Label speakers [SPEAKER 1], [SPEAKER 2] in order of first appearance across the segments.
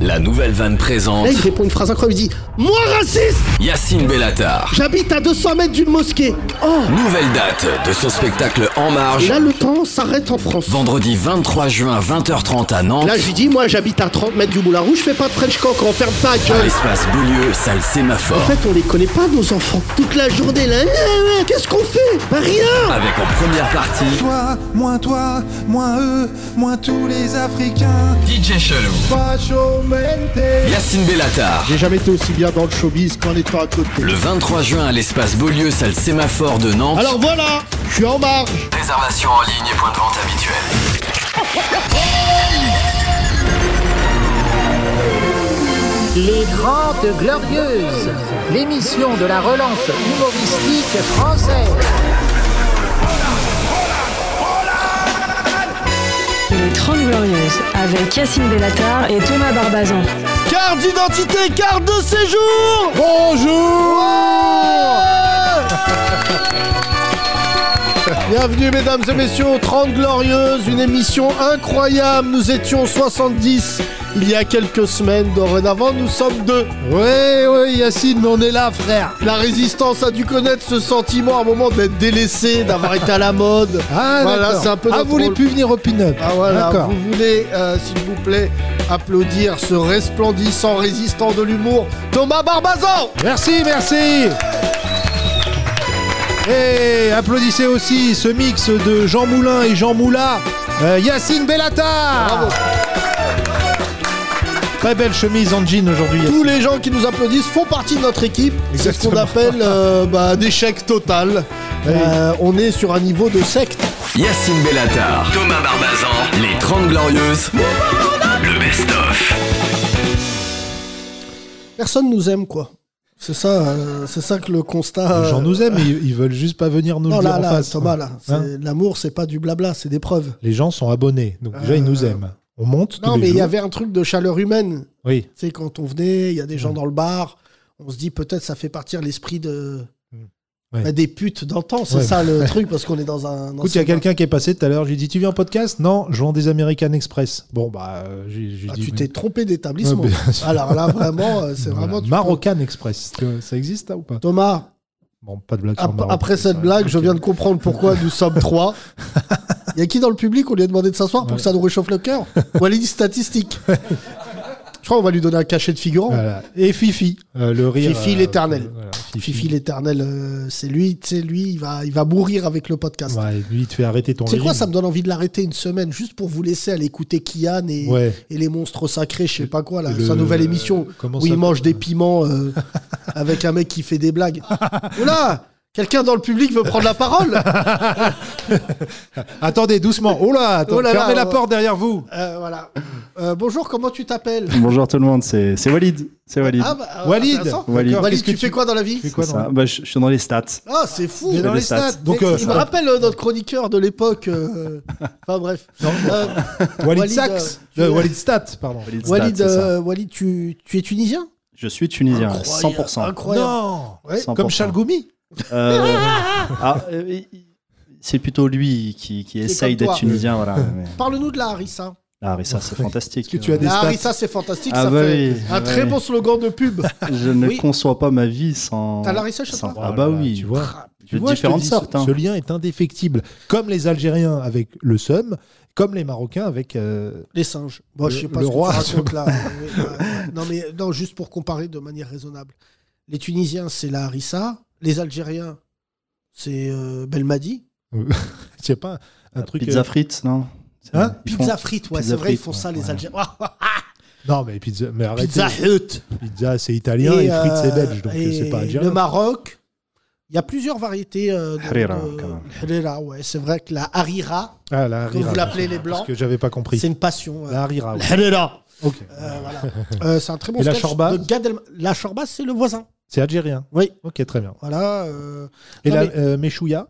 [SPEAKER 1] La nouvelle vanne présente
[SPEAKER 2] Là, il répond une phrase incroyable. Il dit Moi raciste
[SPEAKER 1] Yacine Bellatar.
[SPEAKER 2] J'habite à 200 mètres d'une mosquée. Oh
[SPEAKER 1] Nouvelle date de son spectacle En
[SPEAKER 2] Et
[SPEAKER 1] Marge,
[SPEAKER 2] là, le temps s'arrête en France.
[SPEAKER 1] vendredi 23 juin 20h30 à Nantes,
[SPEAKER 2] Là, je lui dis Moi, j'habite à 30 mètres du Moulin Rouge, je fais pas de French cock, on ferme ta
[SPEAKER 1] à
[SPEAKER 2] gueule.
[SPEAKER 1] l'espace Beaulieu, salle
[SPEAKER 2] En
[SPEAKER 1] Sémaphore.
[SPEAKER 2] fait, on les connaît pas, nos enfants. Toute la journée, là, Ah, ah, qu'est-ce qu'on fait Bah, rien
[SPEAKER 1] Avec en première partie,
[SPEAKER 3] Toi, moins toi, moins eux, moins tous les Africains.
[SPEAKER 1] DJ Chelou, Yacine Bellatar.
[SPEAKER 2] J'ai jamais été aussi bien dans le showbiz qu'en étant à côté.
[SPEAKER 1] Le 23 juin à l'espace Beaulieu, salle Sémaphore de Nantes.
[SPEAKER 2] Alors voilà, je suis en marge.
[SPEAKER 1] Réservation en ligne et point de vente habituel.
[SPEAKER 4] Les Grandes Glorieuses, l'émission de la relance humoristique française.
[SPEAKER 5] Les 30 Glorieuses avec Yacine Bellatar et Thomas Barbazan.
[SPEAKER 2] Carte d'identité, carte de séjour Bonjour Bienvenue mesdames et messieurs aux 30 Glorieuses, une émission incroyable. Nous étions 70 il y a quelques semaines, dorénavant nous sommes deux. Ouais, ouais Yacine, mais on est là frère. La résistance a dû connaître ce sentiment à un moment d'être délaissé, d'avoir été à la mode.
[SPEAKER 3] Ah,
[SPEAKER 2] voilà,
[SPEAKER 3] d'accord.
[SPEAKER 2] c'est un peu
[SPEAKER 3] Ah,
[SPEAKER 2] notre
[SPEAKER 3] vous voulez
[SPEAKER 2] rôle.
[SPEAKER 3] plus venir au pin-up
[SPEAKER 2] Ah voilà,
[SPEAKER 3] D'accord.
[SPEAKER 2] vous voulez, euh, s'il vous plaît, applaudir ce resplendissant résistant de l'humour, Thomas Barbazan
[SPEAKER 3] Merci, merci Et applaudissez aussi ce mix de Jean Moulin et Jean Moula, euh, Yacine Bellata
[SPEAKER 2] Bravo.
[SPEAKER 3] Très belle chemise en jean aujourd'hui. Yacine.
[SPEAKER 2] Tous les gens qui nous applaudissent font partie de notre équipe. C'est ce qu'on
[SPEAKER 3] Exactement.
[SPEAKER 2] appelle euh, bah, un échec total. Euh, on est sur un niveau de secte.
[SPEAKER 1] Yacine Bellatar, Thomas Barbazan, les 30 Glorieuses, le best-of.
[SPEAKER 2] Personne nous aime, quoi. C'est ça, euh, c'est ça que le constat.
[SPEAKER 3] Les gens
[SPEAKER 2] euh,
[SPEAKER 3] nous aiment, mais ils ils veulent juste pas venir nous
[SPEAKER 2] Non,
[SPEAKER 3] le dire
[SPEAKER 2] Oh là,
[SPEAKER 3] en
[SPEAKER 2] là,
[SPEAKER 3] face.
[SPEAKER 2] Thomas, là, c'est-
[SPEAKER 3] Hein
[SPEAKER 2] l'amour, c'est pas du blabla, c'est des preuves.
[SPEAKER 3] les gens sont abonnés, donc déjà ils nous aiment. On monte tous
[SPEAKER 2] Euh. Non,
[SPEAKER 3] les
[SPEAKER 2] mais il y
[SPEAKER 3] jours.
[SPEAKER 2] avait un truc de chaleur humaine.
[SPEAKER 3] Oui,
[SPEAKER 2] Tu sais, quand on venait, il y a des gens dans le bar, on se dit peut-être ça fait partir l'esprit de.
[SPEAKER 3] Mm. Ouais.
[SPEAKER 2] bah, des putes d'antan, c'est
[SPEAKER 3] Ouais.
[SPEAKER 2] ça le truc, parce qu'on est dans un. dans
[SPEAKER 3] Écoute, il y a
[SPEAKER 2] ce-
[SPEAKER 3] quelqu'un qui est passé tout à l'heure, je lui ai dit Tu viens en podcast Non, je vends des American Express. Bon, bah, euh, j'ai j'ai
[SPEAKER 2] Ah,
[SPEAKER 3] dit.
[SPEAKER 2] tu
[SPEAKER 3] oui.
[SPEAKER 2] t'es trompé d'établissement.
[SPEAKER 3] Ouais, bien sûr.
[SPEAKER 2] Alors Ah là, vraiment, euh, c'est
[SPEAKER 3] Voilà.
[SPEAKER 2] vraiment. tu
[SPEAKER 3] Marocan Express, Tu- ça existe ça ou pas
[SPEAKER 2] peux- Thomas,
[SPEAKER 3] Bon, pas de blague sur
[SPEAKER 2] ap-
[SPEAKER 3] Maroc.
[SPEAKER 2] après cette
[SPEAKER 3] Ouais,
[SPEAKER 2] blague, je
[SPEAKER 3] ok.
[SPEAKER 2] viens de comprendre pourquoi nous sommes trois. Il y a qui dans le public On lui a demandé de s'asseoir pour que ça nous réchauffe le cœur On va lui dire statistique. Je crois qu'on va lui donner un cachet de figurant.
[SPEAKER 3] Voilà. Et Fifi, euh, le rire.
[SPEAKER 2] Fifi l'éternel.
[SPEAKER 3] voilà,
[SPEAKER 2] Fifi l'éternel, euh, c'est lui, tu sais, lui, il va, il va mourir avec le podcast.
[SPEAKER 3] Ouais, lui, il te fait arrêter ton
[SPEAKER 2] C'est quoi,
[SPEAKER 3] régime.
[SPEAKER 2] ça me donne envie de l'arrêter une semaine juste pour vous laisser aller écouter Kian et,
[SPEAKER 3] Ouais.
[SPEAKER 2] et les monstres sacrés, je sais pas quoi, là,
[SPEAKER 3] le-
[SPEAKER 2] sa nouvelle émission
[SPEAKER 3] comment
[SPEAKER 2] où il
[SPEAKER 3] ça-
[SPEAKER 2] mange des piments euh, avec un mec qui fait des blagues. Oula Quelqu'un dans le public veut prendre la parole
[SPEAKER 3] Attendez, doucement. Oh là, attends,
[SPEAKER 2] Oh là là,
[SPEAKER 3] fermez la
[SPEAKER 2] oh.
[SPEAKER 3] porte derrière vous.
[SPEAKER 2] Euh, Voilà. Euh, bonjour, comment tu t'appelles
[SPEAKER 6] Bonjour tout le monde, c'est c'est Walid. C'est Walid.
[SPEAKER 2] Ah, bah, euh,
[SPEAKER 3] Walid.
[SPEAKER 2] intéressant.
[SPEAKER 6] Walid.
[SPEAKER 3] D'accord,
[SPEAKER 2] Walid,
[SPEAKER 3] qu'est-ce que
[SPEAKER 2] tu fais quoi dans la vie
[SPEAKER 3] tu fais
[SPEAKER 6] C'est
[SPEAKER 3] quoi
[SPEAKER 6] ça.
[SPEAKER 3] dans
[SPEAKER 6] Bah, je, je suis dans les stats.
[SPEAKER 2] Ah, c'est fou
[SPEAKER 3] Mais dans
[SPEAKER 6] les
[SPEAKER 3] les stats.
[SPEAKER 6] stats.
[SPEAKER 3] Donc,
[SPEAKER 2] Mais
[SPEAKER 3] euh,
[SPEAKER 2] je me rappelle euh, notre chroniqueur de l'époque. euh, Enfin bref. Euh,
[SPEAKER 3] Walid
[SPEAKER 2] Walid,
[SPEAKER 3] Sachs.
[SPEAKER 2] euh, tu-
[SPEAKER 3] Euh, Walid Stat, pardon.
[SPEAKER 6] Walid, Stats,
[SPEAKER 2] Walid,
[SPEAKER 6] c'est ça.
[SPEAKER 2] euh, Walid, tu, tu es tunisien
[SPEAKER 6] Je suis tunisien,
[SPEAKER 2] Incroyable,
[SPEAKER 6] 100%.
[SPEAKER 2] Incroyable.
[SPEAKER 3] Non
[SPEAKER 2] Ouais.
[SPEAKER 6] 100%.
[SPEAKER 3] Comme Chalgoumi
[SPEAKER 6] Euh, ah, euh, il- c'est plutôt lui qui, qui essaye
[SPEAKER 2] comme toi.
[SPEAKER 6] d'être tunisien, voilà. mais-
[SPEAKER 2] Parle-nous de la harissa.
[SPEAKER 6] Ah oui, ça c'est fantastique.
[SPEAKER 3] Est-ce que tu as des
[SPEAKER 2] La
[SPEAKER 3] stats
[SPEAKER 2] harissa, c'est fantastique.
[SPEAKER 6] Ah
[SPEAKER 2] ça
[SPEAKER 6] bah
[SPEAKER 2] fait
[SPEAKER 6] oui,
[SPEAKER 2] un
[SPEAKER 6] ah
[SPEAKER 2] très
[SPEAKER 6] oui.
[SPEAKER 2] bon slogan de pub.
[SPEAKER 6] Je ne
[SPEAKER 2] Oui.
[SPEAKER 6] conçois pas ma vie sans.
[SPEAKER 2] T'as la recherche,
[SPEAKER 6] sans-
[SPEAKER 2] toi
[SPEAKER 6] Ah bah
[SPEAKER 3] Voilà,
[SPEAKER 6] oui,
[SPEAKER 3] Tu vois
[SPEAKER 6] de
[SPEAKER 3] Tu vois, je te
[SPEAKER 6] différentes
[SPEAKER 3] dis, ce-
[SPEAKER 6] sortes. hein.
[SPEAKER 3] Ce lien est indéfectible. Comme les Algériens avec le seum, comme les Marocains avec. euh,
[SPEAKER 2] Les singes. Bon, je sais
[SPEAKER 3] Le-
[SPEAKER 2] pas
[SPEAKER 3] le
[SPEAKER 2] ce que
[SPEAKER 3] roi.
[SPEAKER 2] tu racontes, là. Oui, bah, ouais. non, mais non, juste pour comparer de manière raisonnable. Les Tunisiens, c'est la harissa. Les Algériens, c'est euh, Belmadi.
[SPEAKER 3] Je sais pas, un truc.
[SPEAKER 6] Pizza
[SPEAKER 3] euh,
[SPEAKER 6] frites, non
[SPEAKER 3] Hein
[SPEAKER 6] Ils
[SPEAKER 2] Pizza
[SPEAKER 6] font-
[SPEAKER 2] frites, ouais,
[SPEAKER 6] pizza
[SPEAKER 2] c'est vrai, ils
[SPEAKER 6] frites,
[SPEAKER 2] font ça,
[SPEAKER 6] ouais,
[SPEAKER 2] les
[SPEAKER 6] ouais. bah,
[SPEAKER 2] Algériens. Ah,
[SPEAKER 3] Non, mais pizza, mais
[SPEAKER 2] ah,
[SPEAKER 3] arrêtez.
[SPEAKER 2] pizza hut.
[SPEAKER 3] Pizza, c'est italien et, frites, c'est belge, donc
[SPEAKER 2] euh,
[SPEAKER 6] euh,
[SPEAKER 2] et
[SPEAKER 3] c'est pas algérien.
[SPEAKER 2] Le Maroc, il y a plusieurs variétés. euh, de,
[SPEAKER 6] Harira,
[SPEAKER 2] de-
[SPEAKER 6] quand même.
[SPEAKER 2] Harira, ouais, c'est vrai que la harira,
[SPEAKER 3] Ah, la
[SPEAKER 2] comme
[SPEAKER 3] harira.
[SPEAKER 2] vous l'appelez les
[SPEAKER 3] Parce
[SPEAKER 2] blancs,
[SPEAKER 3] que j'avais pas compris.
[SPEAKER 2] c'est une passion. ouais.
[SPEAKER 3] La harira. oui.
[SPEAKER 2] Harira.
[SPEAKER 3] Ok.
[SPEAKER 2] Euh, voilà. Euh, c'est un très bon
[SPEAKER 3] Et la
[SPEAKER 2] sketch
[SPEAKER 3] chorba
[SPEAKER 2] de Gad Elma- La chorba, c'est le voisin.
[SPEAKER 3] C'est algérien.
[SPEAKER 2] Oui.
[SPEAKER 3] Ok, très bien.
[SPEAKER 2] Voilà. euh,
[SPEAKER 3] Et
[SPEAKER 2] Non,
[SPEAKER 3] la
[SPEAKER 2] mais-
[SPEAKER 3] euh, meshouya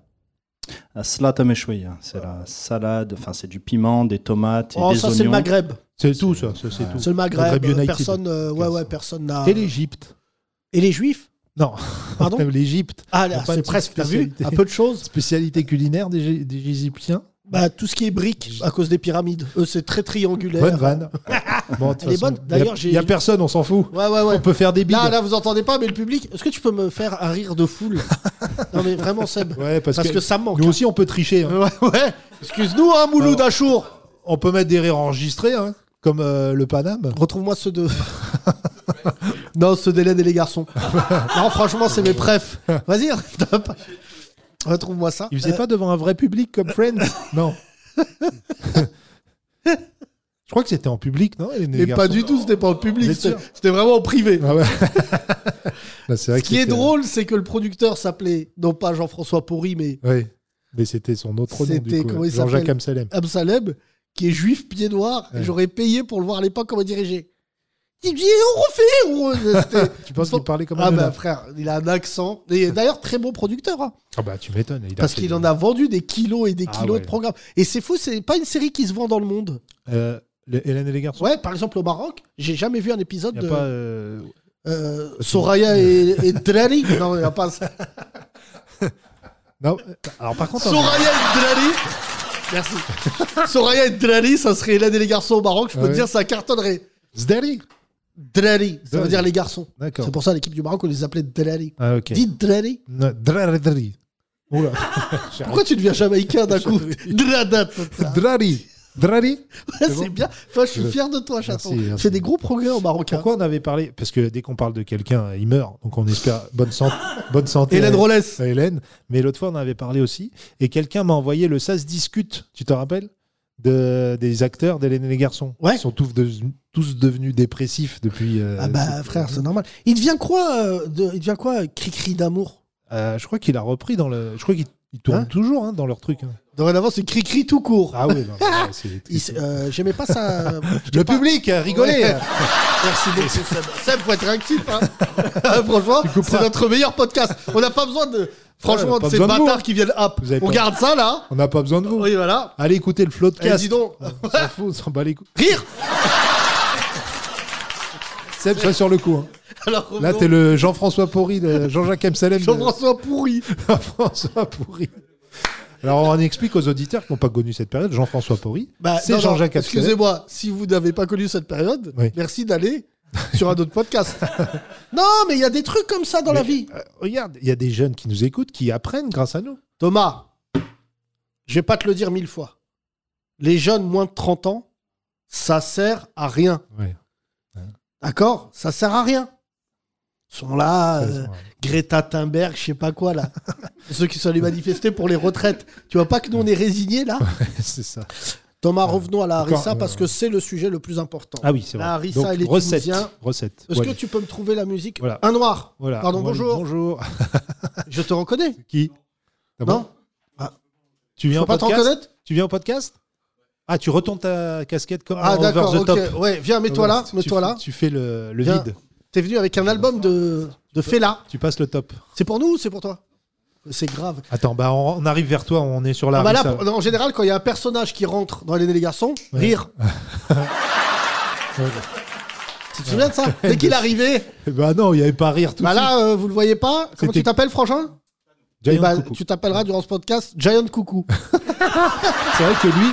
[SPEAKER 6] La slata meshouya, hein. c'est la salade, enfin c'est du piment, des tomates et
[SPEAKER 2] Oh,
[SPEAKER 6] des
[SPEAKER 2] ça,
[SPEAKER 6] oignons.
[SPEAKER 2] c'est le Maghreb.
[SPEAKER 3] c'est tout ça. ça, C'est tout.
[SPEAKER 2] C'est le Maghreb.
[SPEAKER 3] Maghreb United.
[SPEAKER 2] Personne, euh, ouais, ouais, personne n'a.
[SPEAKER 3] Et l'Égypte.
[SPEAKER 2] Et les Juifs
[SPEAKER 3] Non.
[SPEAKER 2] Pardon
[SPEAKER 3] L'Égypte.
[SPEAKER 2] Ah,
[SPEAKER 3] Y a
[SPEAKER 2] là,
[SPEAKER 3] pas
[SPEAKER 2] c'est
[SPEAKER 3] de
[SPEAKER 2] presque, t'as vu
[SPEAKER 3] spécialité.
[SPEAKER 2] Un peu de choses.
[SPEAKER 3] Spécialité culinaire des, Gé- des Égyptiens.
[SPEAKER 2] Bah, tout ce qui est briques à cause des pyramides. Eux, c'est très triangulaire.
[SPEAKER 3] Bonne vanne. Bon, de toute
[SPEAKER 2] Elle est
[SPEAKER 3] façon,
[SPEAKER 2] bonne. D'ailleurs,
[SPEAKER 3] y a-
[SPEAKER 2] j'ai-
[SPEAKER 3] y a personne, on s'en fout.
[SPEAKER 2] Ouais, ouais, ouais.
[SPEAKER 3] On peut faire des bides.
[SPEAKER 2] Là, là, vous entendez pas, mais le public. Est-ce que tu peux me faire un rire de foule Non, mais vraiment, Seb.
[SPEAKER 3] Ouais, parce,
[SPEAKER 2] Parce que ça me manque,
[SPEAKER 3] Nous
[SPEAKER 2] hein.
[SPEAKER 3] aussi, on peut tricher. hein.
[SPEAKER 2] Ouais, ouais. Excuse-nous, hein, Mouloud Achour.
[SPEAKER 3] On peut mettre des rires enregistrés, hein, comme euh, le Paname.
[SPEAKER 2] Retrouve-moi ceux de. non, ceux d'Hélène et les garçons. non, franchement, c'est mes prefs. Vas-y, top. Retrouve-moi ça. Euh,
[SPEAKER 3] Il faisait pas devant un vrai public comme Friends Non. Je crois que c'était en public, non les
[SPEAKER 2] Mais
[SPEAKER 3] garçons
[SPEAKER 2] pas du tout, c'était pas en public,
[SPEAKER 3] Bien
[SPEAKER 2] c'était
[SPEAKER 3] sûr.
[SPEAKER 2] c'était vraiment en privé.
[SPEAKER 3] Ah ouais. Bah, c'est vrai
[SPEAKER 2] Ce
[SPEAKER 3] que
[SPEAKER 2] qui est
[SPEAKER 3] c'était-
[SPEAKER 2] drôle, c'est que le producteur s'appelait, non pas Jean-François Pourri, mais
[SPEAKER 3] Oui. Mais c'était son autre nom,
[SPEAKER 2] C'était-
[SPEAKER 3] du coup.
[SPEAKER 2] comment il
[SPEAKER 3] Jean-Jacques
[SPEAKER 2] s'appelle
[SPEAKER 3] Amsalem.
[SPEAKER 2] Absalem, qui est juif pied noir, et
[SPEAKER 3] Ouais.
[SPEAKER 2] j'aurais payé pour le voir à l'époque comment il dirigeait. Il me dit, on refait on re- C'était-
[SPEAKER 3] Tu penses qu'il parlait comme un
[SPEAKER 2] Ah bah
[SPEAKER 3] nanar
[SPEAKER 2] frère, il a un accent. Et d'ailleurs, très bon producteur. hein,
[SPEAKER 3] Ah bah, tu m'étonnes. il a
[SPEAKER 2] parce
[SPEAKER 3] fait-
[SPEAKER 2] qu'il en a vendu des kilos et des
[SPEAKER 3] Ah
[SPEAKER 2] kilos
[SPEAKER 3] ouais.
[SPEAKER 2] de programmes. Et c'est fou, c'est pas une série qui se vend dans le monde.
[SPEAKER 3] Euh, le- Hélène et les garçons.
[SPEAKER 2] Ouais, par exemple au Maroc, j'ai jamais vu un épisode
[SPEAKER 3] Il
[SPEAKER 2] de
[SPEAKER 3] a pas. euh,
[SPEAKER 2] euh, Soraya et, et Drari. Non, il y a pas ça.
[SPEAKER 3] Non. euh, Alors par contre, en-
[SPEAKER 2] Soraya et Drari. Merci. Soraya et Drari, ça serait Hélène et les garçons au Maroc. Je peux
[SPEAKER 3] Ah
[SPEAKER 2] te
[SPEAKER 3] ouais.
[SPEAKER 2] dire, ça cartonnerait.
[SPEAKER 3] Zderi.
[SPEAKER 2] Drari, ça veut
[SPEAKER 3] Drari.
[SPEAKER 2] dire les garçons.
[SPEAKER 3] D'accord.
[SPEAKER 2] C'est pour ça l'équipe du Maroc, on les appelait Drari.
[SPEAKER 3] Ah ok.
[SPEAKER 2] Dites Drari.
[SPEAKER 3] Non, Drari. Drari. Oula.
[SPEAKER 2] Pourquoi tu deviens jamaïcain d'un coup Dradat.
[SPEAKER 3] Drari. Drari.
[SPEAKER 2] Ouais,
[SPEAKER 3] C'est
[SPEAKER 2] C'est
[SPEAKER 3] bon
[SPEAKER 2] bien. Enfin, je suis
[SPEAKER 3] Je-
[SPEAKER 2] fier de toi, chaton.
[SPEAKER 3] Merci, merci.
[SPEAKER 2] Fais des gros progrès hein. en marocain.
[SPEAKER 3] Pourquoi on avait parlé Parce que dès qu'on parle de quelqu'un, il meurt. Donc on espère bonne, san- bonne santé.
[SPEAKER 2] Hélène
[SPEAKER 3] à-
[SPEAKER 2] Rollès.
[SPEAKER 3] à Hélène. Mais l'autre fois, on en avait parlé aussi. Et quelqu'un m'a envoyé le Ça se discute. Tu te rappelles de, Des acteurs d'Hélène et les garçons.
[SPEAKER 2] Ouais.
[SPEAKER 3] Ils sont tous, de- tous devenus dépressifs depuis. euh,
[SPEAKER 2] Ah bah
[SPEAKER 3] cette-
[SPEAKER 2] frère, c'est normal. Il devient quoi euh, de- Il devient quoi euh, Cri-cri d'amour
[SPEAKER 3] Euh, je crois qu'il a repris dans le. Je crois qu'il il tourne
[SPEAKER 2] Hein
[SPEAKER 3] toujours hein, dans leur truc. hein.
[SPEAKER 2] Dorénavant, c'est cri-cri tout court.
[SPEAKER 3] Ah oui, non, mais ouais, c'est-
[SPEAKER 2] Il s- euh, J'aimais pas ça. euh, j'étais
[SPEAKER 3] Le
[SPEAKER 2] pas-
[SPEAKER 3] public a rigolé.
[SPEAKER 2] Ouais. Merci beaucoup, Seb. Seb, faut être réactif. hein. Franchement, c'est notre meilleur podcast. On n'a pas besoin de. Franchement,
[SPEAKER 3] Ouais,
[SPEAKER 2] de
[SPEAKER 3] pas
[SPEAKER 2] ces
[SPEAKER 3] besoin de
[SPEAKER 2] bâtards
[SPEAKER 3] vous.
[SPEAKER 2] qui viennent hop.
[SPEAKER 3] Vous avez
[SPEAKER 2] On
[SPEAKER 3] pas-
[SPEAKER 2] garde ça là.
[SPEAKER 3] On n'a pas besoin de vous.
[SPEAKER 2] Oui, voilà.
[SPEAKER 3] Allez écouter le flot de
[SPEAKER 2] Eh, dis donc.
[SPEAKER 3] On s'en fout, on s'en bat les couilles.
[SPEAKER 2] Rire
[SPEAKER 3] Seb, sois sur le coup. hein.
[SPEAKER 2] Alors,
[SPEAKER 3] Là, t'es le Jean-François Porry, le Jean-Jacques Amsalem. de-
[SPEAKER 2] Jean-François pourri.
[SPEAKER 3] Jean-François Porry. Alors, on explique aux auditeurs qui n'ont pas connu cette période, Jean-François Porry,
[SPEAKER 2] Bah, non,
[SPEAKER 3] c'est
[SPEAKER 2] non,
[SPEAKER 3] Jean-Jacques Amsalem.
[SPEAKER 2] Excusez-moi, si vous n'avez pas connu cette période,
[SPEAKER 3] Oui.
[SPEAKER 2] merci d'aller sur un autre podcast. non, mais il y a des trucs comme ça dans la
[SPEAKER 3] Mais,
[SPEAKER 2] vie.
[SPEAKER 3] euh, regarde, il y a des jeunes qui nous écoutent, qui apprennent grâce à nous.
[SPEAKER 2] Thomas, je vais pas te le dire mille fois. Les jeunes moins de 30 ans, ça sert à rien.
[SPEAKER 3] Ouais.
[SPEAKER 2] D'accord Ça sert à rien. Ils sont là,
[SPEAKER 3] Ouais,
[SPEAKER 2] euh,
[SPEAKER 3] ils sont là.
[SPEAKER 2] Greta Thunberg, je sais pas quoi là. Ceux qui sont allés manifester pour les retraites. Tu vois pas que nous on est résignés là
[SPEAKER 3] c'est ça.
[SPEAKER 2] Thomas, revenons à la
[SPEAKER 3] Encore,
[SPEAKER 2] harissa
[SPEAKER 3] euh,
[SPEAKER 2] parce que c'est le sujet le plus important.
[SPEAKER 3] Ah oui, c'est vrai.
[SPEAKER 2] La harissa,
[SPEAKER 3] Donc,
[SPEAKER 2] elle est
[SPEAKER 3] recette.
[SPEAKER 2] tunisienne.
[SPEAKER 3] Recette.
[SPEAKER 2] Est-ce
[SPEAKER 3] Ouais.
[SPEAKER 2] que tu peux me trouver la musique
[SPEAKER 3] Voilà.
[SPEAKER 2] Un noir.
[SPEAKER 3] Voilà.
[SPEAKER 2] Pardon,
[SPEAKER 3] Moi,
[SPEAKER 2] bonjour.
[SPEAKER 3] Bonjour.
[SPEAKER 2] Je te reconnais.
[SPEAKER 3] Qui Ah bon
[SPEAKER 2] non
[SPEAKER 3] Tu viens
[SPEAKER 2] Faut
[SPEAKER 3] au
[SPEAKER 2] pas te
[SPEAKER 3] podcast
[SPEAKER 2] reconnaître
[SPEAKER 3] Tu viens au podcast Ah, tu retournes ta casquette comme
[SPEAKER 2] Ah
[SPEAKER 3] dans Over
[SPEAKER 2] d'accord,
[SPEAKER 3] the
[SPEAKER 2] ok.
[SPEAKER 3] Top.
[SPEAKER 2] Ouais, viens, mets-toi là,
[SPEAKER 3] Tu
[SPEAKER 2] mets-toi
[SPEAKER 3] fais-
[SPEAKER 2] là.
[SPEAKER 3] Tu fais le, le
[SPEAKER 2] Viens.
[SPEAKER 3] vide.
[SPEAKER 2] T'es venu avec un album de, de Fela.
[SPEAKER 3] Tu passes le top.
[SPEAKER 2] C'est pour nous ou c'est pour toi C'est grave.
[SPEAKER 3] Attends, bah on, on arrive vers toi, on est sur la
[SPEAKER 2] Ah bah là,
[SPEAKER 3] harissa.
[SPEAKER 2] pour- en général, quand il y a un personnage qui rentre dans les les garçons, rire. Tu te souviens de ça Dès qu'il arrivait,
[SPEAKER 3] Bah non, il n'y avait pas à rire tout
[SPEAKER 2] bah
[SPEAKER 3] de suite.
[SPEAKER 2] là, euh, vous le voyez pas.
[SPEAKER 3] C'était-
[SPEAKER 2] Comment tu t'appelles, Frangin
[SPEAKER 3] Giant
[SPEAKER 2] Eh bah,
[SPEAKER 3] Coucou.
[SPEAKER 2] Tu t'appelleras durant ce podcast Giant Coucou.
[SPEAKER 3] C'est vrai que lui,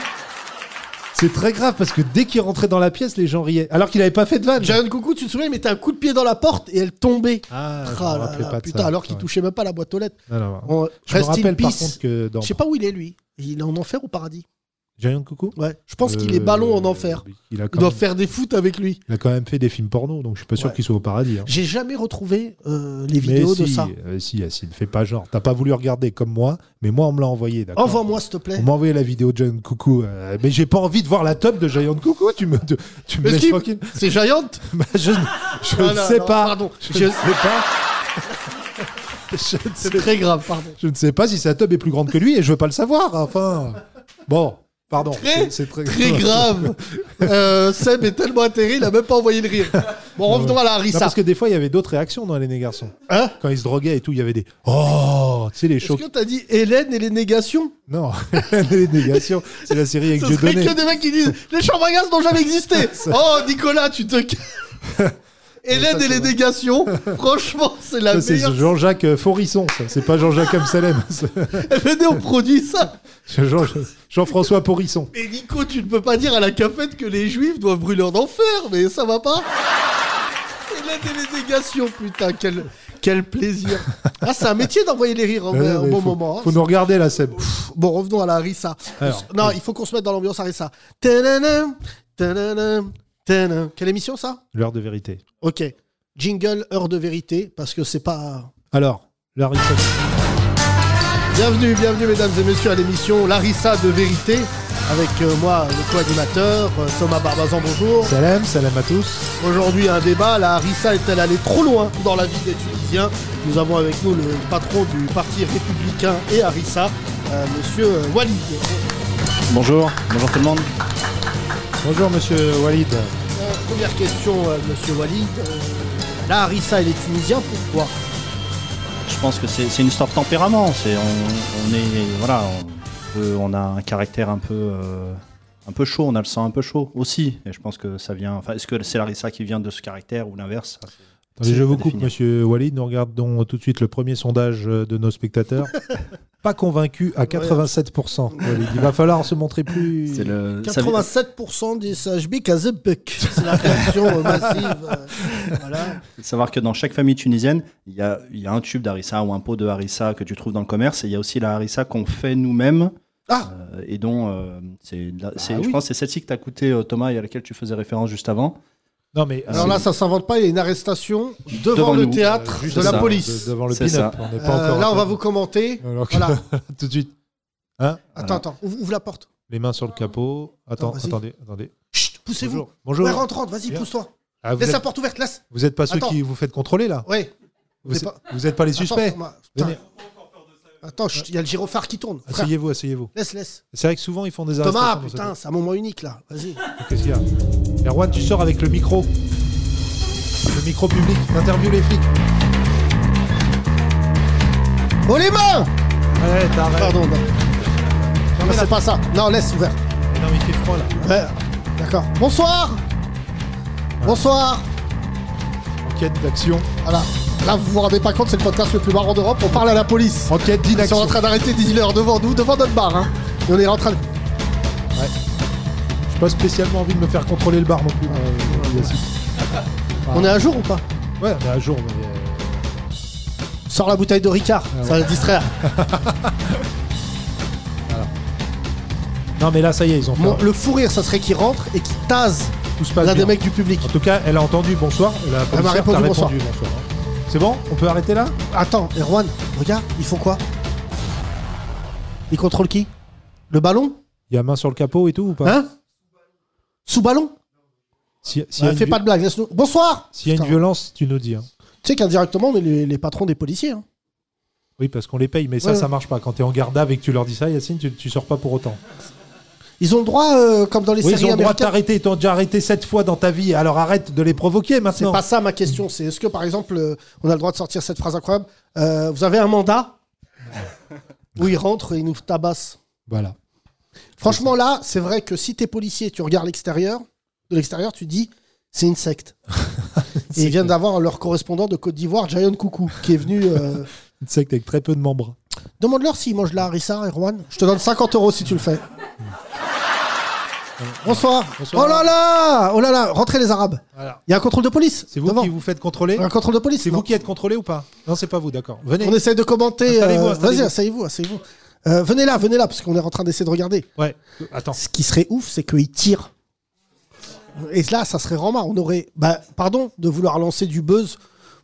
[SPEAKER 3] c'est très grave parce que dès qu'il rentrait dans la pièce, les gens riaient. Alors qu'il n'avait pas fait de vanne.
[SPEAKER 2] Giant Coucou, tu te souviens, il mettait un coup de pied dans la porte et elle tombait.
[SPEAKER 3] Ah, je me
[SPEAKER 2] Ah là
[SPEAKER 3] rappelais
[SPEAKER 2] là,
[SPEAKER 3] pas de
[SPEAKER 2] putain,
[SPEAKER 3] ça.
[SPEAKER 2] alors qu'il
[SPEAKER 3] Ouais.
[SPEAKER 2] touchait même pas la boîte aux lettres.
[SPEAKER 3] Non, non, non.
[SPEAKER 2] On-
[SPEAKER 3] Je me
[SPEAKER 2] rest in
[SPEAKER 3] rappelle par
[SPEAKER 2] peace.
[SPEAKER 3] contre que dans
[SPEAKER 2] Je sais pas où il est lui. Il est en enfer ou paradis
[SPEAKER 3] Giant Coucou, Euh,
[SPEAKER 2] Ouais. Je pense qu'il est ballon en enfer.
[SPEAKER 3] Il a,
[SPEAKER 2] Ils
[SPEAKER 3] quand
[SPEAKER 2] doivent
[SPEAKER 3] même,
[SPEAKER 2] faire des foot avec lui.
[SPEAKER 3] il a quand même fait des films porno, donc je suis pas sûr
[SPEAKER 2] Ouais.
[SPEAKER 3] qu'il soit au paradis. hein.
[SPEAKER 2] J'ai jamais retrouvé euh, les vidéos
[SPEAKER 3] si,
[SPEAKER 2] de ça.
[SPEAKER 3] euh, si, Yacine, fais pas genre. T'as pas voulu regarder comme moi, mais moi, on me l'a envoyé. d'accord
[SPEAKER 2] Envoie-moi s'il te plaît.
[SPEAKER 3] On m'a envoyé la vidéo de Giant Coucou, euh, mais j'ai pas envie de voir la top de Giant Coucou. Tu me, tu, tu me
[SPEAKER 2] Le
[SPEAKER 3] laisses
[SPEAKER 2] skip.
[SPEAKER 3] tranquille.
[SPEAKER 2] C'est Giant
[SPEAKER 3] Bah, je je
[SPEAKER 2] Non,
[SPEAKER 3] ne
[SPEAKER 2] non,
[SPEAKER 3] sais
[SPEAKER 2] non,
[SPEAKER 3] pas.
[SPEAKER 2] pardon.
[SPEAKER 3] Je,
[SPEAKER 2] Je-
[SPEAKER 3] ne sais pas. je, ne sais,
[SPEAKER 2] C'est très grave, pardon.
[SPEAKER 3] je ne sais pas si sa tub est plus grande que lui et je veux pas le savoir. Enfin, bon, pardon.
[SPEAKER 2] Très,
[SPEAKER 3] C'est- c'est
[SPEAKER 2] Très grave. Euh, Seb est tellement atterri, il a même pas envoyé le rire. Bon, revenons à la
[SPEAKER 3] Non,
[SPEAKER 2] harissa.
[SPEAKER 3] parce que des fois, il y avait d'autres réactions dans les nés garçons.
[SPEAKER 2] Hein
[SPEAKER 3] Quand ils se droguaient et tout, il y avait des oh, tu sais les
[SPEAKER 2] Est-ce
[SPEAKER 3] chocs.
[SPEAKER 2] que t'as dit Hélène et les négations
[SPEAKER 3] Non, les négations, c'est la série avec
[SPEAKER 2] Ce
[SPEAKER 3] Dieu
[SPEAKER 2] serait
[SPEAKER 3] donné.
[SPEAKER 2] que des mecs qui disent les chambres à gaz n'ont jamais existé. Oh Nicolas, tu te. Hélène
[SPEAKER 3] ça, c'est
[SPEAKER 2] et les
[SPEAKER 3] vrai.
[SPEAKER 2] dégations, franchement, c'est la
[SPEAKER 3] Ça, c'est
[SPEAKER 2] meilleure.
[SPEAKER 3] Jean-Jacques euh, Forisson, ça. C'est pas Jean-Jacques Amsalem. C'est
[SPEAKER 2] Venez, on produit ça.
[SPEAKER 3] Jean- Jean-François Forisson.
[SPEAKER 2] Mais Nico, tu ne peux pas dire à la cafette que les juifs doivent brûler en enfer, mais ça va pas. Hélène et les dégations, putain, quel, quel plaisir. Ah, c'est un métier d'envoyer les rires en
[SPEAKER 3] Ouais,
[SPEAKER 2] un
[SPEAKER 3] ouais,
[SPEAKER 2] bon
[SPEAKER 3] faut-
[SPEAKER 2] moment. hein.
[SPEAKER 3] Faut nous regarder là, Seb.
[SPEAKER 2] Bon, revenons à la Harissa.
[SPEAKER 3] Alors.
[SPEAKER 2] non, il faut qu'on se mette dans l'ambiance Harissa. Tadadam, tadadam, tadadam. Quelle émission ça
[SPEAKER 3] L'heure de vérité.
[SPEAKER 2] Ok. Jingle, heure de vérité, parce que c'est pas.
[SPEAKER 3] Alors, Larissa.
[SPEAKER 2] Bienvenue, bienvenue, mesdames et messieurs, à l'émission Larissa de vérité. Avec euh, moi, le co-animateur, euh, Thomas Barbazan, bonjour.
[SPEAKER 3] Salam, salam à tous.
[SPEAKER 2] Aujourd'hui, un débat. La Harissa est-elle allée trop loin dans la vie des Tunisiens Nous avons avec nous le patron du parti républicain et Harissa, euh, monsieur euh, Walid.
[SPEAKER 6] Bonjour, bonjour tout le monde.
[SPEAKER 3] Bonjour, monsieur Walid.
[SPEAKER 2] Euh, première question, euh, monsieur Walid. Euh, la Harissa, elle est tunisienne, pourquoi
[SPEAKER 6] Je pense que c'est c'est une histoire de tempérament. C'est on, on est voilà, on, peut- on a un caractère un peu euh, un peu chaud, on a le sang un peu chaud aussi. Et je pense que ça vient. Enfin, est-ce que c'est Larissa qui vient de ce caractère ou l'inverse Ça, c'est-
[SPEAKER 3] Attendez,
[SPEAKER 6] C'est
[SPEAKER 3] je vous
[SPEAKER 6] pas
[SPEAKER 3] coupe,
[SPEAKER 6] défini.
[SPEAKER 3] monsieur Walid. Nous regardons tout de suite le premier sondage euh, de nos spectateurs. pas convaincu à 87%. Walid. Il va falloir se montrer plus.
[SPEAKER 6] C'est le. ça-
[SPEAKER 2] 87% des SHB Kazebek. C'est la réaction euh, massive. euh, voilà.
[SPEAKER 6] faut Savoir que dans chaque famille tunisienne, il y a, il y a un tube d'harissa ou un pot de harissa que tu trouves dans le commerce, et il y a aussi la harissa qu'on fait nous-mêmes,
[SPEAKER 2] Ah
[SPEAKER 6] euh, et dont euh, c'est, la- c'est- je
[SPEAKER 2] oui.
[SPEAKER 6] pense que c'est celle-ci que t'as coûté euh, Thomas et à laquelle tu faisais référence juste avant.
[SPEAKER 3] Non, mais. euh,
[SPEAKER 2] Alors là, ça s'invente pas. Il y a une arrestation devant,
[SPEAKER 6] Devant
[SPEAKER 2] le
[SPEAKER 6] nous. Euh,
[SPEAKER 2] théâtre
[SPEAKER 3] Juste
[SPEAKER 2] de la
[SPEAKER 6] ça.
[SPEAKER 2] police.
[SPEAKER 3] de- devant le
[SPEAKER 6] C'est
[SPEAKER 3] pin-up.
[SPEAKER 6] ça.
[SPEAKER 3] On n'est pas
[SPEAKER 2] Euh,
[SPEAKER 3] encore.
[SPEAKER 2] là, on va vous commenter.
[SPEAKER 3] Alors que-
[SPEAKER 2] Voilà.
[SPEAKER 3] tout de suite.
[SPEAKER 2] Attends, attends. Ouvre, ouvre la porte.
[SPEAKER 3] Les mains sur le capot. Attends,
[SPEAKER 2] Attends, vas-y.
[SPEAKER 3] attendez, attendez.
[SPEAKER 2] Chut, poussez-vous.
[SPEAKER 3] Bonjour. Bonjour.
[SPEAKER 2] Ouais, rentre, rentre. Vas-y,
[SPEAKER 3] Bien.
[SPEAKER 2] pousse-toi.
[SPEAKER 3] Ah, vous,
[SPEAKER 2] Laisse la
[SPEAKER 3] êtes,
[SPEAKER 2] porte ouverte. Laisse.
[SPEAKER 3] vous êtes pas ceux
[SPEAKER 2] Attends.
[SPEAKER 3] qui vous faites contrôler là
[SPEAKER 2] Ouais.
[SPEAKER 3] Vous
[SPEAKER 2] c'est
[SPEAKER 3] êtes-
[SPEAKER 2] pas-
[SPEAKER 3] vous êtes pas les
[SPEAKER 2] Attends,
[SPEAKER 3] suspects
[SPEAKER 2] Thomas. Putain.
[SPEAKER 3] Venez.
[SPEAKER 2] Attends, chut, il y a le gyrophare qui tourne. Frère,
[SPEAKER 3] Asseyez-vous, asseyez-vous.
[SPEAKER 2] Laisse, laisse.
[SPEAKER 3] C'est vrai que souvent ils font des
[SPEAKER 2] Thomas,
[SPEAKER 3] arrestations dans cette
[SPEAKER 2] putain,
[SPEAKER 3] époque.
[SPEAKER 2] c'est un moment unique là. Vas-y.
[SPEAKER 3] Qu'est-ce qu'il y a Erwan, tu sors avec le micro. Le micro public. Interview les flics.
[SPEAKER 2] Oh les mains
[SPEAKER 3] Ouais, t'arrêtes.
[SPEAKER 2] Pardon. Non, Non, mais c'est pas ça. Non, laisse ouvert.
[SPEAKER 3] Non, mais il fait froid là.
[SPEAKER 2] Ouais, D'accord. Bonsoir. Bonsoir.
[SPEAKER 3] Enquête d'action.
[SPEAKER 2] Voilà. Là, vous vous rendez pas compte, c'est le podcast le plus marrant d'Europe. On parle à la police.
[SPEAKER 3] Enquête
[SPEAKER 2] Ils sont
[SPEAKER 3] d'inaction.
[SPEAKER 2] en train d'arrêter des dealers devant nous, devant notre bar. Hein. Et on est en train de.
[SPEAKER 3] J'ai pas spécialement envie de me faire contrôler le bar non plus. Euh, Yassine. Ah.
[SPEAKER 2] On est à jour ou pas
[SPEAKER 3] Ouais, on est à jour. mais, euh,
[SPEAKER 2] Sors la bouteille de Ricard,
[SPEAKER 3] Ah
[SPEAKER 2] ça va le distraire.
[SPEAKER 3] Non, mais là, ça y est, ils ont fait.
[SPEAKER 2] Mon- le fou rire, ça serait qu'il rentre et qu'il tase
[SPEAKER 3] Tout se passe
[SPEAKER 2] l'un
[SPEAKER 3] bien.
[SPEAKER 2] des mecs du public.
[SPEAKER 3] En tout cas, elle a entendu bonsoir. La policière t'a
[SPEAKER 2] répondu bonsoir.
[SPEAKER 3] hein. C'est bon On peut arrêter là
[SPEAKER 2] Attends, Erwan, regarde, ils font quoi Ils contrôlent qui Le ballon
[SPEAKER 3] Il y a main sur le capot et tout ou pas
[SPEAKER 2] Hein Sous ballon
[SPEAKER 3] Si- S'il y, a
[SPEAKER 2] Ne
[SPEAKER 3] une
[SPEAKER 2] Bah, Euh, Fais
[SPEAKER 3] vi-
[SPEAKER 2] pas de blague, laisse-nous. Bonsoir
[SPEAKER 3] s'il y a une
[SPEAKER 2] Putain.
[SPEAKER 3] violence, tu nous dis. hein.
[SPEAKER 2] Tu sais qu'indirectement, on est les, les patrons des policiers. hein.
[SPEAKER 3] Oui, parce qu'on les paye, mais ça,
[SPEAKER 2] Ouais.
[SPEAKER 3] ça marche pas. Quand t'es en garde avec, tu leur dis ça, Yacine, tu, tu sors pas pour autant.
[SPEAKER 2] Ils ont le droit, euh, comme dans les
[SPEAKER 3] Oui, ils
[SPEAKER 2] séries
[SPEAKER 3] ont le droit de
[SPEAKER 2] américaines.
[SPEAKER 3] t'arrêter. Ils t'ont déjà arrêté sept fois dans ta vie, alors arrête de les provoquer
[SPEAKER 2] C'est
[SPEAKER 3] maintenant.
[SPEAKER 2] pas ça ma question. C'est est-ce que, par exemple, euh, on a le droit de sortir cette phrase incroyable euh, Vous avez un mandat où ils rentrent et ils nous tabassent
[SPEAKER 3] Voilà.
[SPEAKER 2] Franchement, là, c'est vrai que si t'es policier et tu regardes l'extérieur, de l'extérieur, tu dis c'est une secte. et ils viennent d'avoir leur correspondant de Côte d'Ivoire, Jayon Coucou, qui est venu. euh,
[SPEAKER 3] Une secte avec très peu de membres.
[SPEAKER 2] Demande-leur s'ils mangent de la harissa, Erwan. Je te donne 50 euros si tu le fais. Bonsoir.
[SPEAKER 3] Bonsoir.
[SPEAKER 2] Oh là là Oh là là Rentrez les Arabes.
[SPEAKER 3] Voilà.
[SPEAKER 2] Il y a un contrôle de police.
[SPEAKER 3] C'est vous
[SPEAKER 2] devant.
[SPEAKER 3] qui vous faites contrôler
[SPEAKER 2] Un contrôle de police.
[SPEAKER 3] C'est
[SPEAKER 2] non.
[SPEAKER 3] vous qui êtes contrôlé ou pas Non, c'est pas vous, d'accord. Venez.
[SPEAKER 2] On essaye de commenter.
[SPEAKER 3] Installez-vous,
[SPEAKER 2] euh,
[SPEAKER 3] installez-vous.
[SPEAKER 2] Vas-y, asseyez-vous, asseyez-vous. Euh, venez là, venez là, parce qu'on est en train d'essayer de regarder.
[SPEAKER 3] Ouais. Attends.
[SPEAKER 2] Ce qui serait ouf, c'est qu'ils tirent. Et là, ça serait vraiment marre. On aurait, bah, pardon, de vouloir lancer du buzz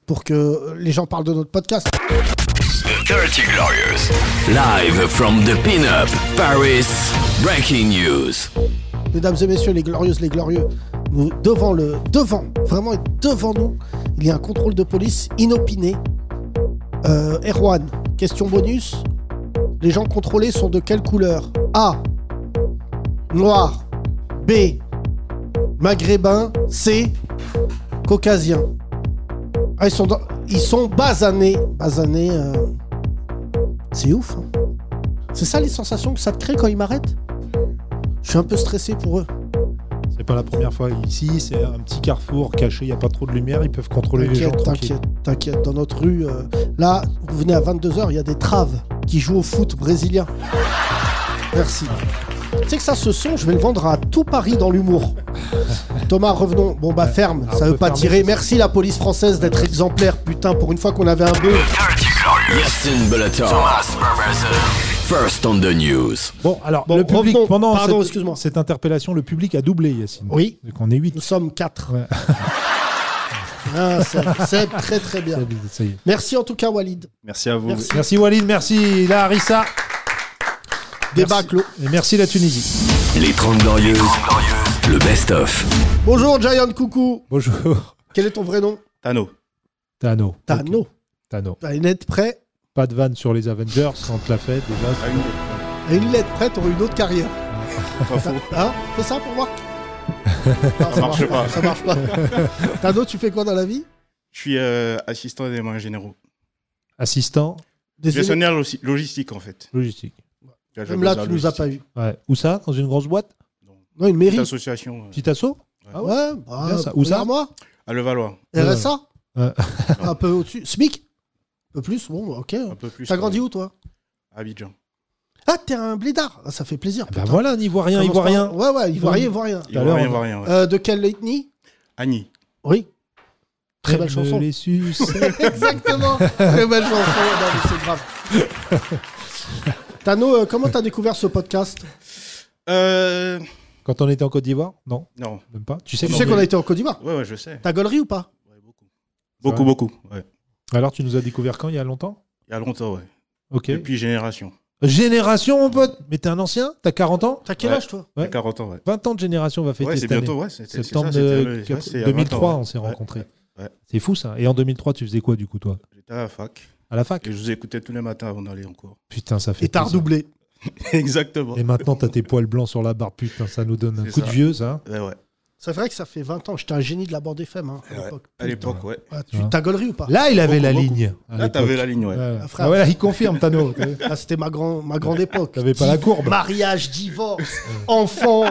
[SPEAKER 2] pour que les gens parlent de notre podcast.
[SPEAKER 1] The Dirty Glorious. Live from the pin-up, Paris. Breaking news.
[SPEAKER 2] Mesdames et messieurs, les glorieuses, les glorieux, nous, devant le, devant, vraiment devant nous, il y a un contrôle de police inopiné. Euh, Erwan, question bonus. Les gens contrôlés sont de quelle couleur A. Noir. B. Maghrébin. C. Caucasien. Ah, ils sont, dans- ils sont basanés. Basanés, euh, c'est ouf. hein. C'est ça les sensations que ça te crée quand ils m'arrêtent Je suis un peu stressé pour eux.
[SPEAKER 3] C'est pas la première fois. Ici, c'est un petit carrefour caché, il n'y a pas trop de lumière, ils peuvent contrôler les gens
[SPEAKER 2] T'inquiète,
[SPEAKER 3] tranquilles.
[SPEAKER 2] t'inquiète, t'inquiète. Dans notre rue, euh, là, vous venez à 22h, il y a des traves qui jouent au foot brésilien. Merci. Tu sais que ça, ce son, je vais le vendre à tout Paris dans l'humour. Thomas, revenons. Bon, bah, ferme.
[SPEAKER 3] Ah, on
[SPEAKER 2] Ça veut
[SPEAKER 3] peut
[SPEAKER 2] pas
[SPEAKER 3] fermer,
[SPEAKER 2] tirer.
[SPEAKER 3] c'est ça.
[SPEAKER 2] Merci, la police française, d'être exemplaire. Putain, pour une fois qu'on avait un bœuf.
[SPEAKER 1] Yassin Bellator. Thomas Barbaza. First on the news.
[SPEAKER 3] Bon, alors,
[SPEAKER 2] Bon,
[SPEAKER 3] le public,
[SPEAKER 2] revenons.
[SPEAKER 3] pendant
[SPEAKER 2] Pardon,
[SPEAKER 3] cette-
[SPEAKER 2] excuse-moi.
[SPEAKER 3] cette, interpellation, le public a doublé, Yacine.
[SPEAKER 2] Oui.
[SPEAKER 3] Donc on est 8.
[SPEAKER 2] Nous sommes quatre.
[SPEAKER 3] Ouais.
[SPEAKER 2] Ah, c'est- c'est très, très bien.
[SPEAKER 3] Ça y est.
[SPEAKER 2] Merci en tout cas, Walid.
[SPEAKER 7] Merci à vous.
[SPEAKER 2] Merci.
[SPEAKER 3] Merci Walid, merci la Harissa.
[SPEAKER 2] Débat clos.
[SPEAKER 3] Et merci la Tunisie.
[SPEAKER 1] Les 30 Glorieuses. Le best-of.
[SPEAKER 2] Bonjour, Giant Coucou.
[SPEAKER 3] Bonjour.
[SPEAKER 2] Quel est ton vrai nom
[SPEAKER 7] Tano.
[SPEAKER 3] Tano.
[SPEAKER 2] Tano.
[SPEAKER 3] Ok, Tano.
[SPEAKER 2] T'as une lettre prête
[SPEAKER 3] Pas de vanne sur les Avengers, on te l'a fait déjà.
[SPEAKER 8] Ah
[SPEAKER 3] c'est-
[SPEAKER 2] Et une lettre prête, t'aurais une autre carrière.
[SPEAKER 7] Pas faux.
[SPEAKER 2] Hein Fais ça pour moi. Non, ça
[SPEAKER 8] marche pas.
[SPEAKER 2] Ça marche pas. Tano, tu fais quoi dans la vie
[SPEAKER 8] Je suis euh, assistant des moyens généraux.
[SPEAKER 3] Assistant,
[SPEAKER 2] Des
[SPEAKER 8] Gestionnaire logi- logistique, en fait.
[SPEAKER 3] logistique.
[SPEAKER 8] Là,
[SPEAKER 2] Même là,
[SPEAKER 8] j'appelle
[SPEAKER 2] tu
[SPEAKER 8] ça
[SPEAKER 2] nous as
[SPEAKER 8] logistique.
[SPEAKER 2] pas eu.
[SPEAKER 3] Ouais. Où ça Dans une grosse boîte
[SPEAKER 2] Non, une
[SPEAKER 8] Petite
[SPEAKER 2] mairie.
[SPEAKER 8] association euh,
[SPEAKER 3] Petit assaut
[SPEAKER 2] Ah ouais bah,
[SPEAKER 3] Bien ça. Où ça
[SPEAKER 2] regarde moi
[SPEAKER 8] à Levallois.
[SPEAKER 2] RSA
[SPEAKER 3] Ouais.
[SPEAKER 2] Un peu au-dessus. SMIC Un peu plus Bon, ok.
[SPEAKER 8] Un peu plus.
[SPEAKER 2] T'as grandi où, toi
[SPEAKER 8] À Abidjan.
[SPEAKER 2] Ah, t'es un blédard. Ah, ça fait plaisir.
[SPEAKER 8] bah
[SPEAKER 3] Ben voilà, un Ivoirien,
[SPEAKER 2] Commence par-
[SPEAKER 3] Ivoirien.
[SPEAKER 2] Ouais, ouais, Ivoirien, Ivoirien.
[SPEAKER 8] Il
[SPEAKER 3] Tout à
[SPEAKER 8] voit
[SPEAKER 3] l'heure,
[SPEAKER 8] rien,
[SPEAKER 3] on-
[SPEAKER 8] voit rien. ouais.
[SPEAKER 2] Euh, de quelle ethnie
[SPEAKER 8] Annie.
[SPEAKER 2] Oui. Très belle
[SPEAKER 3] Traîne
[SPEAKER 2] chanson.
[SPEAKER 3] Les suces.
[SPEAKER 2] Exactement. Très belle chanson. Non, mais c'est grave. Tano, euh, comment t'as découvert ce podcast
[SPEAKER 8] Euh,
[SPEAKER 3] Quand on était en Côte d'Ivoire Non,
[SPEAKER 8] non.
[SPEAKER 3] même pas. Tu sais,
[SPEAKER 2] Tu
[SPEAKER 3] qu'on
[SPEAKER 2] sais
[SPEAKER 3] est-
[SPEAKER 2] qu'on a été en Côte d'Ivoire.
[SPEAKER 8] Ouais, ouais, je sais.
[SPEAKER 2] T'as gaulerie ou pas
[SPEAKER 8] Ouais, beaucoup. Beaucoup,
[SPEAKER 3] vrai.
[SPEAKER 8] beaucoup. ouais.
[SPEAKER 3] Alors, tu nous as découvert quand Il y a longtemps
[SPEAKER 8] Il y a longtemps, ouais.
[SPEAKER 3] Ok.
[SPEAKER 8] Depuis génération.
[SPEAKER 3] Génération, mon pote Mais t'es un ancien T'as 40 ans
[SPEAKER 2] T'as quel
[SPEAKER 8] Ouais.
[SPEAKER 2] âge, toi
[SPEAKER 8] Il y a
[SPEAKER 3] Ouais.
[SPEAKER 8] 40 ans, ouais.
[SPEAKER 3] 20 ans de génération, on va fêter
[SPEAKER 8] Ouais, c'est
[SPEAKER 3] cette année.
[SPEAKER 8] bientôt, ouais. c'était- c'est
[SPEAKER 3] Septembre
[SPEAKER 8] ça, c'était
[SPEAKER 3] de-
[SPEAKER 8] le- ouais, c'est il y a
[SPEAKER 3] 2003,
[SPEAKER 8] 20 ans,
[SPEAKER 3] on s'est
[SPEAKER 8] ouais.
[SPEAKER 3] rencontrés.
[SPEAKER 8] ouais.
[SPEAKER 3] C'est fou ça. Et en 2003, tu faisais quoi du coup, toi
[SPEAKER 8] J'étais à la fac
[SPEAKER 3] À la fac
[SPEAKER 8] et je vous écoutais tous les matins avant d'aller en cours.
[SPEAKER 3] Putain, ça fait.
[SPEAKER 2] Et t'as
[SPEAKER 3] plaisir.
[SPEAKER 2] redoublé.
[SPEAKER 8] Exactement.
[SPEAKER 3] Et maintenant, t'as tes poils blancs sur la barbe. Putain, ça nous donne un
[SPEAKER 8] C'est
[SPEAKER 3] coup de
[SPEAKER 8] ça.
[SPEAKER 3] vieux, ça. hein.
[SPEAKER 8] Ouais, ouais.
[SPEAKER 2] C'est vrai que ça fait 20 ans. J'étais un génie de la bande FM hein, à
[SPEAKER 8] Ouais.
[SPEAKER 2] l'époque.
[SPEAKER 8] À l'époque, ouais.
[SPEAKER 2] Ah, tu t'as gaulerie ou pas
[SPEAKER 3] Là, il avait
[SPEAKER 8] Beaucoup,
[SPEAKER 3] la
[SPEAKER 8] beaucoup.
[SPEAKER 3] ligne. à
[SPEAKER 8] Là,
[SPEAKER 3] l'époque.
[SPEAKER 8] t'avais la ligne, ouais.
[SPEAKER 3] Ouais.
[SPEAKER 2] Ah, frère.
[SPEAKER 3] Ah ouais, là, il confirme, Tano.
[SPEAKER 2] Ah, c'était ma, grand- ma grande époque.
[SPEAKER 3] T'avais pas la courbe.
[SPEAKER 2] Mariage, divorce, enfant,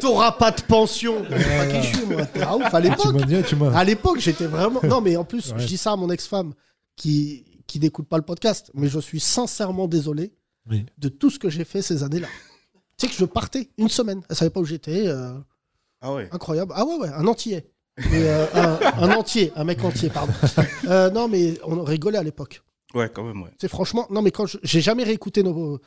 [SPEAKER 2] t'auras pas de pension. Je sais pas qui je suis, moi. T'es un Ah ouf à
[SPEAKER 3] tu
[SPEAKER 2] l'époque.
[SPEAKER 3] m'as dit, tu m'as. Ah,
[SPEAKER 2] À l'époque, j'étais vraiment. Non, mais en plus,
[SPEAKER 3] Ouais.
[SPEAKER 2] je dis ça à mon ex-femme qui qui n'écoute pas le podcast, mais je suis sincèrement désolé
[SPEAKER 3] Oui.
[SPEAKER 2] de tout ce que j'ai fait ces années-là. Tu sais que je partais une semaine. Elle savait pas où j'étais. euh,
[SPEAKER 8] Ah ouais.
[SPEAKER 2] incroyable. Ah ouais, ouais, un entier. Mais, euh, un, un entier, un mec entier, pardon. Euh, non, mais on rigolait à l'époque.
[SPEAKER 8] Ouais, quand même, ouais.
[SPEAKER 2] C'est franchement. Non, mais quand je- j'ai jamais réécouté nos.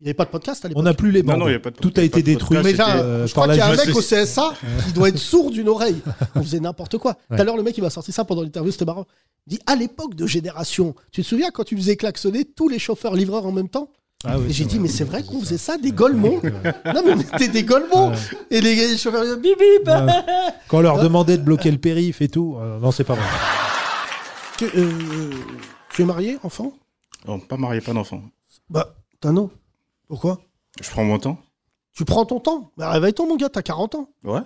[SPEAKER 2] Il n'y avait pas de podcast à l'époque.
[SPEAKER 3] On n'a plus les bandes.
[SPEAKER 8] Non, non, il y a pas de-
[SPEAKER 3] Tout
[SPEAKER 8] il
[SPEAKER 3] a
[SPEAKER 8] y a
[SPEAKER 3] été
[SPEAKER 8] pas de
[SPEAKER 3] détruit.
[SPEAKER 2] Mais
[SPEAKER 8] podcast,
[SPEAKER 2] là,
[SPEAKER 3] c'était, euh,
[SPEAKER 2] je crois
[SPEAKER 3] par
[SPEAKER 2] qu'il y a
[SPEAKER 3] la
[SPEAKER 2] un mec
[SPEAKER 3] justice.
[SPEAKER 2] au CSA qui doit être sourd d'une oreille. On faisait n'importe quoi. Tout
[SPEAKER 3] Ouais.
[SPEAKER 2] à l'heure, le mec, il m'a sorti ça pendant l'interview, c'était marrant. Il dit à l'époque de génération, tu te souviens quand tu faisais klaxonner tous les chauffeurs-livreurs en même temps
[SPEAKER 3] Ah oui,
[SPEAKER 2] Et j'ai
[SPEAKER 3] c'est
[SPEAKER 2] dit,
[SPEAKER 3] vrai.
[SPEAKER 2] mais c'est vrai qu'on faisait ça, des
[SPEAKER 3] Ouais.
[SPEAKER 2] golemons Non, mais on était des golemons Et les, les chauffeurs, ils disaient, bah. bip bip
[SPEAKER 3] Ouais. Quand on leur demandait de bloquer le périph et tout. euh, non, c'est pas vrai.
[SPEAKER 2] Que, euh, Tu es marié, enfant
[SPEAKER 8] Non, pas marié, pas d'enfant.
[SPEAKER 2] Bah, t'as non. Pourquoi
[SPEAKER 8] Je prends mon temps.
[SPEAKER 2] Tu prends ton temps. Mais réveille-toi, mon gars, t'as 40 ans.
[SPEAKER 8] Ouais.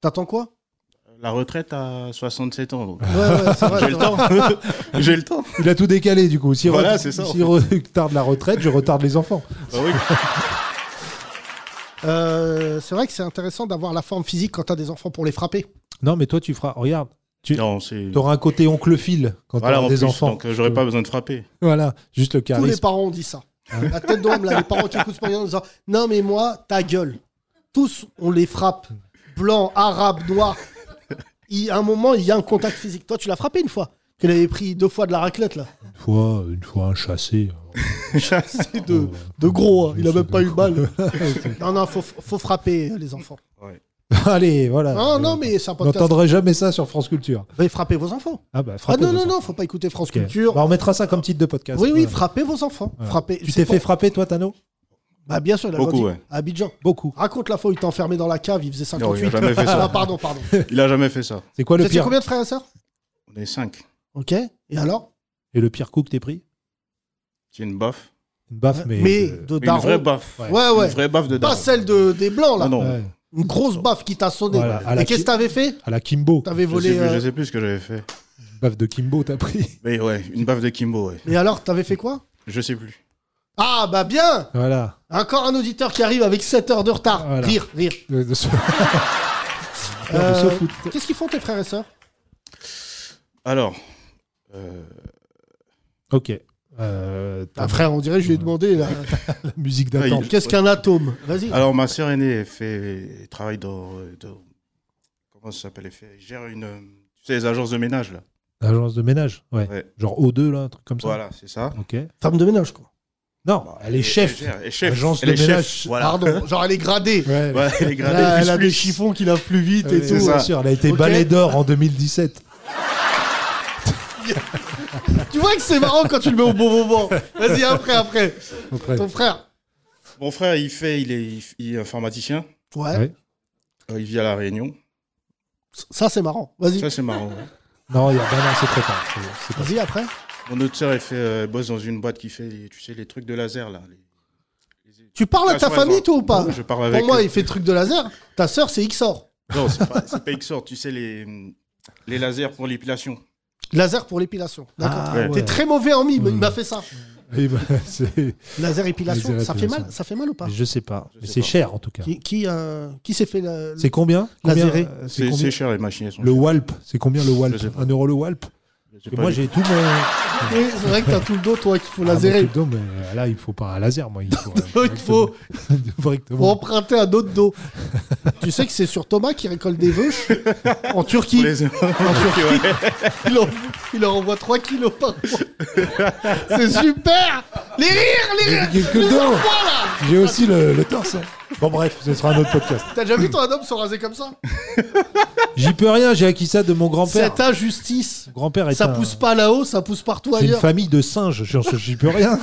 [SPEAKER 2] T'attends quoi
[SPEAKER 8] La retraite à 67 ans. donc.
[SPEAKER 2] Ouais, ouais, c'est vrai.
[SPEAKER 8] J'ai le temps. J'ai le temps.
[SPEAKER 3] Il a tout décalé du coup. Si
[SPEAKER 8] Voilà, c'est ça, en
[SPEAKER 3] Si
[SPEAKER 8] fait.
[SPEAKER 3] retarde la retraite, je retarde les enfants.
[SPEAKER 8] Ah oui.
[SPEAKER 2] Euh, c'est vrai que c'est intéressant d'avoir la forme physique quand t'as des enfants pour les frapper.
[SPEAKER 3] Non, mais toi, tu feras. Regarde,
[SPEAKER 8] Non, c'est.
[SPEAKER 3] t'auras un côté oncle Phil quand
[SPEAKER 8] Voilà,
[SPEAKER 3] t'auras
[SPEAKER 8] en
[SPEAKER 3] des
[SPEAKER 8] plus,
[SPEAKER 3] enfants.
[SPEAKER 8] donc euh, j'aurais pas besoin de frapper.
[SPEAKER 3] Voilà, juste le
[SPEAKER 2] Tous les
[SPEAKER 3] charisme.
[SPEAKER 2] parents ont dit ça. La tête d'homme, là, les parents qui écoutent ce podcast en disant Non, mais moi, ta gueule. Tous, on les frappe. Blanc, arabe, noir. Il- à un moment, il y a un contact physique. Toi, tu l'as frappé une fois. Tu l'avais pris deux fois de la raclette, là.
[SPEAKER 3] Une fois, une fois un chassé. euh,
[SPEAKER 2] C'est de,
[SPEAKER 3] Oh.
[SPEAKER 2] de gros, hein. il a même pas eu mal. Non, non, faut, faut frapper euh, les enfants. Ah,
[SPEAKER 3] Allez, voilà.
[SPEAKER 2] Non, non, mais c'est un
[SPEAKER 3] On
[SPEAKER 2] podcast.
[SPEAKER 3] n'entendrait jamais ça sur France Culture.
[SPEAKER 2] Vous frapper vos enfants.
[SPEAKER 3] Ah bah,
[SPEAKER 2] Ah
[SPEAKER 3] frappez
[SPEAKER 2] non,
[SPEAKER 3] vos
[SPEAKER 2] non,
[SPEAKER 3] enfants.
[SPEAKER 2] non, faut pas écouter France
[SPEAKER 3] Ok.
[SPEAKER 2] Culture.
[SPEAKER 3] Bah, on mettra ça comme titre de podcast.
[SPEAKER 2] Oui, oui,
[SPEAKER 3] Voilà.
[SPEAKER 2] frappez vos enfants. Frappez.
[SPEAKER 3] Tu
[SPEAKER 2] C'est
[SPEAKER 3] t'es
[SPEAKER 2] pour-
[SPEAKER 3] fait frapper, toi, Tano
[SPEAKER 2] Bah bien sûr, il a
[SPEAKER 8] Beaucoup,
[SPEAKER 2] grandi
[SPEAKER 8] ouais.
[SPEAKER 2] à Abidjan.
[SPEAKER 3] Beaucoup.
[SPEAKER 2] Raconte la fois où il t'a enfermé dans la cave, il faisait
[SPEAKER 8] Non,
[SPEAKER 2] 58.
[SPEAKER 8] il a jamais fait
[SPEAKER 2] Ah,
[SPEAKER 8] ça.
[SPEAKER 2] pardon, pardon.
[SPEAKER 8] Il a jamais fait ça.
[SPEAKER 3] C'est quoi
[SPEAKER 2] Vous
[SPEAKER 3] le
[SPEAKER 2] étiez
[SPEAKER 3] pire
[SPEAKER 2] combien de frères et sœurs
[SPEAKER 8] On est cinq.
[SPEAKER 2] Ok. Et alors
[SPEAKER 3] Et le pire coup que t'es pris
[SPEAKER 8] C'est une baffe.
[SPEAKER 3] Une baffe, mais.
[SPEAKER 2] Ah, Mais
[SPEAKER 3] euh,
[SPEAKER 2] de
[SPEAKER 8] Mais Une vraie
[SPEAKER 2] daron.
[SPEAKER 8] baffe.
[SPEAKER 3] Ouais.
[SPEAKER 2] Ouais,
[SPEAKER 8] Une
[SPEAKER 2] ouais.
[SPEAKER 8] vraie baffe de
[SPEAKER 2] Pas
[SPEAKER 8] daron.
[SPEAKER 2] celle de, des blancs, là.
[SPEAKER 8] Ah non.
[SPEAKER 3] euh, ouais,
[SPEAKER 2] Une grosse baffe qui t'a sonné.
[SPEAKER 3] Voilà, à la
[SPEAKER 2] Et qu'est-ce
[SPEAKER 3] qui-
[SPEAKER 2] que t'avais fait
[SPEAKER 3] à la Kimbo.
[SPEAKER 2] T'avais
[SPEAKER 8] Je sais,
[SPEAKER 2] volé.
[SPEAKER 8] plus, je
[SPEAKER 2] euh,
[SPEAKER 8] sais plus ce que j'avais fait.
[SPEAKER 3] Une baffe de Kimbo, t'as pris.
[SPEAKER 8] Mais ouais, une baffe de Kimbo, ouais.
[SPEAKER 2] Et alors, t'avais fait quoi
[SPEAKER 8] Je sais plus.
[SPEAKER 2] Ah, bah bien
[SPEAKER 3] Voilà.
[SPEAKER 2] Encore un auditeur qui arrive avec 7 heures de retard.
[SPEAKER 3] Voilà.
[SPEAKER 2] Rire, rire.
[SPEAKER 3] De- de ce- Faire du
[SPEAKER 2] Euh,
[SPEAKER 3] SoFoot.
[SPEAKER 2] Qu'est-ce qu'ils font tes frères et sœurs
[SPEAKER 8] Alors, euh,
[SPEAKER 3] Ok. Euh,
[SPEAKER 2] Ah frère, on dirait que je lui ai demandé là.
[SPEAKER 3] la musique
[SPEAKER 8] Ah,
[SPEAKER 3] d'attente.
[SPEAKER 8] il-
[SPEAKER 2] Qu'est-ce qu'un atome Vas-y.
[SPEAKER 8] alors ma sœur aînée elle fait, elle travaille dans, dans- comment ça s'appelle, elle, fait- elle gère une, euh, tu sais, les agences de ménage là.
[SPEAKER 3] Agence de ménage, ouais.
[SPEAKER 8] Ouais.
[SPEAKER 3] Genre O2, là, un truc comme ça.
[SPEAKER 8] Voilà, c'est ça.
[SPEAKER 3] Ok.
[SPEAKER 2] Femme de ménage quoi.
[SPEAKER 3] Non,
[SPEAKER 2] Bah,
[SPEAKER 3] elle est chef.
[SPEAKER 8] Elle, gère- elle est chef.
[SPEAKER 3] Agence
[SPEAKER 8] elle
[SPEAKER 3] de
[SPEAKER 8] est chef.
[SPEAKER 3] ménage.
[SPEAKER 8] Voilà.
[SPEAKER 2] Pardon, genre elle est gradée.
[SPEAKER 3] Ouais,
[SPEAKER 8] Voilà, elle est gradée
[SPEAKER 2] Là,
[SPEAKER 8] plus,
[SPEAKER 2] elle a
[SPEAKER 8] plus.
[SPEAKER 2] des chiffons qui lavent plus vite
[SPEAKER 3] ouais,
[SPEAKER 2] et tout.
[SPEAKER 3] c'est
[SPEAKER 8] Euh, ça.
[SPEAKER 3] sûr, elle a été
[SPEAKER 2] Ok.
[SPEAKER 3] balai d'or en 2017.
[SPEAKER 2] Tu vois que c'est marrant quand tu le mets au bon moment. Vas-y, après, après.
[SPEAKER 3] Après.
[SPEAKER 2] Ton frère.
[SPEAKER 8] Mon frère, il fait, il est, il est informaticien.
[SPEAKER 2] Ouais.
[SPEAKER 3] Ouais.
[SPEAKER 8] Euh, Il vit à la Réunion.
[SPEAKER 2] Ça, c'est marrant. Vas-y.
[SPEAKER 8] Ça c'est marrant. hein. ouais.
[SPEAKER 3] Non, il y a ben non, c'est trop tard. C'est- c'est pas-
[SPEAKER 2] Vas-y, après.
[SPEAKER 8] Mon autre sœur, elle fait, euh, elle bosse dans une boîte qui fait, les- tu sais, les trucs de laser là. Les-
[SPEAKER 2] Tu parles à ta
[SPEAKER 8] Laser,
[SPEAKER 2] famille,
[SPEAKER 8] laser.
[SPEAKER 2] toi, ou Oh, pas
[SPEAKER 8] Non, Je parle avec.
[SPEAKER 2] Pour moi,
[SPEAKER 8] eux.
[SPEAKER 2] il fait truc de laser. Ta sœur, c'est Xor.
[SPEAKER 8] Non, c'est pas, c'est pas XOR. Tu sais les, les lasers pour l'épilation.
[SPEAKER 2] Laser pour l'épilation. D'accord.
[SPEAKER 3] Ah,
[SPEAKER 8] Ouais.
[SPEAKER 2] T'es très mauvais en mime, il
[SPEAKER 3] Mm.
[SPEAKER 2] m'a fait ça.
[SPEAKER 3] Eh ben, c'est-
[SPEAKER 2] Laser épilation,
[SPEAKER 3] Laser
[SPEAKER 2] ça fait
[SPEAKER 3] épilation.
[SPEAKER 2] mal, ça fait mal ou pas
[SPEAKER 3] Je sais pas.
[SPEAKER 8] Je
[SPEAKER 3] Mais
[SPEAKER 8] sais
[SPEAKER 3] c'est
[SPEAKER 8] pas.
[SPEAKER 3] cher en tout cas.
[SPEAKER 2] Qui, qui, euh, qui s'est fait la-
[SPEAKER 3] C'est combien, combien
[SPEAKER 2] Laséré.
[SPEAKER 3] euh, C'est
[SPEAKER 8] C'est
[SPEAKER 3] combien
[SPEAKER 8] c'est cher les machines. Elles sont
[SPEAKER 3] Le Walp. C'est combien le Walp
[SPEAKER 8] Je sais pas.
[SPEAKER 3] Un euro le Walp
[SPEAKER 8] chères. Je sais
[SPEAKER 3] Et
[SPEAKER 8] pas
[SPEAKER 3] Moi
[SPEAKER 8] les-
[SPEAKER 3] j'ai tout mon.
[SPEAKER 2] Oui, c'est vrai que t'as tout le dos, toi, qu'il faut
[SPEAKER 3] Ah,
[SPEAKER 2] laserer.
[SPEAKER 3] mais Trudeau, mais, euh, là, il faut pas un laser, moi. Il faut, euh,
[SPEAKER 2] Il faut-
[SPEAKER 3] directement-
[SPEAKER 2] Pour
[SPEAKER 3] directement.
[SPEAKER 2] emprunter un autre dos. tu sais que c'est sur Thomas qui récolte des veuches en Turquie.
[SPEAKER 8] Pour les-
[SPEAKER 2] En Turquie, il, en- il leur envoie 3 kilos par mois. C'est super Les rires, les rires
[SPEAKER 3] J'ai
[SPEAKER 2] les
[SPEAKER 3] quelques dos.
[SPEAKER 2] enfants, là
[SPEAKER 3] J'ai aussi le, le torse. hein. Bon, bref, ce sera un autre podcast.
[SPEAKER 2] T'as déjà vu toi un homme se raser comme ça
[SPEAKER 3] J'y peux rien, j'ai acquis ça de mon grand-père.
[SPEAKER 2] Cette injustice
[SPEAKER 3] Mon Grand-père est
[SPEAKER 2] Ça
[SPEAKER 3] un-
[SPEAKER 2] pousse pas là-haut, ça pousse partout
[SPEAKER 3] J'ai une
[SPEAKER 2] ailleurs.
[SPEAKER 3] famille de singes, je- j'y peux rien.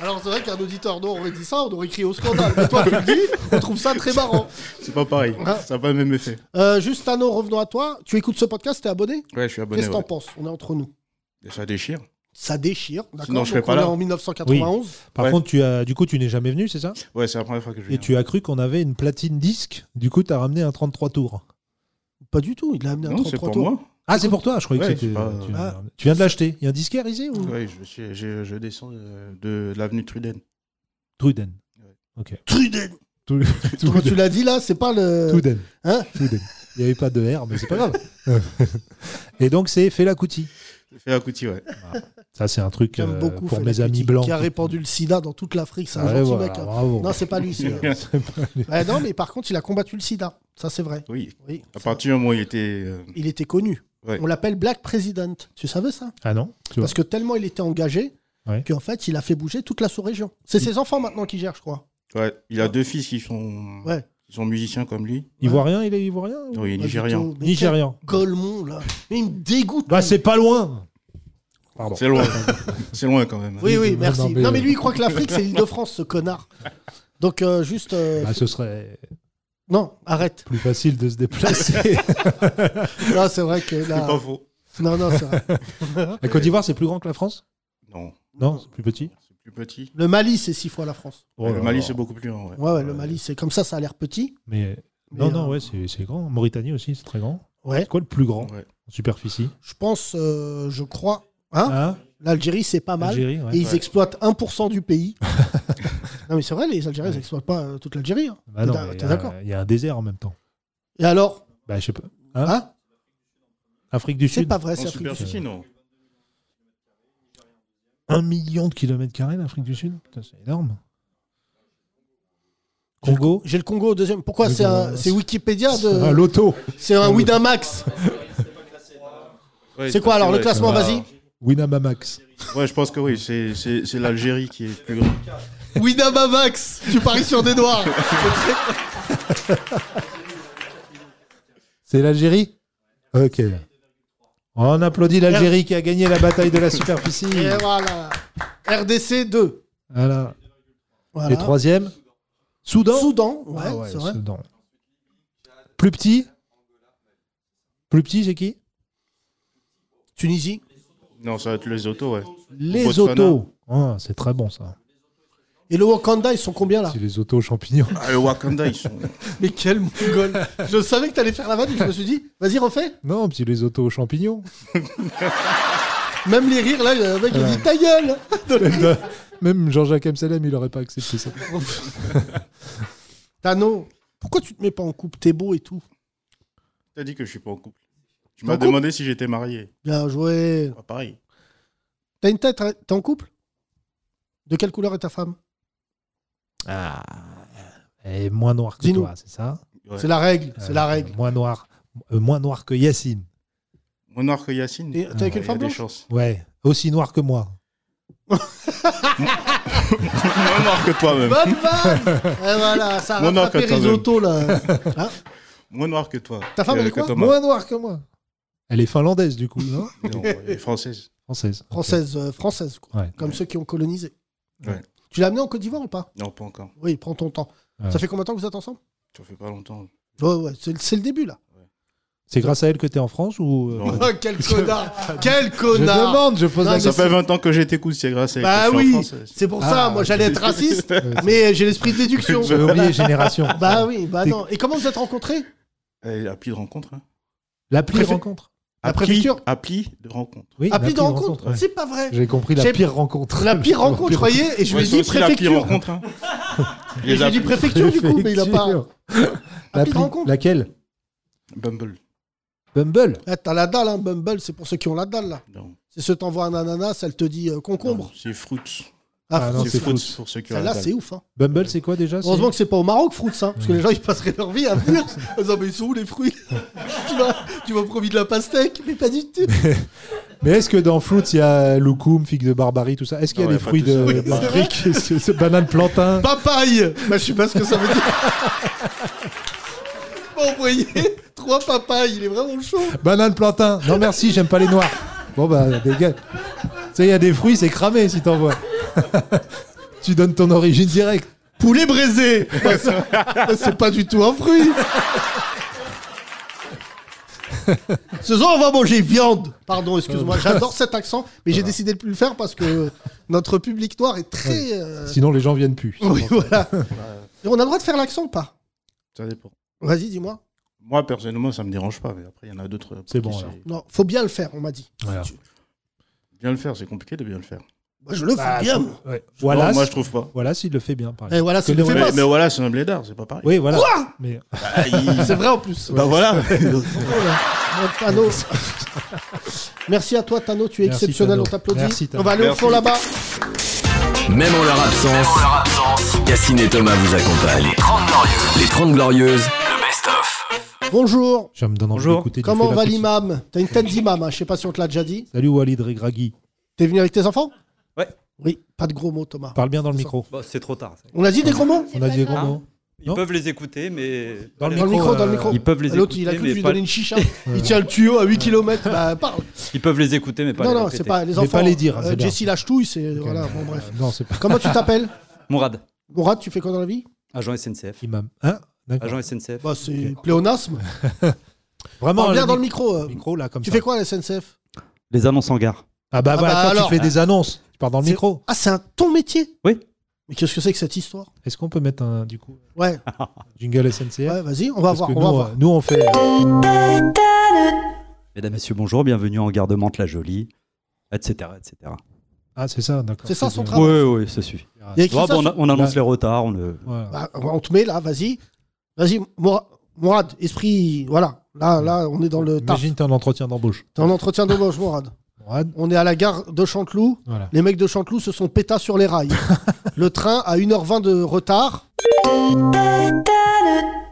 [SPEAKER 2] Alors c'est vrai qu'un auditeur non aurait dit ça, on aurait crié au scandale. Mais toi tu le dis, on trouve ça très marrant.
[SPEAKER 8] C'est pas pareil.
[SPEAKER 2] Ah.
[SPEAKER 8] Ça n'a pas le même effet.
[SPEAKER 2] Euh, juste Tano, revenons à toi. Tu écoutes ce podcast, t'es abonné
[SPEAKER 8] Ouais, je suis abonné.
[SPEAKER 2] Qu'est-ce que
[SPEAKER 8] ouais.
[SPEAKER 2] t'en penses On est entre nous.
[SPEAKER 8] Et Ça déchire.
[SPEAKER 2] Ça déchire, d'accord
[SPEAKER 8] Sinon, je serais
[SPEAKER 2] Donc,
[SPEAKER 8] pas
[SPEAKER 2] on
[SPEAKER 8] là.
[SPEAKER 2] est en 1991.
[SPEAKER 3] Par
[SPEAKER 8] Ouais.
[SPEAKER 3] contre, tu as, du coup, tu n'es jamais venu, c'est ça
[SPEAKER 8] Ouais, c'est la première fois que je viens.
[SPEAKER 3] Et tu as cru qu'on avait une platine disque. Du coup, tu as ramené un 33 tours.
[SPEAKER 2] Pas du tout, il a amené un
[SPEAKER 8] Non, c'est
[SPEAKER 2] 33
[SPEAKER 8] pour
[SPEAKER 2] tours.
[SPEAKER 8] moi.
[SPEAKER 3] Ah, c'est pour toi, je croyais
[SPEAKER 8] Ouais,
[SPEAKER 3] que c'était.
[SPEAKER 8] c'est pas-
[SPEAKER 3] Tu,
[SPEAKER 2] Ah.
[SPEAKER 3] tu viens de l'acheter. Il y a un disquaire ici ou
[SPEAKER 8] Ouais, je, suis, j'ai- je descends euh, de, de l'avenue Truden.
[SPEAKER 3] Truden.
[SPEAKER 2] Truden
[SPEAKER 3] Tru-
[SPEAKER 2] Quand tu l'as dit là, c'est pas le.
[SPEAKER 3] Truden.
[SPEAKER 2] Hein
[SPEAKER 3] Truden. Il n'y avait pas de R, mais c'est pas grave. Et donc, c'est Fela Kuti.
[SPEAKER 8] Fait à Couty, ouais.
[SPEAKER 3] Ça, c'est un truc
[SPEAKER 2] J'aime
[SPEAKER 3] euh,
[SPEAKER 2] beaucoup
[SPEAKER 3] pour
[SPEAKER 2] Fela
[SPEAKER 3] mes amis
[SPEAKER 2] Kuti,
[SPEAKER 3] blancs.
[SPEAKER 2] Qui a répandu le sida dans toute l'Afrique, c'est un
[SPEAKER 3] Ah, ouais,
[SPEAKER 2] gentil
[SPEAKER 3] voilà,
[SPEAKER 2] mec. hein.
[SPEAKER 3] bravo.
[SPEAKER 2] Non, c'est pas lui, c'est. euh, Ouais, non, mais par contre, il a combattu le sida. Ça, c'est vrai.
[SPEAKER 8] Oui.
[SPEAKER 2] Oui.
[SPEAKER 8] À partir du moment où il était. euh,
[SPEAKER 2] Il était connu.
[SPEAKER 8] Ouais.
[SPEAKER 2] On l'appelle Black President. Tu savais ça
[SPEAKER 3] Ah non tu vois.
[SPEAKER 2] Parce que tellement il était engagé
[SPEAKER 3] Ouais.
[SPEAKER 2] qu'en fait, il a fait bouger toute la sous-région. C'est
[SPEAKER 8] Mm.
[SPEAKER 2] ses enfants maintenant qui gèrent, je crois.
[SPEAKER 8] ouais, il a deux fils qui sont,
[SPEAKER 2] Ouais.
[SPEAKER 8] qui sont musiciens comme lui.
[SPEAKER 3] Ivoirien, il est ivoirien ou-
[SPEAKER 8] Non, il est
[SPEAKER 2] Pas du
[SPEAKER 8] nigérien.
[SPEAKER 2] tout. Mais
[SPEAKER 3] Nigérian.
[SPEAKER 2] quel Golemon, là. Mais il me dégoûte.
[SPEAKER 3] Bah, c'est pas loin Pardon.
[SPEAKER 8] C'est loin.
[SPEAKER 2] Ah.
[SPEAKER 8] c'est loin quand même.
[SPEAKER 2] Oui, oui,
[SPEAKER 3] Non,
[SPEAKER 2] merci.
[SPEAKER 3] non, mais-
[SPEAKER 2] Non, mais lui, il croit que l'Afrique, c'est l'île de France, ce connard. Donc, euh, juste. euh,
[SPEAKER 3] Bah, ce serait
[SPEAKER 2] Non, arrête.
[SPEAKER 3] plus facile de se déplacer.
[SPEAKER 2] Là, c'est vrai que
[SPEAKER 8] C'est
[SPEAKER 2] là.
[SPEAKER 8] pas faux.
[SPEAKER 2] Non, non, c'est vrai.
[SPEAKER 3] la Côte d'Ivoire, c'est plus grand que la France
[SPEAKER 8] Non,
[SPEAKER 3] Non, c'est plus petit.
[SPEAKER 8] c'est plus petit.
[SPEAKER 2] Le Mali, c'est six fois la France.
[SPEAKER 3] Oh
[SPEAKER 8] le
[SPEAKER 3] là
[SPEAKER 8] Mali,
[SPEAKER 3] là.
[SPEAKER 8] c'est beaucoup plus grand. ouais.
[SPEAKER 2] Ouais, ouais, le Mali, c'est comme ça, ça a l'air petit.
[SPEAKER 3] Mais
[SPEAKER 2] Mais,
[SPEAKER 3] non, non,
[SPEAKER 2] euh,
[SPEAKER 3] ouais, c'est c'est grand. Mauritanie aussi, c'est très grand.
[SPEAKER 2] Ouais.
[SPEAKER 3] C'est quoi le plus grand
[SPEAKER 8] Ouais.
[SPEAKER 3] en superficie
[SPEAKER 2] Je pense, euh, je crois. Hein
[SPEAKER 3] Hein
[SPEAKER 2] L'Algérie, c'est pas mal.
[SPEAKER 3] Algérie, ouais.
[SPEAKER 2] et ils exploitent 1% du pays. non, mais c'est vrai, les Algériens, ils n'exploitent pas euh, toute l'Algérie. hein.
[SPEAKER 3] Bah non,
[SPEAKER 2] T'es
[SPEAKER 3] mais il y
[SPEAKER 2] t'es
[SPEAKER 3] a-
[SPEAKER 2] d'accord
[SPEAKER 3] Il y a un désert en même temps.
[SPEAKER 2] Et alors
[SPEAKER 3] Bah, je sais pas.
[SPEAKER 2] Hein
[SPEAKER 3] Afrique du
[SPEAKER 2] C'est
[SPEAKER 3] Sud,
[SPEAKER 2] pas vrai,
[SPEAKER 8] En
[SPEAKER 2] c'est Afrique du Sud.
[SPEAKER 8] superficie, non.
[SPEAKER 3] un million de kilomètres carrés, l'Afrique du Sud. Putain, C'est énorme. Congo
[SPEAKER 2] J'ai le Congo au deuxième. Pourquoi
[SPEAKER 3] Mais
[SPEAKER 2] C'est
[SPEAKER 3] bon,
[SPEAKER 2] un-
[SPEAKER 3] euh,
[SPEAKER 2] c'est Wikipédia
[SPEAKER 3] Ah,
[SPEAKER 2] de.
[SPEAKER 3] L'auto
[SPEAKER 2] C'est un Widamax.
[SPEAKER 8] Ouais,
[SPEAKER 2] C'est quoi alors le
[SPEAKER 8] ouais,
[SPEAKER 2] classement
[SPEAKER 8] c'est-
[SPEAKER 2] Vas-y.
[SPEAKER 3] Winamamax.
[SPEAKER 8] Ouais, je pense que oui, c'est- c'est c'est l'Algérie qui est plus grande.
[SPEAKER 2] Widamamax. Tu paries sur des noirs.
[SPEAKER 3] C'est l'Algérie Ok. On applaudit l'Algérie qui a gagné la bataille de la superficie.
[SPEAKER 2] Et voilà. RDC 2.
[SPEAKER 3] Voilà.
[SPEAKER 2] Voilà.
[SPEAKER 3] Et troisième Soudan
[SPEAKER 2] Soudan. Ouais,
[SPEAKER 3] Ah ouais,
[SPEAKER 2] c'est vrai.
[SPEAKER 3] Soudan. Plus petit Plus petit, c'est qui
[SPEAKER 2] Tunisie.
[SPEAKER 8] Non, ça va être les autos, ouais.
[SPEAKER 3] Les
[SPEAKER 8] Botswana.
[SPEAKER 3] autos. Ah, c'est très bon ça.
[SPEAKER 2] Et le Wakanda, ils sont combien là
[SPEAKER 3] C'est les autos aux champignons.
[SPEAKER 8] Ah, le Wakanda, ils sont.
[SPEAKER 2] Mais quel mongol Je savais que t'allais faire la vanne et je me suis dit, vas-y refais
[SPEAKER 3] Non, c'est les autos aux champignons.
[SPEAKER 2] Même les rires là, le mec il dit ta gueule
[SPEAKER 3] Même Jean-Jacques Amsalem, il aurait pas accepté ça.
[SPEAKER 2] Tano, Pourquoi tu te mets pas en couple T'es beau et tout.
[SPEAKER 8] T'as dit que je suis pas en couple.
[SPEAKER 2] T'es
[SPEAKER 8] Tu
[SPEAKER 2] en
[SPEAKER 8] m'as
[SPEAKER 2] couple
[SPEAKER 8] demandé si j'étais marié.
[SPEAKER 2] Bien joué.
[SPEAKER 8] Pas pareil.
[SPEAKER 2] T'as une tête, hein t'es en couple De quelle couleur est ta femme
[SPEAKER 3] Ah. Elle est moins noire que
[SPEAKER 2] Dis-nous.
[SPEAKER 3] toi, c'est ça
[SPEAKER 8] Ouais.
[SPEAKER 2] C'est la règle, c'est
[SPEAKER 3] Euh,
[SPEAKER 2] la règle.
[SPEAKER 3] Moins noire, euh, moins noire que Yacine.
[SPEAKER 8] Moins noir que Yacine. Ah,
[SPEAKER 2] Et t'es avec une
[SPEAKER 8] Il y a
[SPEAKER 2] femme
[SPEAKER 8] des
[SPEAKER 2] blanche
[SPEAKER 8] chances.
[SPEAKER 3] Ouais, aussi noire que moi.
[SPEAKER 8] Moins noir que toi-même.
[SPEAKER 2] Bonne vanne Et Eh voilà, ça a
[SPEAKER 8] Mon
[SPEAKER 2] rattrapé
[SPEAKER 8] orque, quand
[SPEAKER 2] risotto là.
[SPEAKER 8] Moins noir que toi.
[SPEAKER 2] Ta femme,
[SPEAKER 8] Euh,
[SPEAKER 2] elle est
[SPEAKER 8] que
[SPEAKER 2] quoi
[SPEAKER 8] Thomas.
[SPEAKER 3] Moins noire que moi. Elle est finlandaise, du coup, non
[SPEAKER 8] Non, elle est française.
[SPEAKER 3] Française. ok.
[SPEAKER 2] Française, euh, française quoi.
[SPEAKER 3] Ouais.
[SPEAKER 2] Comme ceux qui ont colonisé.
[SPEAKER 8] Ouais.
[SPEAKER 2] Tu l'as amenée en Côte d'Ivoire ou pas
[SPEAKER 8] Non, pas encore.
[SPEAKER 2] Oui, prends ton temps.
[SPEAKER 3] Ouais.
[SPEAKER 2] Ça fait combien de temps que vous êtes ensemble
[SPEAKER 8] Ça fait pas longtemps.
[SPEAKER 2] Ouais, ouais, c'est c'est le début là.
[SPEAKER 3] C'est grâce à elle que t'es en France ou. euh,
[SPEAKER 8] Non.
[SPEAKER 2] Oh, quel connard Quel
[SPEAKER 3] Je
[SPEAKER 2] connard
[SPEAKER 3] demande, je pose la
[SPEAKER 2] Non, Ah, mais
[SPEAKER 8] Ça
[SPEAKER 3] question.
[SPEAKER 8] fait 20 ans que j'ai t'écoute, c'est grâce à
[SPEAKER 2] Bah
[SPEAKER 8] que je suis en
[SPEAKER 2] oui,
[SPEAKER 8] France. euh,
[SPEAKER 2] c'est pour
[SPEAKER 3] Ah,
[SPEAKER 2] ça, moi j'allais être raciste, mais j'ai l'esprit de déduction.
[SPEAKER 3] J'avais euh, oublié Génération.
[SPEAKER 2] Bah oui, bah non. Et comment vous êtes rencontrés
[SPEAKER 8] Elle a pris de rencontre. Hein.
[SPEAKER 3] L'appli
[SPEAKER 2] Préfet-
[SPEAKER 3] rencontre.
[SPEAKER 2] La
[SPEAKER 8] Appli-
[SPEAKER 2] préfecture
[SPEAKER 8] Appli de rencontre.
[SPEAKER 3] Oui,
[SPEAKER 2] Appli
[SPEAKER 3] l'appli
[SPEAKER 2] Ah, de rencontre
[SPEAKER 3] bah, ouais.
[SPEAKER 2] C'est pas vrai.
[SPEAKER 3] J'ai compris la
[SPEAKER 2] J'ai-
[SPEAKER 3] pire rencontre.
[SPEAKER 2] La pire rencontre, voyez, et je
[SPEAKER 8] Ouais,
[SPEAKER 2] lui ai
[SPEAKER 8] c'est
[SPEAKER 2] dit
[SPEAKER 8] aussi la pire
[SPEAKER 2] préfecture.
[SPEAKER 8] rencontre. hein.
[SPEAKER 2] Et je lui ai dit
[SPEAKER 8] applis-
[SPEAKER 2] préfecture du coup, mais il a pas. hein.
[SPEAKER 3] L'appli
[SPEAKER 2] rencontre.
[SPEAKER 3] Laquelle
[SPEAKER 8] Bumble.
[SPEAKER 3] Bumble.
[SPEAKER 2] Ah, T'as la dalle, hein, Bumble, c'est pour ceux qui ont la dalle là.
[SPEAKER 8] Non.
[SPEAKER 2] C'est ce t'envoie un ananas, elle te dit euh, concombre.
[SPEAKER 8] Non, C'est Fruits.
[SPEAKER 3] Ah,
[SPEAKER 2] Ah,
[SPEAKER 3] non,
[SPEAKER 8] C'est
[SPEAKER 3] c'est
[SPEAKER 8] Fruits
[SPEAKER 3] Fruits.
[SPEAKER 8] pour ceux qui ont
[SPEAKER 2] Celle-là,
[SPEAKER 8] la
[SPEAKER 2] c'est ouf. Hein.
[SPEAKER 3] Bumble, c'est quoi déjà c'est-
[SPEAKER 2] Heureusement que c'est pas au Maroc, Fruits, hein, parce que les gens ils passeraient leur vie à venir. Ils disant, mais ils sont où les fruits Tu m'as tu m'as promis de la pastèque, mais pas du tout.
[SPEAKER 3] Mais est-ce que dans Fruits, il y a loukoum, figue de barbarie, tout ça Est-ce qu'il y a
[SPEAKER 8] Non,
[SPEAKER 3] des
[SPEAKER 8] il y a Ah pas
[SPEAKER 3] fruits
[SPEAKER 8] tout ça.
[SPEAKER 3] de-
[SPEAKER 8] Oui,
[SPEAKER 3] d'Afrique ce- ce Banane plantain
[SPEAKER 2] Papaye Bah, je sais pas ce que ça veut dire. Il m'a envoyé trois papayes, il est vraiment chaud.
[SPEAKER 3] Banane plantain. Non merci, j'aime pas les noirs. Bon bah dégage. Tu sais, il y a des fruits, c'est cramé si t'envoies. tu donnes ton origine directe.
[SPEAKER 2] Poulet braisé Bah, ça- bah, C'est pas du tout un fruit Ce soir, on va manger viande. Pardon, excuse-moi, j'adore cet accent, mais j'ai décidé de plus le faire parce que notre public noir est très. euh,
[SPEAKER 3] Sinon les gens viennent plus.
[SPEAKER 2] Oui, voilà. Et on a le droit de faire l'accent ou pas
[SPEAKER 8] Ça dépend.
[SPEAKER 2] Vas-y, dis-moi.
[SPEAKER 8] Moi, personnellement, ça me dérange pas, mais après, il y en a d'autres. pour
[SPEAKER 3] C'est
[SPEAKER 8] qui
[SPEAKER 3] bon, alors.
[SPEAKER 2] Non, faut bien le faire, on m'a dit.
[SPEAKER 3] Voilà.
[SPEAKER 8] Bien le faire, c'est compliqué de bien le faire.
[SPEAKER 2] Bah, je le fais bien. moi.
[SPEAKER 3] Ouais.
[SPEAKER 8] Non,
[SPEAKER 3] Wallace,
[SPEAKER 8] moi, je trouve pas.
[SPEAKER 3] Wallace, il le fait bien pareil.
[SPEAKER 2] Et voilà, c'est
[SPEAKER 3] Que
[SPEAKER 2] le
[SPEAKER 3] les-
[SPEAKER 2] fait
[SPEAKER 8] Mais,
[SPEAKER 2] pas.
[SPEAKER 8] mais voilà, c'est un blédard, c'est pas pareil.
[SPEAKER 3] Oui, voilà. Mais
[SPEAKER 8] Bah, il-
[SPEAKER 2] C'est vrai en plus.
[SPEAKER 8] bah voilà.
[SPEAKER 2] Bon, Tano. Merci à toi, Tano. Tu es
[SPEAKER 3] Merci,
[SPEAKER 2] exceptionnel.
[SPEAKER 3] Tano.
[SPEAKER 2] On t'applaudit.
[SPEAKER 3] Merci, Tano.
[SPEAKER 2] On va aller au
[SPEAKER 8] Merci.
[SPEAKER 2] fond là-bas.
[SPEAKER 1] Même en leur absence, Cassine et Thomas vous accompagnent. Les 30 Glorieuses. Les 30 Glorieuses, le best-of.
[SPEAKER 2] Bonjour.
[SPEAKER 3] je me donne envie
[SPEAKER 8] Bonjour.
[SPEAKER 3] d'écouter. du
[SPEAKER 2] Comment
[SPEAKER 3] Fela
[SPEAKER 2] va
[SPEAKER 3] Kuti.
[SPEAKER 2] l'imam T'as une tête d'imam. hein. Je sais pas si on te l'a déjà dit.
[SPEAKER 3] Salut Walid Regragui.
[SPEAKER 2] T'es venu avec tes enfants
[SPEAKER 6] Ouais.
[SPEAKER 2] Oui. Pas de gros mots, Thomas.
[SPEAKER 3] Parle bien dans le micro.
[SPEAKER 6] Bon, c'est trop tard. ça.
[SPEAKER 2] On a dit des gros mots
[SPEAKER 3] On a dit gros mots.
[SPEAKER 6] Ils
[SPEAKER 3] Non
[SPEAKER 6] peuvent les écouter, mais.
[SPEAKER 3] Dans le
[SPEAKER 6] Voilà.
[SPEAKER 2] Dans le micro, dans le
[SPEAKER 3] euh,
[SPEAKER 2] micro.
[SPEAKER 6] Ils peuvent les
[SPEAKER 2] L'autre, il a cru
[SPEAKER 6] écouter,
[SPEAKER 2] que je
[SPEAKER 6] mais
[SPEAKER 2] lui
[SPEAKER 6] pas,
[SPEAKER 2] donnais une chicha. il tient le tuyau à 8 km. Bah, parle.
[SPEAKER 6] ils peuvent les écouter, mais pas
[SPEAKER 2] non,
[SPEAKER 6] les
[SPEAKER 2] non,
[SPEAKER 6] répéter.
[SPEAKER 2] c'est pas les
[SPEAKER 3] Mais
[SPEAKER 2] enfants.
[SPEAKER 3] pas les dire,
[SPEAKER 2] euh,
[SPEAKER 3] c'est bien.
[SPEAKER 2] Jessie Lachetouille, c'est. Voilà, bon, bref.
[SPEAKER 3] Euh, Non, c'est pas
[SPEAKER 2] Comment tu t'appelles
[SPEAKER 6] Mourad,
[SPEAKER 2] Mourad, tu fais quoi dans la vie
[SPEAKER 6] agent SNCF.
[SPEAKER 3] imam. Hein D'accord.
[SPEAKER 6] Agent SNCF.
[SPEAKER 2] Bah, c'est pléonasme.
[SPEAKER 3] Vraiment
[SPEAKER 2] Parle bien
[SPEAKER 3] le
[SPEAKER 2] dans le
[SPEAKER 3] micro-
[SPEAKER 2] micro. euh.
[SPEAKER 3] micro là comme
[SPEAKER 2] Tu
[SPEAKER 3] ça.
[SPEAKER 2] fais quoi à la SNCF
[SPEAKER 6] Les annonces en gare.
[SPEAKER 3] Ah bah
[SPEAKER 2] Ah
[SPEAKER 3] voilà,
[SPEAKER 2] bah
[SPEAKER 3] quand
[SPEAKER 2] alors.
[SPEAKER 3] tu fais des annonces, tu pars dans le
[SPEAKER 2] C'est-
[SPEAKER 3] micro.
[SPEAKER 2] Ah, c'est un ton métier
[SPEAKER 6] Oui.
[SPEAKER 2] Mais qu'est-ce que c'est que cette histoire
[SPEAKER 3] Est-ce qu'on peut mettre un du coup euh,
[SPEAKER 2] Ouais,
[SPEAKER 3] jingle SNCF
[SPEAKER 2] ouais vas-y, on va
[SPEAKER 3] Parce
[SPEAKER 2] voir.
[SPEAKER 3] que
[SPEAKER 2] On
[SPEAKER 3] nous,
[SPEAKER 2] va voir.
[SPEAKER 3] euh, nous, on fait euh,
[SPEAKER 6] Mesdames, Messieurs, bonjour, bienvenue en gare de Mantes-la-Jolie, etc. etc.
[SPEAKER 3] Ah, c'est ça, d'accord.
[SPEAKER 2] C'est ça, son
[SPEAKER 3] bien.
[SPEAKER 2] Ah, travail.
[SPEAKER 6] oui, oui, ça suffit.
[SPEAKER 2] Il y a écrit
[SPEAKER 6] Ah,
[SPEAKER 2] ça
[SPEAKER 6] bon, on,
[SPEAKER 2] sur-
[SPEAKER 6] a- on annonce les retards. On euh, le...
[SPEAKER 3] Voilà.
[SPEAKER 2] Bah, on te met là, vas-y. Vas-y, Moura- Mourad, esprit. Voilà, là, là, on est dans le taf.
[SPEAKER 3] Imagine, t'es en entretien d'embauche.
[SPEAKER 2] T'es en entretien d'embauche, Mourad.
[SPEAKER 3] Mourad,
[SPEAKER 2] On est à la gare de Chanteloup.
[SPEAKER 3] Voilà.
[SPEAKER 2] Les mecs de Chanteloup se sont pétas sur les rails. le train a 1h20 de retard.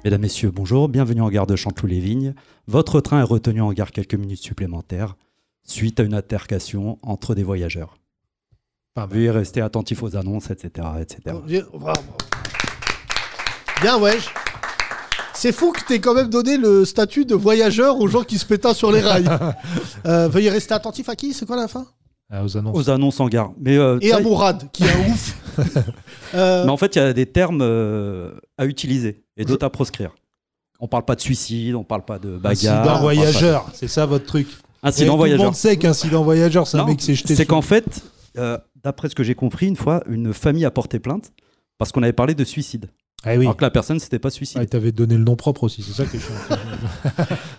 [SPEAKER 6] Mesdames, Messieurs, bonjour, bienvenue en gare de Chanteloup-les-Vignes. Votre train est retenu en gare quelques minutes supplémentaires suite à une altercation entre des voyageurs.
[SPEAKER 3] Pas mal.
[SPEAKER 6] Veuillez rester attentif aux annonces, etc. etc.
[SPEAKER 2] Oh, Bravo. Bien, wesh. C'est fou que t'aies quand même donné le statut de voyageur aux gens qui se pétassent sur les rails. Euh, veuillez rester attentif à qui C'est quoi la fin
[SPEAKER 3] Ah, aux annonces.
[SPEAKER 6] Aux annonces en gare. Mais, euh,
[SPEAKER 2] Et à
[SPEAKER 6] ça,
[SPEAKER 2] Mourad, qui est un ouf. Euh,
[SPEAKER 6] Mais en fait, il y a des termes euh, à utiliser et d'autres à proscrire. On parle pas de suicide, on parle pas de bagarre. on
[SPEAKER 3] Incident
[SPEAKER 6] parle
[SPEAKER 3] voyageur, c'est ça votre truc.
[SPEAKER 6] pas de-
[SPEAKER 3] Et
[SPEAKER 6] Incident
[SPEAKER 3] Tout le
[SPEAKER 6] voyageur.
[SPEAKER 3] monde sait qu'incident voyageur, c'est un
[SPEAKER 6] Non,
[SPEAKER 3] mec qui s'est jeté.
[SPEAKER 6] C'est
[SPEAKER 3] dessus.
[SPEAKER 6] qu'en fait, euh, d'après ce que j'ai compris, une fois, une famille a porté plainte parce qu'on avait parlé de suicide.
[SPEAKER 3] Ah oui.
[SPEAKER 6] Alors que la personne, c'était pas
[SPEAKER 3] Ah,
[SPEAKER 6] suicide.
[SPEAKER 3] et t'avais donné le nom propre aussi, c'est ça que je suis.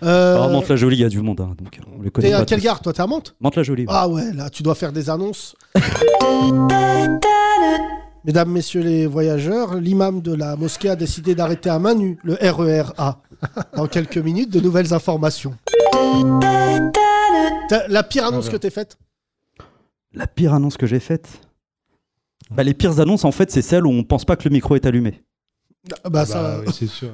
[SPEAKER 2] euh,
[SPEAKER 6] Alors, Mantes-la-Jolie, il y a du monde, hein, donc on les connaît
[SPEAKER 2] T'es
[SPEAKER 6] pas.
[SPEAKER 2] à quelle
[SPEAKER 6] tous.
[SPEAKER 2] gare, toi T'es à Mantes
[SPEAKER 6] Mantes-la-Jolie. oui.
[SPEAKER 2] Ah ouais, là, tu dois faire des annonces. Mesdames, messieurs les voyageurs, l'imam de la mosquée a décidé d'arrêter à main nue le RERA. Dans quelques minutes, de nouvelles informations. T'as- La pire annonce
[SPEAKER 3] Ah
[SPEAKER 2] que
[SPEAKER 3] ouais.
[SPEAKER 2] t'aies faite
[SPEAKER 6] La pire annonce que j'ai faite bah, Les pires annonces, en fait, c'est celles où on pense pas que le micro est allumé.
[SPEAKER 2] Ah Bah, ça.
[SPEAKER 3] Bah oui, c'est sûr.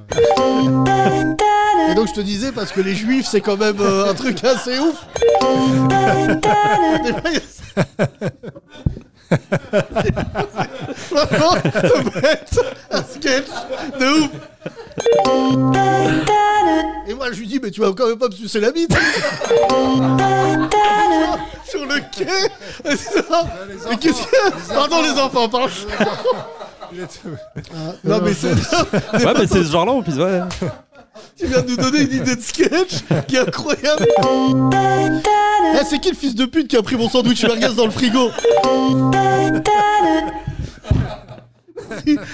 [SPEAKER 2] Et donc je te disais, parce que les juifs, c'est quand même euh, un truc assez ouf. Des fois, il y a ça. Vraiment, ça peut être un sketch de ouf. Et moi, je lui dis, mais tu vas quand même pas me sucer la bite. Sur le quai. Mais qu'est-ce que. Pardon, les enfants, pardon. Ah, non, mais c'est.
[SPEAKER 6] Ouais, mais c'est ce genre-là, en plus. Ouais.
[SPEAKER 2] Tu viens de nous donner une idée de sketch qui est incroyable. Eh, c'est qui le fils de pute qui a pris mon sandwich merguez dans le frigo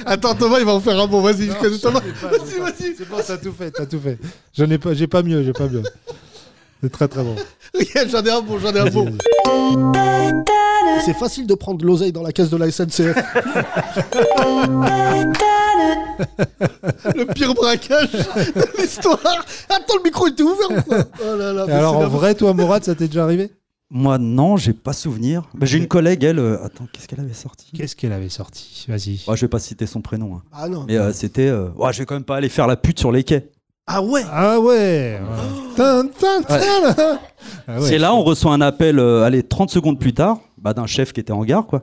[SPEAKER 2] Attends, Thomas, il va en faire un bon. Vas-y,
[SPEAKER 3] Non,
[SPEAKER 2] Thomas.
[SPEAKER 3] j'en ai pas,
[SPEAKER 2] Vas-y,
[SPEAKER 3] j'en ai pas.
[SPEAKER 2] vas-y.
[SPEAKER 3] C'est bon, t'as tout fait, t'as tout fait. J'en ai pas, j'ai pas mieux, j'ai pas mieux. C'est très très bon.
[SPEAKER 2] Regarde, J'en ai un bon, j'en ai un bon. C'est facile de prendre l'oseille dans la caisse de la SNCF. le pire braquage de l'histoire. Attends, le micro était ouvert ou quoi Oh là là,
[SPEAKER 3] Et
[SPEAKER 2] mais
[SPEAKER 3] alors
[SPEAKER 2] c'est
[SPEAKER 3] en
[SPEAKER 2] la-
[SPEAKER 3] vrai, toi, Mourad, ça t'est déjà arrivé
[SPEAKER 6] Moi, non, j'ai pas souvenir. Bah, j'ai une collègue, elle. euh, Attends, qu'est-ce qu'elle avait sorti
[SPEAKER 3] Qu'est-ce qu'elle avait sorti Vas-y.
[SPEAKER 6] Ouais, Je vais pas citer son prénom. hein.
[SPEAKER 2] Ah non.
[SPEAKER 6] Mais euh, c'était. euh, Ouais, je vais quand même pas aller faire la pute sur les quais.
[SPEAKER 2] Ah ouais
[SPEAKER 3] Ah ouais. Tin, tin, tin. Ah ouais.
[SPEAKER 6] C'est là, on reçoit un appel, euh, allez, 30 secondes plus tard, bah, d'un chef qui était en gare, quoi.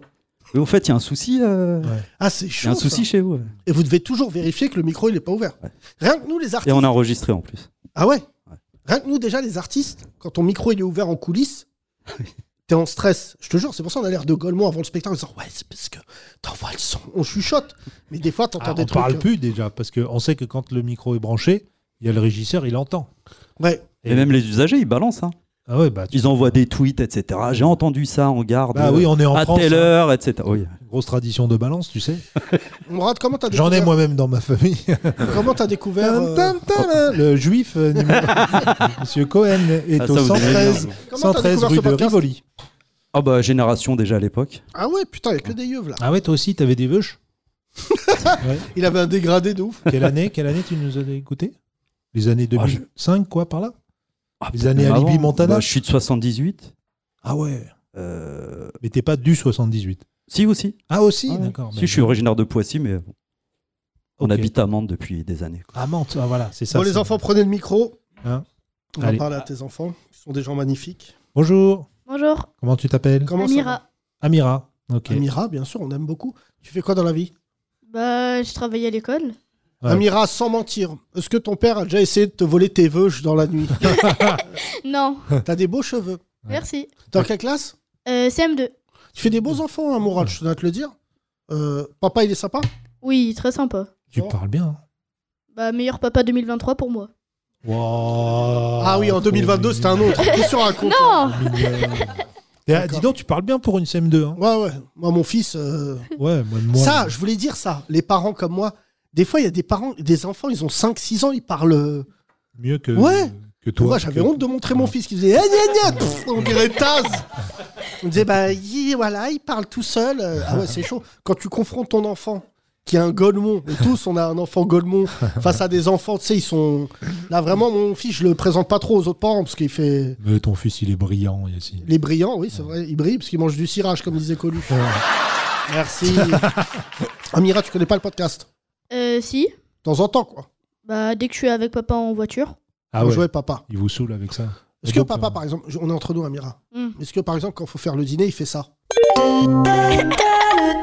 [SPEAKER 6] Mais au fait, il y a un souci, euh,
[SPEAKER 2] Ah, c'est
[SPEAKER 6] y
[SPEAKER 2] chaud.
[SPEAKER 6] a un
[SPEAKER 2] ça.
[SPEAKER 6] souci chez vous. ouais.
[SPEAKER 2] Et vous devez toujours vérifier que le micro il est pas ouvert. Rien que nous les
[SPEAKER 6] Et
[SPEAKER 2] artistes.
[SPEAKER 6] on a enregistré en plus.
[SPEAKER 2] Ah ouais. Rien que nous déjà les artistes, quand ton micro il est ouvert en coulisses, t'es en stress. Je te jure, c'est pour ça qu'on a l'air de Golemont avant le spectacle en disant ouais c'est parce que t'envoies le son, on chuchote. Mais des fois
[SPEAKER 3] Ah,
[SPEAKER 2] t'entends
[SPEAKER 3] on
[SPEAKER 2] des trucs.
[SPEAKER 3] parle
[SPEAKER 2] euh,
[SPEAKER 3] plus déjà parce que on sait que quand le micro est branché, il y a le régisseur, il entend.
[SPEAKER 2] Ouais.
[SPEAKER 6] Et, même les usagers, ils balancent. hein.
[SPEAKER 3] Ah ouais, bah, tu-
[SPEAKER 6] Ils envoient des tweets, etc. J'ai entendu ça en garde.
[SPEAKER 3] bah oui, on est en
[SPEAKER 6] à
[SPEAKER 3] France.
[SPEAKER 6] telle
[SPEAKER 3] hein.
[SPEAKER 6] heure, etc. Oui.
[SPEAKER 3] Grosse tradition de balance, tu sais.
[SPEAKER 2] Mourad, comment t'as
[SPEAKER 3] J'en ai
[SPEAKER 2] découvert
[SPEAKER 3] moi-même dans ma famille.
[SPEAKER 2] Comment t'as découvert
[SPEAKER 3] Tin,
[SPEAKER 2] euh,
[SPEAKER 3] tin, tin, là. Le juif, euh, numéro- Monsieur Cohen, est
[SPEAKER 6] Ah, ça,
[SPEAKER 3] au
[SPEAKER 6] vous aimez bien,
[SPEAKER 3] 113,
[SPEAKER 6] vous.
[SPEAKER 2] Comment t'as
[SPEAKER 3] 113
[SPEAKER 2] découvert
[SPEAKER 3] rue
[SPEAKER 2] ce
[SPEAKER 3] de
[SPEAKER 2] podcast
[SPEAKER 3] Rivoli.
[SPEAKER 6] Ah bah, génération déjà à l'époque.
[SPEAKER 2] Ah ouais putain y a que des yeux là.
[SPEAKER 3] Ah ouais, toi aussi, t'avais des veuches
[SPEAKER 2] Il avait un dégradé de ouf.
[SPEAKER 3] Quelle année, quelle année tu nous as écouté Les années
[SPEAKER 6] Ah, je-
[SPEAKER 3] 2005, quoi, par là
[SPEAKER 6] Ah,
[SPEAKER 3] Les années
[SPEAKER 6] même
[SPEAKER 3] Alibi
[SPEAKER 6] avant.
[SPEAKER 3] Montana
[SPEAKER 6] Bah, Je suis de 78.
[SPEAKER 3] Ah ouais.
[SPEAKER 6] Euh,
[SPEAKER 3] Mais t'es pas du 78.
[SPEAKER 6] Si, aussi.
[SPEAKER 3] Ah aussi,
[SPEAKER 6] Ah oui.
[SPEAKER 3] d'accord.
[SPEAKER 6] Si,
[SPEAKER 3] mais-
[SPEAKER 6] je suis originaire de Poissy, mais bon, on
[SPEAKER 3] Ok.
[SPEAKER 6] habite à Mende depuis des années. quoi.
[SPEAKER 3] Ah, Mantes, ah, voilà, c'est ça.
[SPEAKER 2] Bon les
[SPEAKER 3] c'est-
[SPEAKER 2] enfants prenez le micro.
[SPEAKER 3] Hein
[SPEAKER 2] on va
[SPEAKER 3] Allez.
[SPEAKER 2] parler à tes enfants. Ils sont des gens magnifiques.
[SPEAKER 3] Bonjour,
[SPEAKER 9] Bonjour,
[SPEAKER 3] comment tu t'appelles
[SPEAKER 2] Comment ça va
[SPEAKER 9] Amira.
[SPEAKER 3] Amira. Ok.
[SPEAKER 2] Amira, bien sûr, on aime beaucoup. Tu fais quoi dans la vie
[SPEAKER 9] Bah, je travaille à l'école.
[SPEAKER 3] Ouais.
[SPEAKER 2] Amira, sans mentir, est-ce que ton père a déjà essayé de te voler tes veuches dans la nuit
[SPEAKER 9] Non,
[SPEAKER 2] T'as des beaux cheveux.
[SPEAKER 9] merci.
[SPEAKER 2] T'es en quelle classe
[SPEAKER 9] Euh, CM2.
[SPEAKER 2] Tu fais des
[SPEAKER 3] Mm.
[SPEAKER 2] beaux enfants, hein, Moral, je dois te le dire. Euh, papa, il est sympa
[SPEAKER 9] Oui, très sympa.
[SPEAKER 3] Tu parles bien. hein.
[SPEAKER 9] Bah, meilleur papa 2023 pour moi.
[SPEAKER 2] Ah oui, en 2022, c'était un autre. T'es sur un compte. hein.
[SPEAKER 9] Non
[SPEAKER 3] Et, ah,
[SPEAKER 2] D'accord.
[SPEAKER 3] dis donc, tu parles bien pour une CM2. hein.
[SPEAKER 2] Ouais, ouais. Moi, mon fils. euh,
[SPEAKER 3] Ouais, moi de moi.
[SPEAKER 2] Ça, je voulais dire ça. Les parents comme moi, des fois, il y a des parents, des enfants, ils ont 5-6 ans, ils parlent. euh,
[SPEAKER 3] mieux que,
[SPEAKER 2] Ouais.
[SPEAKER 3] que toi.
[SPEAKER 2] moi, j'avais
[SPEAKER 3] que-
[SPEAKER 2] honte de montrer mon fils qui faisait. Eh, gna, gna Pff, on dirait Taz On disait, bah, yi, voilà, il parle tout seul. Euh, Ah ouais, c'est chaud. Quand tu confrontes ton enfant qui a un golemon, et tous, on a un enfant golemon face à des enfants, tu sais, ils sont. Là, vraiment, mon fils, je le présente pas trop aux autres parents parce qu'il fait.
[SPEAKER 3] Mais ton fils, il est brillant, Yacine.
[SPEAKER 2] Les brillants, oui, c'est vrai, ils brillent parce qu'ils mangent du cirage, comme disait Coluche. Merci. Amira, tu connais pas le podcast
[SPEAKER 9] Euh, si.
[SPEAKER 2] De temps en temps, quoi.
[SPEAKER 9] Bah, dès que je suis avec papa en voiture.
[SPEAKER 3] Ah
[SPEAKER 2] Vous
[SPEAKER 3] ouais,
[SPEAKER 2] jouez papa.
[SPEAKER 3] il vous saoule avec ça.
[SPEAKER 2] Est-ce
[SPEAKER 3] Et
[SPEAKER 2] que
[SPEAKER 3] donc,
[SPEAKER 2] papa,
[SPEAKER 3] euh,
[SPEAKER 2] par exemple, je- on est entre nous, Amira.
[SPEAKER 9] Hmm.
[SPEAKER 2] Est-ce que par exemple, quand il faut faire le dîner, il fait ça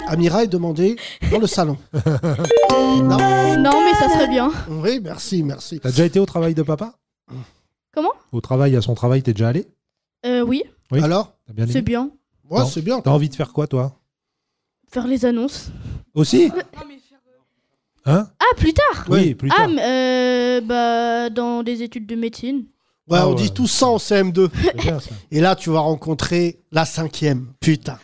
[SPEAKER 2] Amira est demandée dans le salon.
[SPEAKER 9] Non, mais ça serait bien.
[SPEAKER 2] Oui, merci, merci.
[SPEAKER 3] T'as déjà été au travail de papa
[SPEAKER 9] Comment
[SPEAKER 3] Au travail, à son travail, t'es déjà allé
[SPEAKER 9] Euh, oui,
[SPEAKER 3] Oui.
[SPEAKER 2] Alors
[SPEAKER 3] T'as bien
[SPEAKER 9] c'est
[SPEAKER 3] aimé
[SPEAKER 9] bien.
[SPEAKER 2] Ouais,
[SPEAKER 3] Non.
[SPEAKER 2] c'est bien.
[SPEAKER 3] T'as envie de faire quoi, toi
[SPEAKER 9] Faire les annonces.
[SPEAKER 3] Aussi Hein
[SPEAKER 9] euh, Ah, plus tard
[SPEAKER 3] Oui, plus
[SPEAKER 9] Ah,
[SPEAKER 3] tard.
[SPEAKER 9] mais, euh, bah, dans des études de médecine.
[SPEAKER 2] Ouais,
[SPEAKER 3] Ah
[SPEAKER 2] on
[SPEAKER 3] ouais.
[SPEAKER 2] dit tout ça en CM2.
[SPEAKER 3] C'est bien, ça.
[SPEAKER 2] Et là, tu vas rencontrer la cinquième. Putain.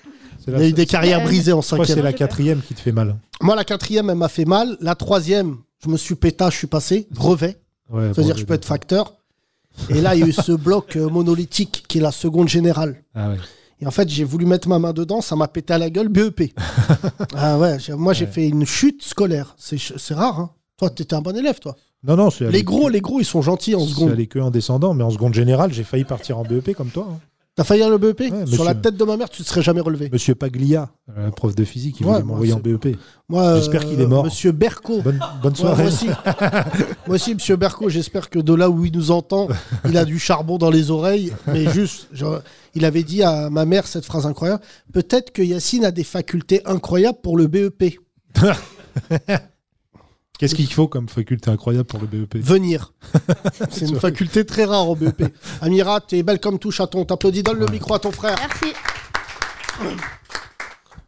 [SPEAKER 3] C'est
[SPEAKER 2] Il
[SPEAKER 3] la-
[SPEAKER 2] y a eu
[SPEAKER 3] Je
[SPEAKER 2] des carrières
[SPEAKER 9] Ouais.
[SPEAKER 2] brisées en
[SPEAKER 3] crois que
[SPEAKER 2] cinquième.
[SPEAKER 3] c'est la quatrième qui te fait mal.
[SPEAKER 2] Moi, la quatrième, elle m'a fait mal. La troisième, je me suis péta, je suis passé. Revêt.
[SPEAKER 3] Ouais, bon,
[SPEAKER 2] C'est-à-dire que je peux être facteur. Et là, il y a eu ce bloc euh, monolithique qui est la seconde générale.
[SPEAKER 3] Ah ouais.
[SPEAKER 2] Et en fait, j'ai voulu mettre ma main dedans, ça m'a pété à la gueule, BEP. ah ouais, j'ai- moi j'ai fait une chute scolaire. C'est ch- c'est rare. Hein. Toi, t'étais un bon élève, toi.
[SPEAKER 3] Non, non, c'est
[SPEAKER 2] Les gros, les gros, ils sont gentils en
[SPEAKER 3] C'est
[SPEAKER 2] seconde.
[SPEAKER 3] allé que en descendant, mais en seconde générale, j'ai failli partir en BEP comme toi. hein.
[SPEAKER 2] T'as failli le BEP E Sur
[SPEAKER 3] monsieur-
[SPEAKER 2] la tête de ma mère, tu te serais jamais relevé.
[SPEAKER 3] Monsieur Paglia, euh, prof de physique, il
[SPEAKER 2] Ouais,
[SPEAKER 3] voulait
[SPEAKER 2] moi,
[SPEAKER 3] m'envoyer en
[SPEAKER 2] c'est-
[SPEAKER 3] BEP.
[SPEAKER 2] Moi,
[SPEAKER 3] J'espère
[SPEAKER 2] euh,
[SPEAKER 3] qu'il est mort.
[SPEAKER 2] Monsieur Berco.
[SPEAKER 3] Bonne, bonne
[SPEAKER 2] Ouais,
[SPEAKER 3] soirée.
[SPEAKER 2] moi, aussi. Moi aussi, monsieur Berco, j'espère que de là où il nous entend, il a du charbon dans les oreilles. Mais juste, genre, il avait dit à ma mère cette phrase incroyable Peut-être que Yacine a des facultés incroyables pour le E BEP.
[SPEAKER 3] Qu'est-ce qu'il faut comme faculté incroyable pour le E BEP
[SPEAKER 2] Venir. C'est une faculté très rare au BEP. Amira, t'es belle comme tout chaton. T'applaudis, donne le micro à ton frère.
[SPEAKER 9] Merci.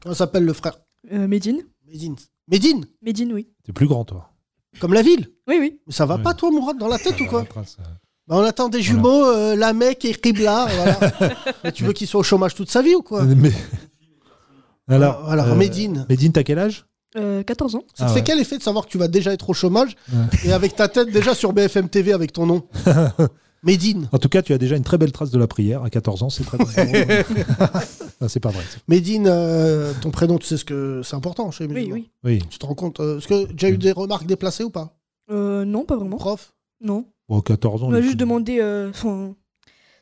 [SPEAKER 2] Comment s'appelle le frère
[SPEAKER 4] Euh, Médine.
[SPEAKER 2] Médine. Médine
[SPEAKER 4] Médine, oui.
[SPEAKER 3] T'es plus grand, toi.
[SPEAKER 2] Comme la ville
[SPEAKER 4] Oui, oui.
[SPEAKER 2] Mais ça va pas, toi, Mourad, dans la tête ou quoi
[SPEAKER 3] Prince, euh,
[SPEAKER 2] Bah, On attend des jumeaux, euh, la Mecque et Qibla. voilà. Mais tu veux qu'ils soient au chômage toute sa vie ou quoi Euh,
[SPEAKER 3] Mais- Alors,
[SPEAKER 2] Alors, Médine.
[SPEAKER 3] Médine, t'as quel âge
[SPEAKER 4] 14 Euh, ans.
[SPEAKER 2] Ça te
[SPEAKER 3] Euh, Ah
[SPEAKER 2] fait
[SPEAKER 3] ouais.
[SPEAKER 2] quel effet de savoir que tu vas déjà être au chômage
[SPEAKER 3] Ouais.
[SPEAKER 2] et avec ta tête déjà sur BFM TV avec ton nom Médine.
[SPEAKER 3] En tout cas, tu as déjà une très belle trace de la prière. À 14 ans, c'est très Non, c'est pas vrai. c'est-
[SPEAKER 2] Médine, euh, ton prénom, tu sais ce que c'est important chez les
[SPEAKER 4] Oui,
[SPEAKER 2] musulmans.
[SPEAKER 4] oui.
[SPEAKER 3] Oui.
[SPEAKER 2] Tu te rends compte euh, Est-ce que j'ai eu des remarques déplacées ou pas
[SPEAKER 4] Euh, non, pas vraiment.
[SPEAKER 2] Prof
[SPEAKER 4] Non.
[SPEAKER 3] Bon, 14
[SPEAKER 4] On
[SPEAKER 3] ans.
[SPEAKER 4] m'a
[SPEAKER 3] les
[SPEAKER 4] juste
[SPEAKER 3] filles-
[SPEAKER 4] demandé. euh, enfin,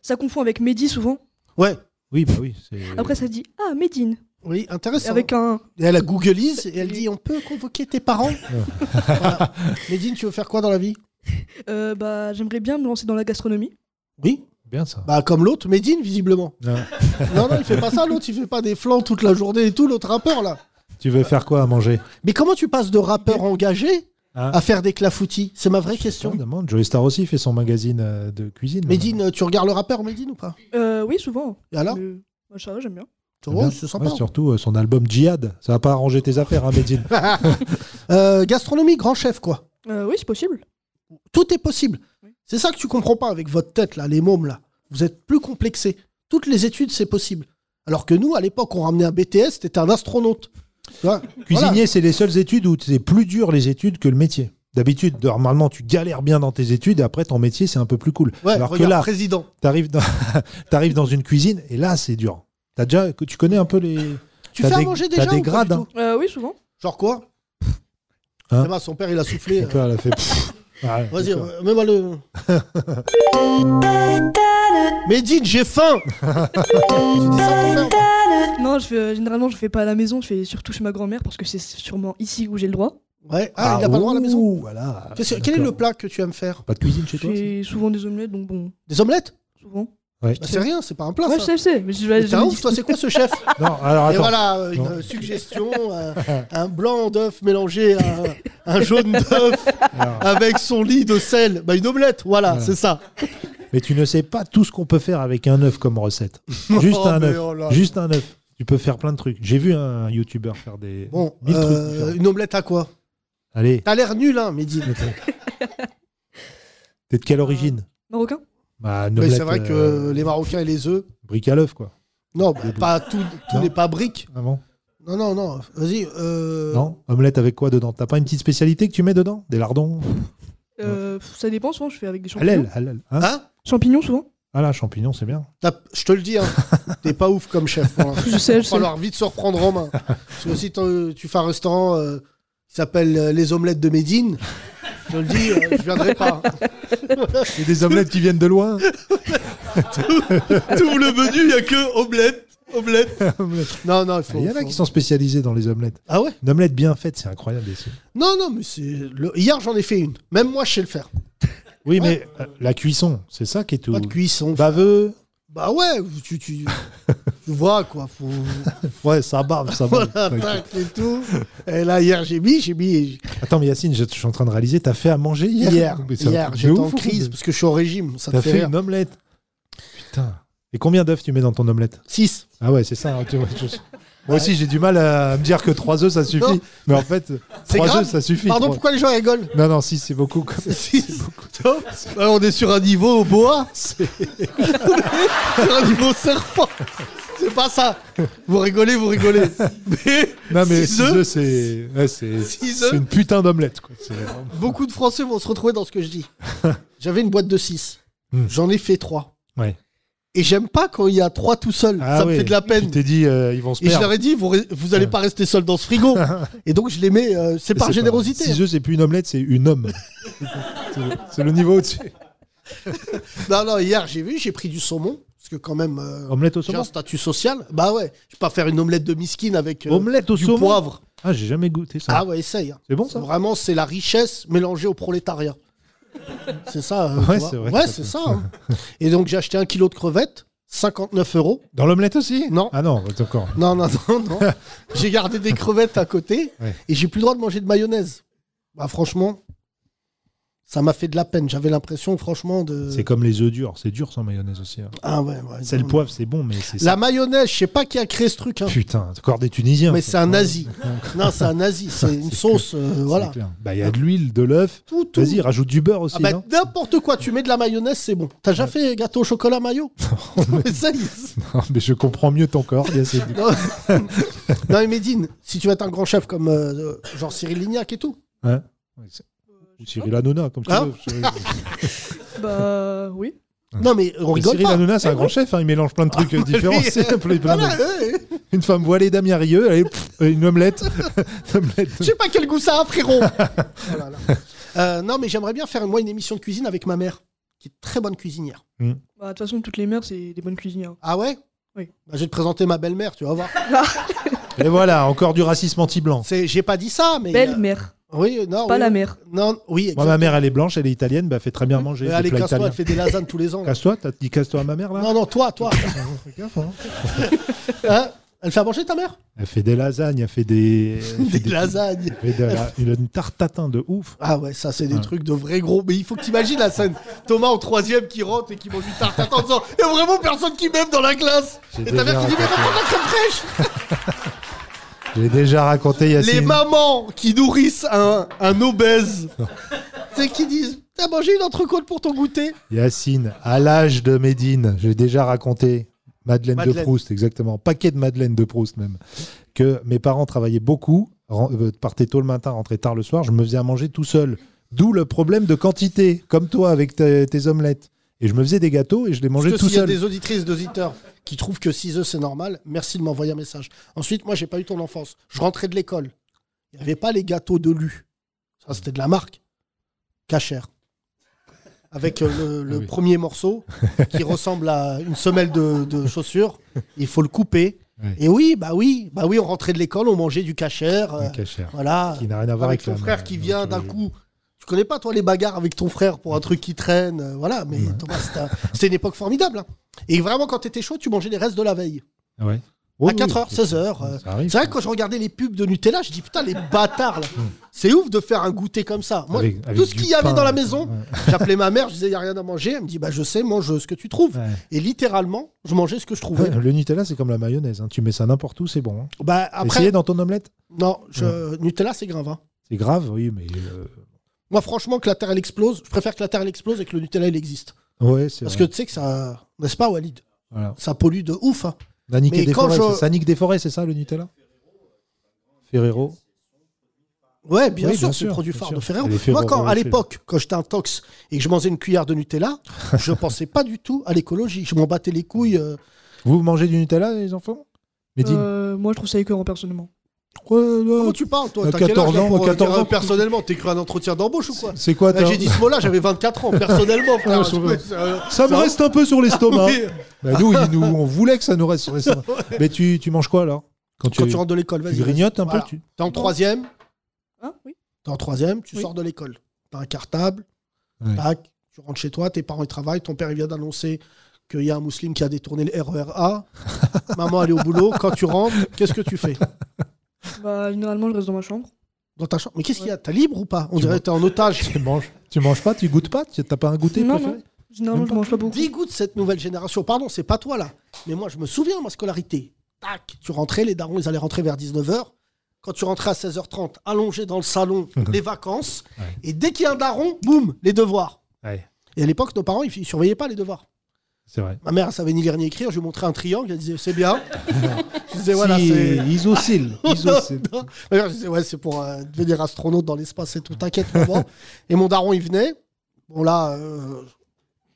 [SPEAKER 4] ça confond avec Mehdi souvent.
[SPEAKER 2] Ouais.
[SPEAKER 3] Oui, bah oui. c'est-
[SPEAKER 4] Après, ça dit Ah, Médine.
[SPEAKER 2] Oui, intéressant.
[SPEAKER 4] Avec un.
[SPEAKER 2] Et elle a googleise et elle dit on peut convoquer tes parents Voilà. Médine, tu veux faire quoi dans la vie
[SPEAKER 4] euh, bah, j'aimerais bien me lancer dans la gastronomie.
[SPEAKER 2] Oui
[SPEAKER 3] Bien ça.
[SPEAKER 2] Bah comme l'autre, Médine, visiblement.
[SPEAKER 3] Non.
[SPEAKER 2] Non, non, il fait pas ça, l'autre, il fait pas des flancs toute la journée et tout, l'autre rappeur là.
[SPEAKER 3] Tu veux faire quoi à manger
[SPEAKER 2] Mais comment tu passes de rappeur engagé
[SPEAKER 3] Hein
[SPEAKER 2] à faire des clafoutis C'est ma vraie
[SPEAKER 3] On
[SPEAKER 2] question.
[SPEAKER 3] demande. Joey Star aussi fait son magazine euh, de cuisine.
[SPEAKER 2] Médine, tu regardes le rappeur Médine ou
[SPEAKER 3] Eh
[SPEAKER 2] pas
[SPEAKER 4] Euh, oui, souvent.
[SPEAKER 2] Et alors
[SPEAKER 4] Mais, bah, ça va, j'aime bien.
[SPEAKER 3] maintenant.
[SPEAKER 2] Oh,
[SPEAKER 3] Bien.
[SPEAKER 2] c'est sympa.
[SPEAKER 3] Ouais, surtout euh, son album Djihad. Ça va pas arranger tes affaires, hein, Médine.
[SPEAKER 2] Euh, gastronomie, grand chef, quoi.
[SPEAKER 4] Euh, oui, c'est possible.
[SPEAKER 2] Tout est possible. C'est ça que tu comprends pas avec votre tête, là, les mômes, là. Vous êtes plus complexés. Toutes les études, c'est possible. Alors que nous, à l'époque, on ramenait un BTS, t'étais un astronaute. Tu vois
[SPEAKER 3] Cuisinier,
[SPEAKER 2] Voilà.
[SPEAKER 3] c'est les seules études où c'est plus dur les études que le métier. D'habitude, normalement, tu galères bien dans tes études et après, ton métier, c'est un peu plus cool.
[SPEAKER 2] Ouais,
[SPEAKER 3] Alors
[SPEAKER 2] regarde,
[SPEAKER 3] que là,
[SPEAKER 2] président.
[SPEAKER 3] t'arrives dans, t'arrives dans une cuisine et là, c'est dur. T'as déjà, que tu connais un peu les.
[SPEAKER 2] Tu
[SPEAKER 3] t'as
[SPEAKER 2] fais à
[SPEAKER 3] des-
[SPEAKER 2] manger
[SPEAKER 3] t'as
[SPEAKER 2] déjà
[SPEAKER 3] des
[SPEAKER 2] ou pas
[SPEAKER 3] grades,
[SPEAKER 2] du
[SPEAKER 3] hein.
[SPEAKER 2] tout
[SPEAKER 4] Euh, oui, souvent.
[SPEAKER 2] Genre quoi
[SPEAKER 3] Hein
[SPEAKER 2] Ça va, Son père, il a soufflé.
[SPEAKER 3] Mon père, elle a fait. pfff. Ouais,
[SPEAKER 2] Vas-y,
[SPEAKER 3] d'accord.
[SPEAKER 2] euh, mets-moi le. Médine, j'ai faim Tu dis ça à ton père
[SPEAKER 4] Non, je fais, euh, généralement, je fais pas à la maison. Je fais surtout chez ma grand-mère parce que c'est sûrement ici où j'ai le droit.
[SPEAKER 2] Ouais, ah, il a pas le droit à la
[SPEAKER 3] ouh,
[SPEAKER 2] maison.
[SPEAKER 3] voilà.
[SPEAKER 2] Qu'est-ce que- quel est le
[SPEAKER 3] Ah, D'accord.
[SPEAKER 2] plat que tu aimes faire
[SPEAKER 3] Pas de cuisine chez
[SPEAKER 4] Je
[SPEAKER 3] toi
[SPEAKER 4] fais souvent des omelettes, donc bon,
[SPEAKER 2] Des omelettes
[SPEAKER 4] souvent.
[SPEAKER 3] Ouais.
[SPEAKER 2] Bah, C'est rien, c'est pas un plat.
[SPEAKER 4] ouais, je
[SPEAKER 2] ça.
[SPEAKER 4] sais, je sais. Mais je,
[SPEAKER 2] Mais
[SPEAKER 4] je-
[SPEAKER 2] T'es un ouf, toi, c'est quoi ce chef
[SPEAKER 3] Non, alors
[SPEAKER 2] Et
[SPEAKER 3] attends.
[SPEAKER 2] voilà, euh, une
[SPEAKER 3] Non.
[SPEAKER 2] euh, suggestion euh, un blanc d'œuf mélangé à un- un jaune d'œuf avec son lit de sel. Bah, une omelette, voilà, c'est ça.
[SPEAKER 3] Mais tu ne sais pas tout ce qu'on peut faire avec un œuf comme recette. Juste
[SPEAKER 2] Oh,
[SPEAKER 3] un
[SPEAKER 2] mais
[SPEAKER 3] œuf.
[SPEAKER 2] oh là.
[SPEAKER 3] Juste un œuf. Tu peux faire plein de trucs. J'ai vu un youtubeur faire des.
[SPEAKER 2] Bon,
[SPEAKER 3] mille trucs
[SPEAKER 2] euh,
[SPEAKER 3] différents.
[SPEAKER 2] une omelette à quoi
[SPEAKER 3] Allez,
[SPEAKER 2] T'as l'air nul, hein, Mehdi.
[SPEAKER 3] t'es de quelle origine
[SPEAKER 4] Marocain
[SPEAKER 3] bah, une
[SPEAKER 2] Mais c'est
[SPEAKER 3] omelette,
[SPEAKER 2] vrai que
[SPEAKER 3] euh,
[SPEAKER 2] les Marocains et les œufs.
[SPEAKER 3] Brique à l'œuf, quoi.
[SPEAKER 2] Non, bah, pas tout, tout
[SPEAKER 3] Non.
[SPEAKER 2] n'est pas brique.
[SPEAKER 3] Ah bon
[SPEAKER 2] Non, non, non. Vas-y. euh,
[SPEAKER 3] Non Omelette avec quoi dedans T'as pas une petite spécialité que tu mets dedans Des lardons
[SPEAKER 4] Euh, pff, ça dépend, souvent je fais avec des champignons.
[SPEAKER 3] Halal, halal. Hein
[SPEAKER 2] Hein
[SPEAKER 4] champignons, souvent.
[SPEAKER 3] ah là, champignons, c'est bien.
[SPEAKER 2] T'as- Je te le dis, hein, t'es pas ouf comme chef. pour l'instant.
[SPEAKER 4] Je sais,
[SPEAKER 2] Il
[SPEAKER 4] je
[SPEAKER 2] va
[SPEAKER 4] sais.
[SPEAKER 2] falloir vite se reprendre en main. Parce que si t'en- tu fais un restaurant euh, qui s'appelle euh, Les Omelettes de Médine, je te le dis, euh, je viendrai pas.
[SPEAKER 3] Et des omelettes qui viennent de loin. Ah,
[SPEAKER 2] Tout le menu, il n'y a que omelette, omelette. Non, non, il faut.
[SPEAKER 3] Ah, Il y en a
[SPEAKER 2] faut-
[SPEAKER 3] qui sont spécialisés dans les omelettes.
[SPEAKER 2] Ah ouais
[SPEAKER 3] Une omelette bien faite, c'est incroyable ici.
[SPEAKER 2] Non, non, mais c'est. le- Hier, j'en ai fait une. Même moi, je sais le faire.
[SPEAKER 3] Oui, mais euh, la cuisson, c'est ça qui est tout.
[SPEAKER 2] Pas de cuisson.
[SPEAKER 3] Baveux.
[SPEAKER 2] Bah ouais, tu, tu, tu vois quoi. Faut...
[SPEAKER 3] Ouais, ça bave, ça bave.
[SPEAKER 2] Voilà, tac et tout. Et là, hier, j'ai mis, j'ai mis.
[SPEAKER 3] Attends, mais Yacine, je, je suis en train de réaliser, t'as fait à manger hier
[SPEAKER 2] Hier,
[SPEAKER 3] Mais c'est un
[SPEAKER 2] hier
[SPEAKER 3] truc de
[SPEAKER 2] j'étais en
[SPEAKER 3] ouf,
[SPEAKER 2] crise parce que je suis au régime. Ça te
[SPEAKER 3] T'as
[SPEAKER 2] fait,
[SPEAKER 3] fait,
[SPEAKER 2] rire.
[SPEAKER 3] une omelette. Putain. Et combien d'œufs tu mets dans ton omelette
[SPEAKER 2] 6.
[SPEAKER 3] Ah ouais, c'est ça. hein, tu vois, je- Moi aussi, j'ai du mal à me dire que 3 œufs, ça suffit.
[SPEAKER 2] Non.
[SPEAKER 3] Mais en fait,
[SPEAKER 2] C'est
[SPEAKER 3] 3
[SPEAKER 2] grave
[SPEAKER 3] œufs, ça suffit.
[SPEAKER 2] Pardon,
[SPEAKER 3] Trois-
[SPEAKER 2] pourquoi les gens rigolent
[SPEAKER 3] Non, non, 6, c'est beaucoup. quand même.
[SPEAKER 2] Six. Ouais, on est sur un niveau au boa.
[SPEAKER 3] C'est-
[SPEAKER 2] sur un niveau serpent. C'est pas ça. Vous rigolez, vous rigolez. Mais,
[SPEAKER 3] Non, mais
[SPEAKER 2] six
[SPEAKER 3] 6
[SPEAKER 2] œufs,
[SPEAKER 3] œufs, c'est ouais, c'est-
[SPEAKER 2] Six
[SPEAKER 3] c'est
[SPEAKER 2] œufs.
[SPEAKER 3] une putain d'omelette. quoi. C'est-
[SPEAKER 2] beaucoup de Français vont se retrouver dans ce que je dis. J'avais une boîte de 6. J'en ai fait 3.
[SPEAKER 3] Hmm. Ouais. Ah
[SPEAKER 2] Et j'aime pas quand il y a trois tout seuls. ça me
[SPEAKER 3] oui.
[SPEAKER 2] fait de la peine.
[SPEAKER 3] Tu t'es dit, euh, ils vont se
[SPEAKER 2] Et je
[SPEAKER 3] perdre.
[SPEAKER 2] leur ai dit, vous, re- vous allez pas rester seul dans ce frigo. Et donc je les mets, euh, c'est par
[SPEAKER 3] pas-
[SPEAKER 2] générosité. hein.
[SPEAKER 3] Six œufs, c'est plus une omelette, c'est une homme. C'est- c'est le niveau au-dessus.
[SPEAKER 2] Non, non, hier j'ai vu, j'ai pris du saumon. Parce que quand même, euh,
[SPEAKER 3] Omelette au
[SPEAKER 2] j'ai
[SPEAKER 3] Ah, saumon
[SPEAKER 2] un statut social. Bah ouais, je peux pas faire une omelette de miskine avec euh,
[SPEAKER 3] Omelette au
[SPEAKER 2] du
[SPEAKER 3] saumon
[SPEAKER 2] poivre.
[SPEAKER 3] Ah, j'ai jamais goûté ça.
[SPEAKER 2] Ah ouais, essaye.
[SPEAKER 3] C'est bon ça
[SPEAKER 2] Vraiment, c'est la richesse mélangée au prolétariat. c'est ça. euh,
[SPEAKER 3] Ouais,
[SPEAKER 2] tu vois.
[SPEAKER 3] c'est vrai
[SPEAKER 2] Ouais,
[SPEAKER 3] que ça
[SPEAKER 2] c'est
[SPEAKER 3] peut-
[SPEAKER 2] ça. hein. Et donc j'ai acheté un kilo de crevettes, 59 euros.
[SPEAKER 3] Dans l'omelette aussi
[SPEAKER 2] Non.
[SPEAKER 3] Ah non, bah, d'accord.
[SPEAKER 2] Non, non, non, non. j'ai gardé des crevettes à côté
[SPEAKER 3] Ouais.
[SPEAKER 2] et j'ai plus le droit de manger de mayonnaise. Bah franchement, ça m'a fait de la peine. J'avais l'impression, franchement, de.
[SPEAKER 3] C'est comme les œufs durs, c'est dur sans mayonnaise aussi. hein.
[SPEAKER 2] Ah ouais, ouais.
[SPEAKER 3] C'est le poivre, c'est bon, mais c'est
[SPEAKER 2] La
[SPEAKER 3] ça.
[SPEAKER 2] mayonnaise, je sais pas qui a créé ce truc. hein.
[SPEAKER 3] Putain, encore des Tunisiens.
[SPEAKER 2] Mais
[SPEAKER 3] ça.
[SPEAKER 2] c'est un nazi. non, c'est un nazi. C'est une sauce. euh, voilà.
[SPEAKER 3] clair. Bah, il y a de l'huile, de l'œuf.
[SPEAKER 2] Tout, tout.
[SPEAKER 3] Vas-y, rajoute du beurre aussi,
[SPEAKER 2] Ah bah,
[SPEAKER 3] non
[SPEAKER 2] n'importe quoi, tu mets de la mayonnaise, c'est bon. T'as déjà fait gâteau au chocolat mayo Essaye.
[SPEAKER 3] Non, hein. mais je comprends mieux ton corps. Yassine.
[SPEAKER 2] Non. non mais Médine, si tu veux être un grand chef comme euh, genre Cyril Lignac et tout.
[SPEAKER 3] Hein Ouais, c'est-
[SPEAKER 2] Euh,
[SPEAKER 3] Ou Cyril Hanouna, comme tu
[SPEAKER 2] Hein
[SPEAKER 3] veux. C'est-
[SPEAKER 4] Bah oui.
[SPEAKER 2] Non mais on
[SPEAKER 3] Mais
[SPEAKER 2] rigole
[SPEAKER 3] Cyril
[SPEAKER 2] pas.
[SPEAKER 3] Hanouna, c'est un
[SPEAKER 2] Eh
[SPEAKER 3] grand
[SPEAKER 2] oui. Ah, eh,
[SPEAKER 3] chef, hein, il mélange plein de trucs euh, différents.
[SPEAKER 2] oui.
[SPEAKER 3] c'est plein de-
[SPEAKER 2] Voilà, ouais, ouais.
[SPEAKER 3] Une femme voilée, Damien Rieux, allez, pff, une omelette. Une
[SPEAKER 2] Je
[SPEAKER 3] omelette.
[SPEAKER 2] sais pas quel goût ça a, frérot. Oh là là. Euh, non mais j'aimerais bien faire moi une émission de cuisine avec ma mère, qui est très bonne cuisinière.
[SPEAKER 4] Bah, de toute façon, toutes les mères, c'est des bonnes hein. cuisinières.
[SPEAKER 2] Ah ouais
[SPEAKER 4] Oui.
[SPEAKER 2] Bah, je vais te présenter ma belle-mère, tu vas voir.
[SPEAKER 3] Et voilà, encore du racisme anti-blanc.
[SPEAKER 2] C'est- J'ai pas dit ça, mais.
[SPEAKER 4] Belle-mère.
[SPEAKER 2] euh, Oui, non.
[SPEAKER 4] oh. Pas
[SPEAKER 2] oui.
[SPEAKER 4] la mère.
[SPEAKER 2] Non, oui.
[SPEAKER 3] Moi,
[SPEAKER 2] exact.
[SPEAKER 3] ma mère, elle est blanche, elle est italienne, bah, fait très bien manger.
[SPEAKER 2] Mais
[SPEAKER 3] des
[SPEAKER 2] allez,
[SPEAKER 3] plats
[SPEAKER 2] casse-toi, elle
[SPEAKER 3] italiens.
[SPEAKER 2] fait des lasagnes tous les ans. là.
[SPEAKER 3] Casse-toi, t'as dit casse-toi à ma mère, là
[SPEAKER 2] Non, non, toi, toi.
[SPEAKER 3] Fais gaffe, hein.
[SPEAKER 2] Hein elle fait à manger ta mère
[SPEAKER 3] Elle fait des lasagnes, elle fait des. elle fait
[SPEAKER 2] Des lasagnes.
[SPEAKER 3] elle fait de la- une, une tarte tatin de ouf.
[SPEAKER 2] Ah ouais, ça c'est des trucs de vrais gros. Mais il faut que t'imagines la scène. Thomas en troisième qui rentre et qui mange une tarte tatin en disant Y'a vraiment personne qui m'aime dans la classe
[SPEAKER 3] J'ai
[SPEAKER 2] Et ta mère
[SPEAKER 3] déjà
[SPEAKER 2] qui dit Mais
[SPEAKER 3] raconté.
[SPEAKER 2] regarde la crème fraîche
[SPEAKER 3] J'ai déjà raconté Yacine.
[SPEAKER 2] Les mamans qui nourrissent un, un obèse, c'est qui disent T'as mangé une entrecôte pour ton goûter
[SPEAKER 3] Yacine, à l'âge de Médine, j'ai déjà raconté Madeleine, de
[SPEAKER 2] Madeleine.
[SPEAKER 3] Proust, exactement, paquet de Madeleine de Proust même, que mes parents travaillaient beaucoup, ren- euh, partaient tôt le matin, rentraient tard le soir, je me faisais à manger tout seul. D'où le problème de quantité, comme toi avec tes, tes omelettes. Et je me faisais des gâteaux et je les mangeais
[SPEAKER 2] Parce que
[SPEAKER 3] tout
[SPEAKER 2] s'il y a
[SPEAKER 3] seul.
[SPEAKER 2] des auditrices, des auditeurs qui trouvent que 6 œufs c'est normal, merci de m'envoyer un message. Ensuite, moi j'ai pas eu ton enfance. Je rentrais de l'école. Il n'y avait pas les gâteaux de lu. Ça c'était de la marque. Cachère. Avec euh, le, le
[SPEAKER 3] Ah oui.
[SPEAKER 2] premier morceau qui ressemble à une semelle de, de chaussures. Il faut le couper.
[SPEAKER 3] Ouais.
[SPEAKER 2] Et oui, bah oui, bah oui, on rentrait de l'école, on mangeait du cachère. euh,
[SPEAKER 3] Un cachère.
[SPEAKER 2] voilà.
[SPEAKER 3] Qui n'a rien à voir
[SPEAKER 2] Avec
[SPEAKER 3] avec
[SPEAKER 2] ton
[SPEAKER 3] la- euh,
[SPEAKER 2] frère qui
[SPEAKER 3] la-
[SPEAKER 2] vient d'un coup. Tu connais pas, toi, les bagarres avec ton frère pour un truc qui traîne. euh, voilà, mais Thomas, c'était un- c'était une époque formidable. hein. Et vraiment, quand t'étais chaud, tu mangeais les restes de la veille.
[SPEAKER 3] Ouais. Oh
[SPEAKER 2] à
[SPEAKER 3] oui,
[SPEAKER 2] 4h,
[SPEAKER 3] c'est-
[SPEAKER 2] 16h. euh,
[SPEAKER 3] ça arrive.
[SPEAKER 2] C'est vrai que quand je regardais les pubs de Nutella, je dis putain, les bâtards, là. C'est ouf de faire un goûter comme ça. Moi,
[SPEAKER 3] Avec- avec
[SPEAKER 2] tout ce
[SPEAKER 3] du
[SPEAKER 2] qu'il y avait
[SPEAKER 3] pain,
[SPEAKER 2] dans la
[SPEAKER 3] avec-
[SPEAKER 2] maison,
[SPEAKER 3] ouais.
[SPEAKER 2] j'appelais ma mère, je disais, il n'y a rien à manger. Elle me dit, bah, je sais, mange ce que tu trouves.
[SPEAKER 3] Ouais.
[SPEAKER 2] Et littéralement, je mangeais ce que je trouvais.
[SPEAKER 3] Ouais, Le Nutella, c'est comme la mayonnaise. hein. Tu mets ça n'importe où, c'est bon. hein.
[SPEAKER 2] Bah, après,
[SPEAKER 3] Essayez dans ton omelette.
[SPEAKER 2] non, je- Nutella, c'est grave. hein.
[SPEAKER 3] C'est grave, oui, mais. euh,
[SPEAKER 2] Moi, franchement, que la terre elle explose, je préfère que la terre elle explose et que le Nutella il existe.
[SPEAKER 3] Ouais, c'est
[SPEAKER 2] Parce que
[SPEAKER 3] vrai.
[SPEAKER 2] tu sais que ça. N'est-ce pas, Walid
[SPEAKER 3] Voilà.
[SPEAKER 2] Ça pollue de ouf. hein.
[SPEAKER 3] Ça nique
[SPEAKER 2] Mais
[SPEAKER 3] des
[SPEAKER 2] quand
[SPEAKER 3] forêts,
[SPEAKER 2] je-
[SPEAKER 3] c'est- ça nique des forêts, c'est ça le Nutella Ferrero.
[SPEAKER 2] Ouais, bien
[SPEAKER 3] Oui,
[SPEAKER 2] sûr,
[SPEAKER 3] bien
[SPEAKER 2] c'est
[SPEAKER 3] sûr,
[SPEAKER 2] le produit
[SPEAKER 3] bien
[SPEAKER 2] phare
[SPEAKER 3] sûr.
[SPEAKER 2] de Ferrero.
[SPEAKER 3] Les Ferrero
[SPEAKER 2] Moi, quand, à
[SPEAKER 3] Rocher.
[SPEAKER 2] l'époque, quand j'étais intox et que je mangeais une cuillère de Nutella, je pensais pas du tout à l'écologie. Je m'en battais les couilles. euh.
[SPEAKER 3] Vous mangez du Nutella, les enfants Médine
[SPEAKER 4] Euh, moi, je trouve ça écœurant personnellement.
[SPEAKER 2] Comment tu parles, toi
[SPEAKER 3] à
[SPEAKER 2] T'as quel
[SPEAKER 3] 14
[SPEAKER 2] âge, là,
[SPEAKER 3] ans,
[SPEAKER 2] pour, euh,
[SPEAKER 3] 14
[SPEAKER 2] dire,
[SPEAKER 3] ans.
[SPEAKER 2] Personnellement, t'es cru un entretien d'embauche ou quoi
[SPEAKER 3] C'est quoi
[SPEAKER 2] Là,
[SPEAKER 3] t'as-
[SPEAKER 2] J'ai dit ce mot-là, j'avais 24 ans. Personnellement, frère.
[SPEAKER 3] Ouais, je trouve-
[SPEAKER 2] c'est, euh,
[SPEAKER 3] Ça me
[SPEAKER 2] ça-
[SPEAKER 3] reste un peu sur l'estomac.
[SPEAKER 2] Oui.
[SPEAKER 3] Bah, nous, il nous- on voulait que ça nous reste sur l'estomac. Mais tu, tu manges quoi alors Quand
[SPEAKER 2] Quand tu rentres de l'école, vas-y.
[SPEAKER 3] tu grignotes un peu,
[SPEAKER 2] Voilà.
[SPEAKER 3] tu-
[SPEAKER 2] T'es en troisième,
[SPEAKER 4] Hein Oui.
[SPEAKER 2] T'es en troisième, tu
[SPEAKER 4] Oui.
[SPEAKER 2] sors de l'école. T'as un cartable,
[SPEAKER 3] Ouais.
[SPEAKER 2] tac, tu rentres chez toi, tes parents ils travaillent, ton père il vient d'annoncer qu'il y a un musulman qui a détourné le RERA. Maman elle est au boulot, quand tu rentres, qu'est-ce que tu fais
[SPEAKER 4] Bah, généralement, je reste dans ma chambre.
[SPEAKER 2] Dans ta chambre Mais qu'est-ce qu'il y a T'es libre ou pas On
[SPEAKER 3] Tu
[SPEAKER 2] dirait
[SPEAKER 3] vois.
[SPEAKER 2] que t'es en otage.
[SPEAKER 3] Tu manges, tu manges pas, tu goûtes pas, tu- t'as pas un goûter
[SPEAKER 4] non,
[SPEAKER 3] préféré
[SPEAKER 4] non. Généralement, je mange pas beaucoup.
[SPEAKER 2] Dégoûte cette nouvelle génération. Pardon, c'est pas toi là. Mais moi je me souviens ma scolarité. Tac, tu rentrais, les darons ils allaient rentrer vers 19h. Quand tu rentrais à 16h30, allongé dans le salon, les vacances. Et dès qu'il y a un daron, boum, les devoirs.
[SPEAKER 3] Ouais,
[SPEAKER 2] Et à l'époque, nos parents, ils ils surveillaient pas les devoirs.
[SPEAKER 3] c'est vrai.
[SPEAKER 2] Ma mère, elle savait ni lire ni écrire. Je lui montrais un triangle. Elle disait, c'est bien. je disais, voilà,
[SPEAKER 3] Si,
[SPEAKER 2] c'est.
[SPEAKER 3] isocile, isocile.
[SPEAKER 2] Non, non. Ma mère, je disais, ouais, c'est pour euh, devenir astronaute dans l'espace et tout. T'inquiète, maman. et mon daron, il venait. Bon, là, euh,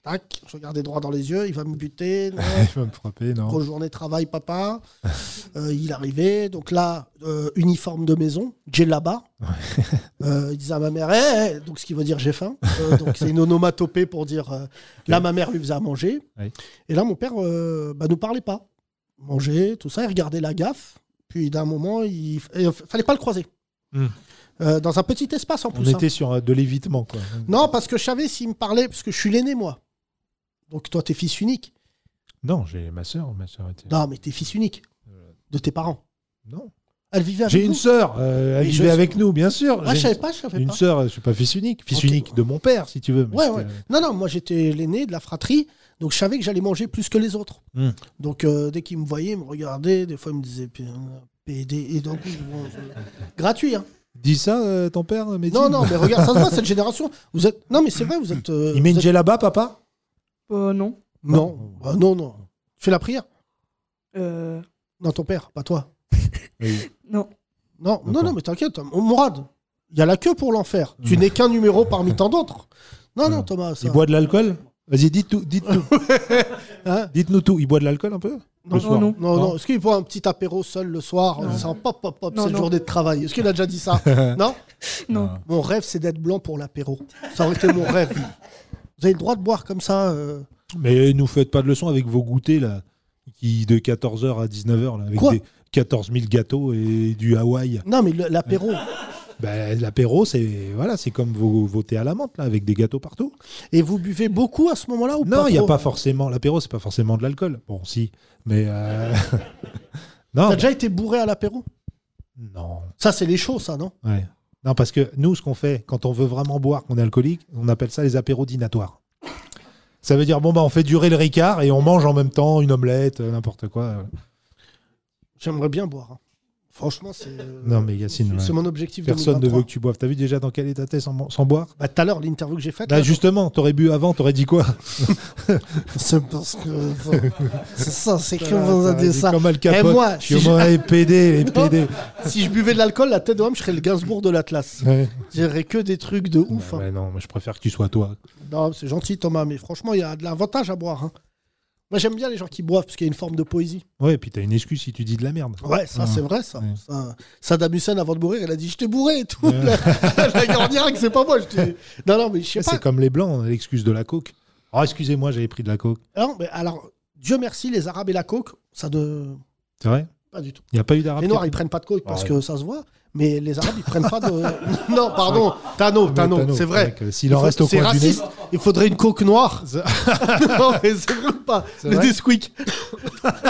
[SPEAKER 2] Tac, je regarde droit dans les yeux, il va me buter. non.
[SPEAKER 3] Il va me frapper, non.
[SPEAKER 2] Grosse journée de travail, papa. Euh, il arrivait, donc là, euh, uniforme de maison, j'ai là-bas. Euh, il disait à ma mère, Hé, hé donc ce qui veut dire j'ai faim. Euh, donc c'est une onomatopée pour dire, euh, là, ma mère lui faisait à manger.
[SPEAKER 3] Oui.
[SPEAKER 2] Et là, mon père ne bah, nous parlait pas. Manger, tout ça, il regardait la gaffe. Puis d'un moment, il ne fallait pas le croiser.
[SPEAKER 3] Hmm.
[SPEAKER 2] Euh, dans un petit espace en
[SPEAKER 3] On
[SPEAKER 2] plus. hein.
[SPEAKER 3] était sur euh, de l'évitement, quoi.
[SPEAKER 2] Non, parce que je savais s'il me parlait, parce que je suis l'aîné, moi. Donc toi, t'es fils unique.
[SPEAKER 3] Non, j'ai ma sœur. Ma sœur était...
[SPEAKER 2] Non, mais t'es fils unique.
[SPEAKER 3] Euh,
[SPEAKER 2] De tes parents.
[SPEAKER 3] Non.
[SPEAKER 2] Elle vivait avec
[SPEAKER 3] J'ai une
[SPEAKER 2] nous.
[SPEAKER 3] sœur, euh, elle
[SPEAKER 2] Mais je
[SPEAKER 3] vivait
[SPEAKER 2] sais-
[SPEAKER 3] avec nous, bien sûr.
[SPEAKER 2] Ah, je
[SPEAKER 3] J'ai
[SPEAKER 2] savais
[SPEAKER 3] une-
[SPEAKER 2] pas, je savais
[SPEAKER 3] Une
[SPEAKER 2] pas.
[SPEAKER 3] sœur, je suis pas fils unique, fils unique de mon père, si tu veux. mais
[SPEAKER 2] Ouais,
[SPEAKER 3] c'était-
[SPEAKER 2] ouais. Non, non, moi j'étais l'aîné de la fratrie, donc je savais que j'allais manger plus que les autres.
[SPEAKER 3] Hmm.
[SPEAKER 2] Donc euh, dès qu'ils me voyaient, ils me regardaient, des fois ils me disaient P- E, PD, et donc bon, je- gratuit. Hein.
[SPEAKER 3] Dis ça, euh, ton père, mais
[SPEAKER 2] Non, non, mais regarde, ça se voit, cette génération. Vous êtes... Non, mais c'est vrai, vous êtes. euh,
[SPEAKER 3] Il met
[SPEAKER 2] vous
[SPEAKER 3] une
[SPEAKER 2] êtes-
[SPEAKER 3] là-bas, papa
[SPEAKER 4] Euh, non.
[SPEAKER 2] Non, Ah, non, non. Tu fais la prière
[SPEAKER 4] Euh,
[SPEAKER 2] Non, ton père, pas toi.
[SPEAKER 4] non.
[SPEAKER 2] Non, non, non, mais t'inquiète, mon Mourad, il y a la queue pour l'enfer.
[SPEAKER 3] Hmm.
[SPEAKER 2] Tu n'es qu'un numéro parmi tant d'autres. Non, non, Thomas. ça-
[SPEAKER 3] Il boit de l'alcool Vas-y, dites tout. Dites tout. Hein, Dites-nous tout. Il boit de l'alcool un peu
[SPEAKER 2] Non,
[SPEAKER 3] Le soir
[SPEAKER 2] non, non, non. Est-ce qu'il boit un petit apéro seul le soir en disant pop, pop, pop,
[SPEAKER 4] Non,
[SPEAKER 2] c'est le
[SPEAKER 4] non.
[SPEAKER 2] journée de travail Est-ce qu'il a déjà dit ça Non
[SPEAKER 4] Non.
[SPEAKER 2] Mon rêve, c'est d'être blanc pour l'apéro. Ça aurait été mon rêve. Vous avez le droit de boire comme ça euh,
[SPEAKER 3] Mais nous faites pas de leçon avec vos goûters, là, qui de 14h à 19h, là, avec
[SPEAKER 2] Quoi
[SPEAKER 3] des 14 000 gâteaux et du Hawaï.
[SPEAKER 2] Non, mais le- l'apéro.
[SPEAKER 3] Bah, L'apéro, c'est voilà, c'est comme vos, vos thés à la menthe, là, avec des gâteaux partout.
[SPEAKER 2] Et vous buvez beaucoup à ce moment-là ou
[SPEAKER 3] Non,
[SPEAKER 2] pas
[SPEAKER 3] il n'y a
[SPEAKER 2] trop
[SPEAKER 3] pas forcément. L'apéro, c'est pas forcément de l'alcool. Bon, si, mais. euh,
[SPEAKER 2] T'as
[SPEAKER 3] non,
[SPEAKER 2] déjà été bourré à l'apéro
[SPEAKER 3] Non.
[SPEAKER 2] Ça, c'est les chauds, ça, non
[SPEAKER 3] Ouais. Non, parce que nous, ce qu'on fait, quand on veut vraiment boire, qu'on est alcoolique, on appelle ça les apéros dinatoires. Ça veut dire, bon, bah, on fait durer le ricard et on mange en même temps une omelette, euh, n'importe quoi. euh.
[SPEAKER 2] J'aimerais bien boire. hein. Franchement, c'est. euh,
[SPEAKER 3] Non, mais Yacine.
[SPEAKER 2] C'est
[SPEAKER 3] ouais.
[SPEAKER 2] mon objectif
[SPEAKER 3] Personne ne
[SPEAKER 2] 2023.
[SPEAKER 3] veut que tu boives. T'as vu déjà dans quel état t'es sans, bo- sans boire
[SPEAKER 2] Bah, tout à l'heure, l'interview que j'ai faite.
[SPEAKER 3] Bah,
[SPEAKER 2] là,
[SPEAKER 3] justement, t'aurais bu avant, t'aurais dit quoi
[SPEAKER 2] C'est parce que. C'est ça, c'est que
[SPEAKER 3] Voilà,
[SPEAKER 2] vous
[SPEAKER 3] t'aurais
[SPEAKER 2] avez
[SPEAKER 3] dit
[SPEAKER 2] ça.
[SPEAKER 3] Comme Al
[SPEAKER 2] Et
[SPEAKER 3] Capone.
[SPEAKER 2] moi,
[SPEAKER 3] je
[SPEAKER 2] si je-
[SPEAKER 3] suis les PD, les PD.
[SPEAKER 2] si je buvais de l'alcool, la tête de homme, je serais le Gainsbourg de l'Atlas.
[SPEAKER 3] Ouais.
[SPEAKER 2] J'irais que des trucs de ouf. hein.
[SPEAKER 3] Bah Ouais, non, mais je préfère que tu sois toi.
[SPEAKER 2] Non, c'est gentil, Thomas, mais franchement, il y a de l'avantage à boire. hein. Moi, j'aime bien les gens qui boivent parce qu'il y a une forme de poésie.
[SPEAKER 3] Ouais, et puis t'as une excuse si tu dis de la merde.
[SPEAKER 2] Ouais, ça,
[SPEAKER 3] Ah.
[SPEAKER 2] c'est vrai, ça.
[SPEAKER 3] Ouais.
[SPEAKER 2] ça. Saddam Hussein, avant de mourir, elle a dit Je t'ai bourré et tout. La, la Gordiaque, c'est pas moi. je t'ai- Non, non, mais je sais
[SPEAKER 3] Ça,
[SPEAKER 2] pas.
[SPEAKER 3] Ah, C'est comme les blancs, on a l'excuse de la coke. Oh, excusez-moi, j'avais pris de la coke.
[SPEAKER 2] Ah Non, mais alors, Dieu merci, les Arabes et la coke, ça de.
[SPEAKER 3] C'est vrai
[SPEAKER 2] Pas du tout.
[SPEAKER 3] Il n'y a pas eu d'arabe.
[SPEAKER 2] Les Noirs,
[SPEAKER 3] qui-
[SPEAKER 2] ils prennent pas de coke parce
[SPEAKER 3] Ah, Ouais.
[SPEAKER 2] que ça se voit, mais les Arabes, ils prennent pas de. non, pardon,
[SPEAKER 3] Ah,
[SPEAKER 2] Tano, Tano,
[SPEAKER 3] Tano, c'est
[SPEAKER 2] c'est vrai.
[SPEAKER 3] vrai que euh, s'il en
[SPEAKER 2] Il faut-
[SPEAKER 3] reste au
[SPEAKER 2] C'est
[SPEAKER 3] coin du nez-
[SPEAKER 2] raciste, il faudrait une coke noire. non, mais c'est vrai ou pas.
[SPEAKER 3] C'est
[SPEAKER 2] Les
[SPEAKER 3] vrai
[SPEAKER 2] Nesquik.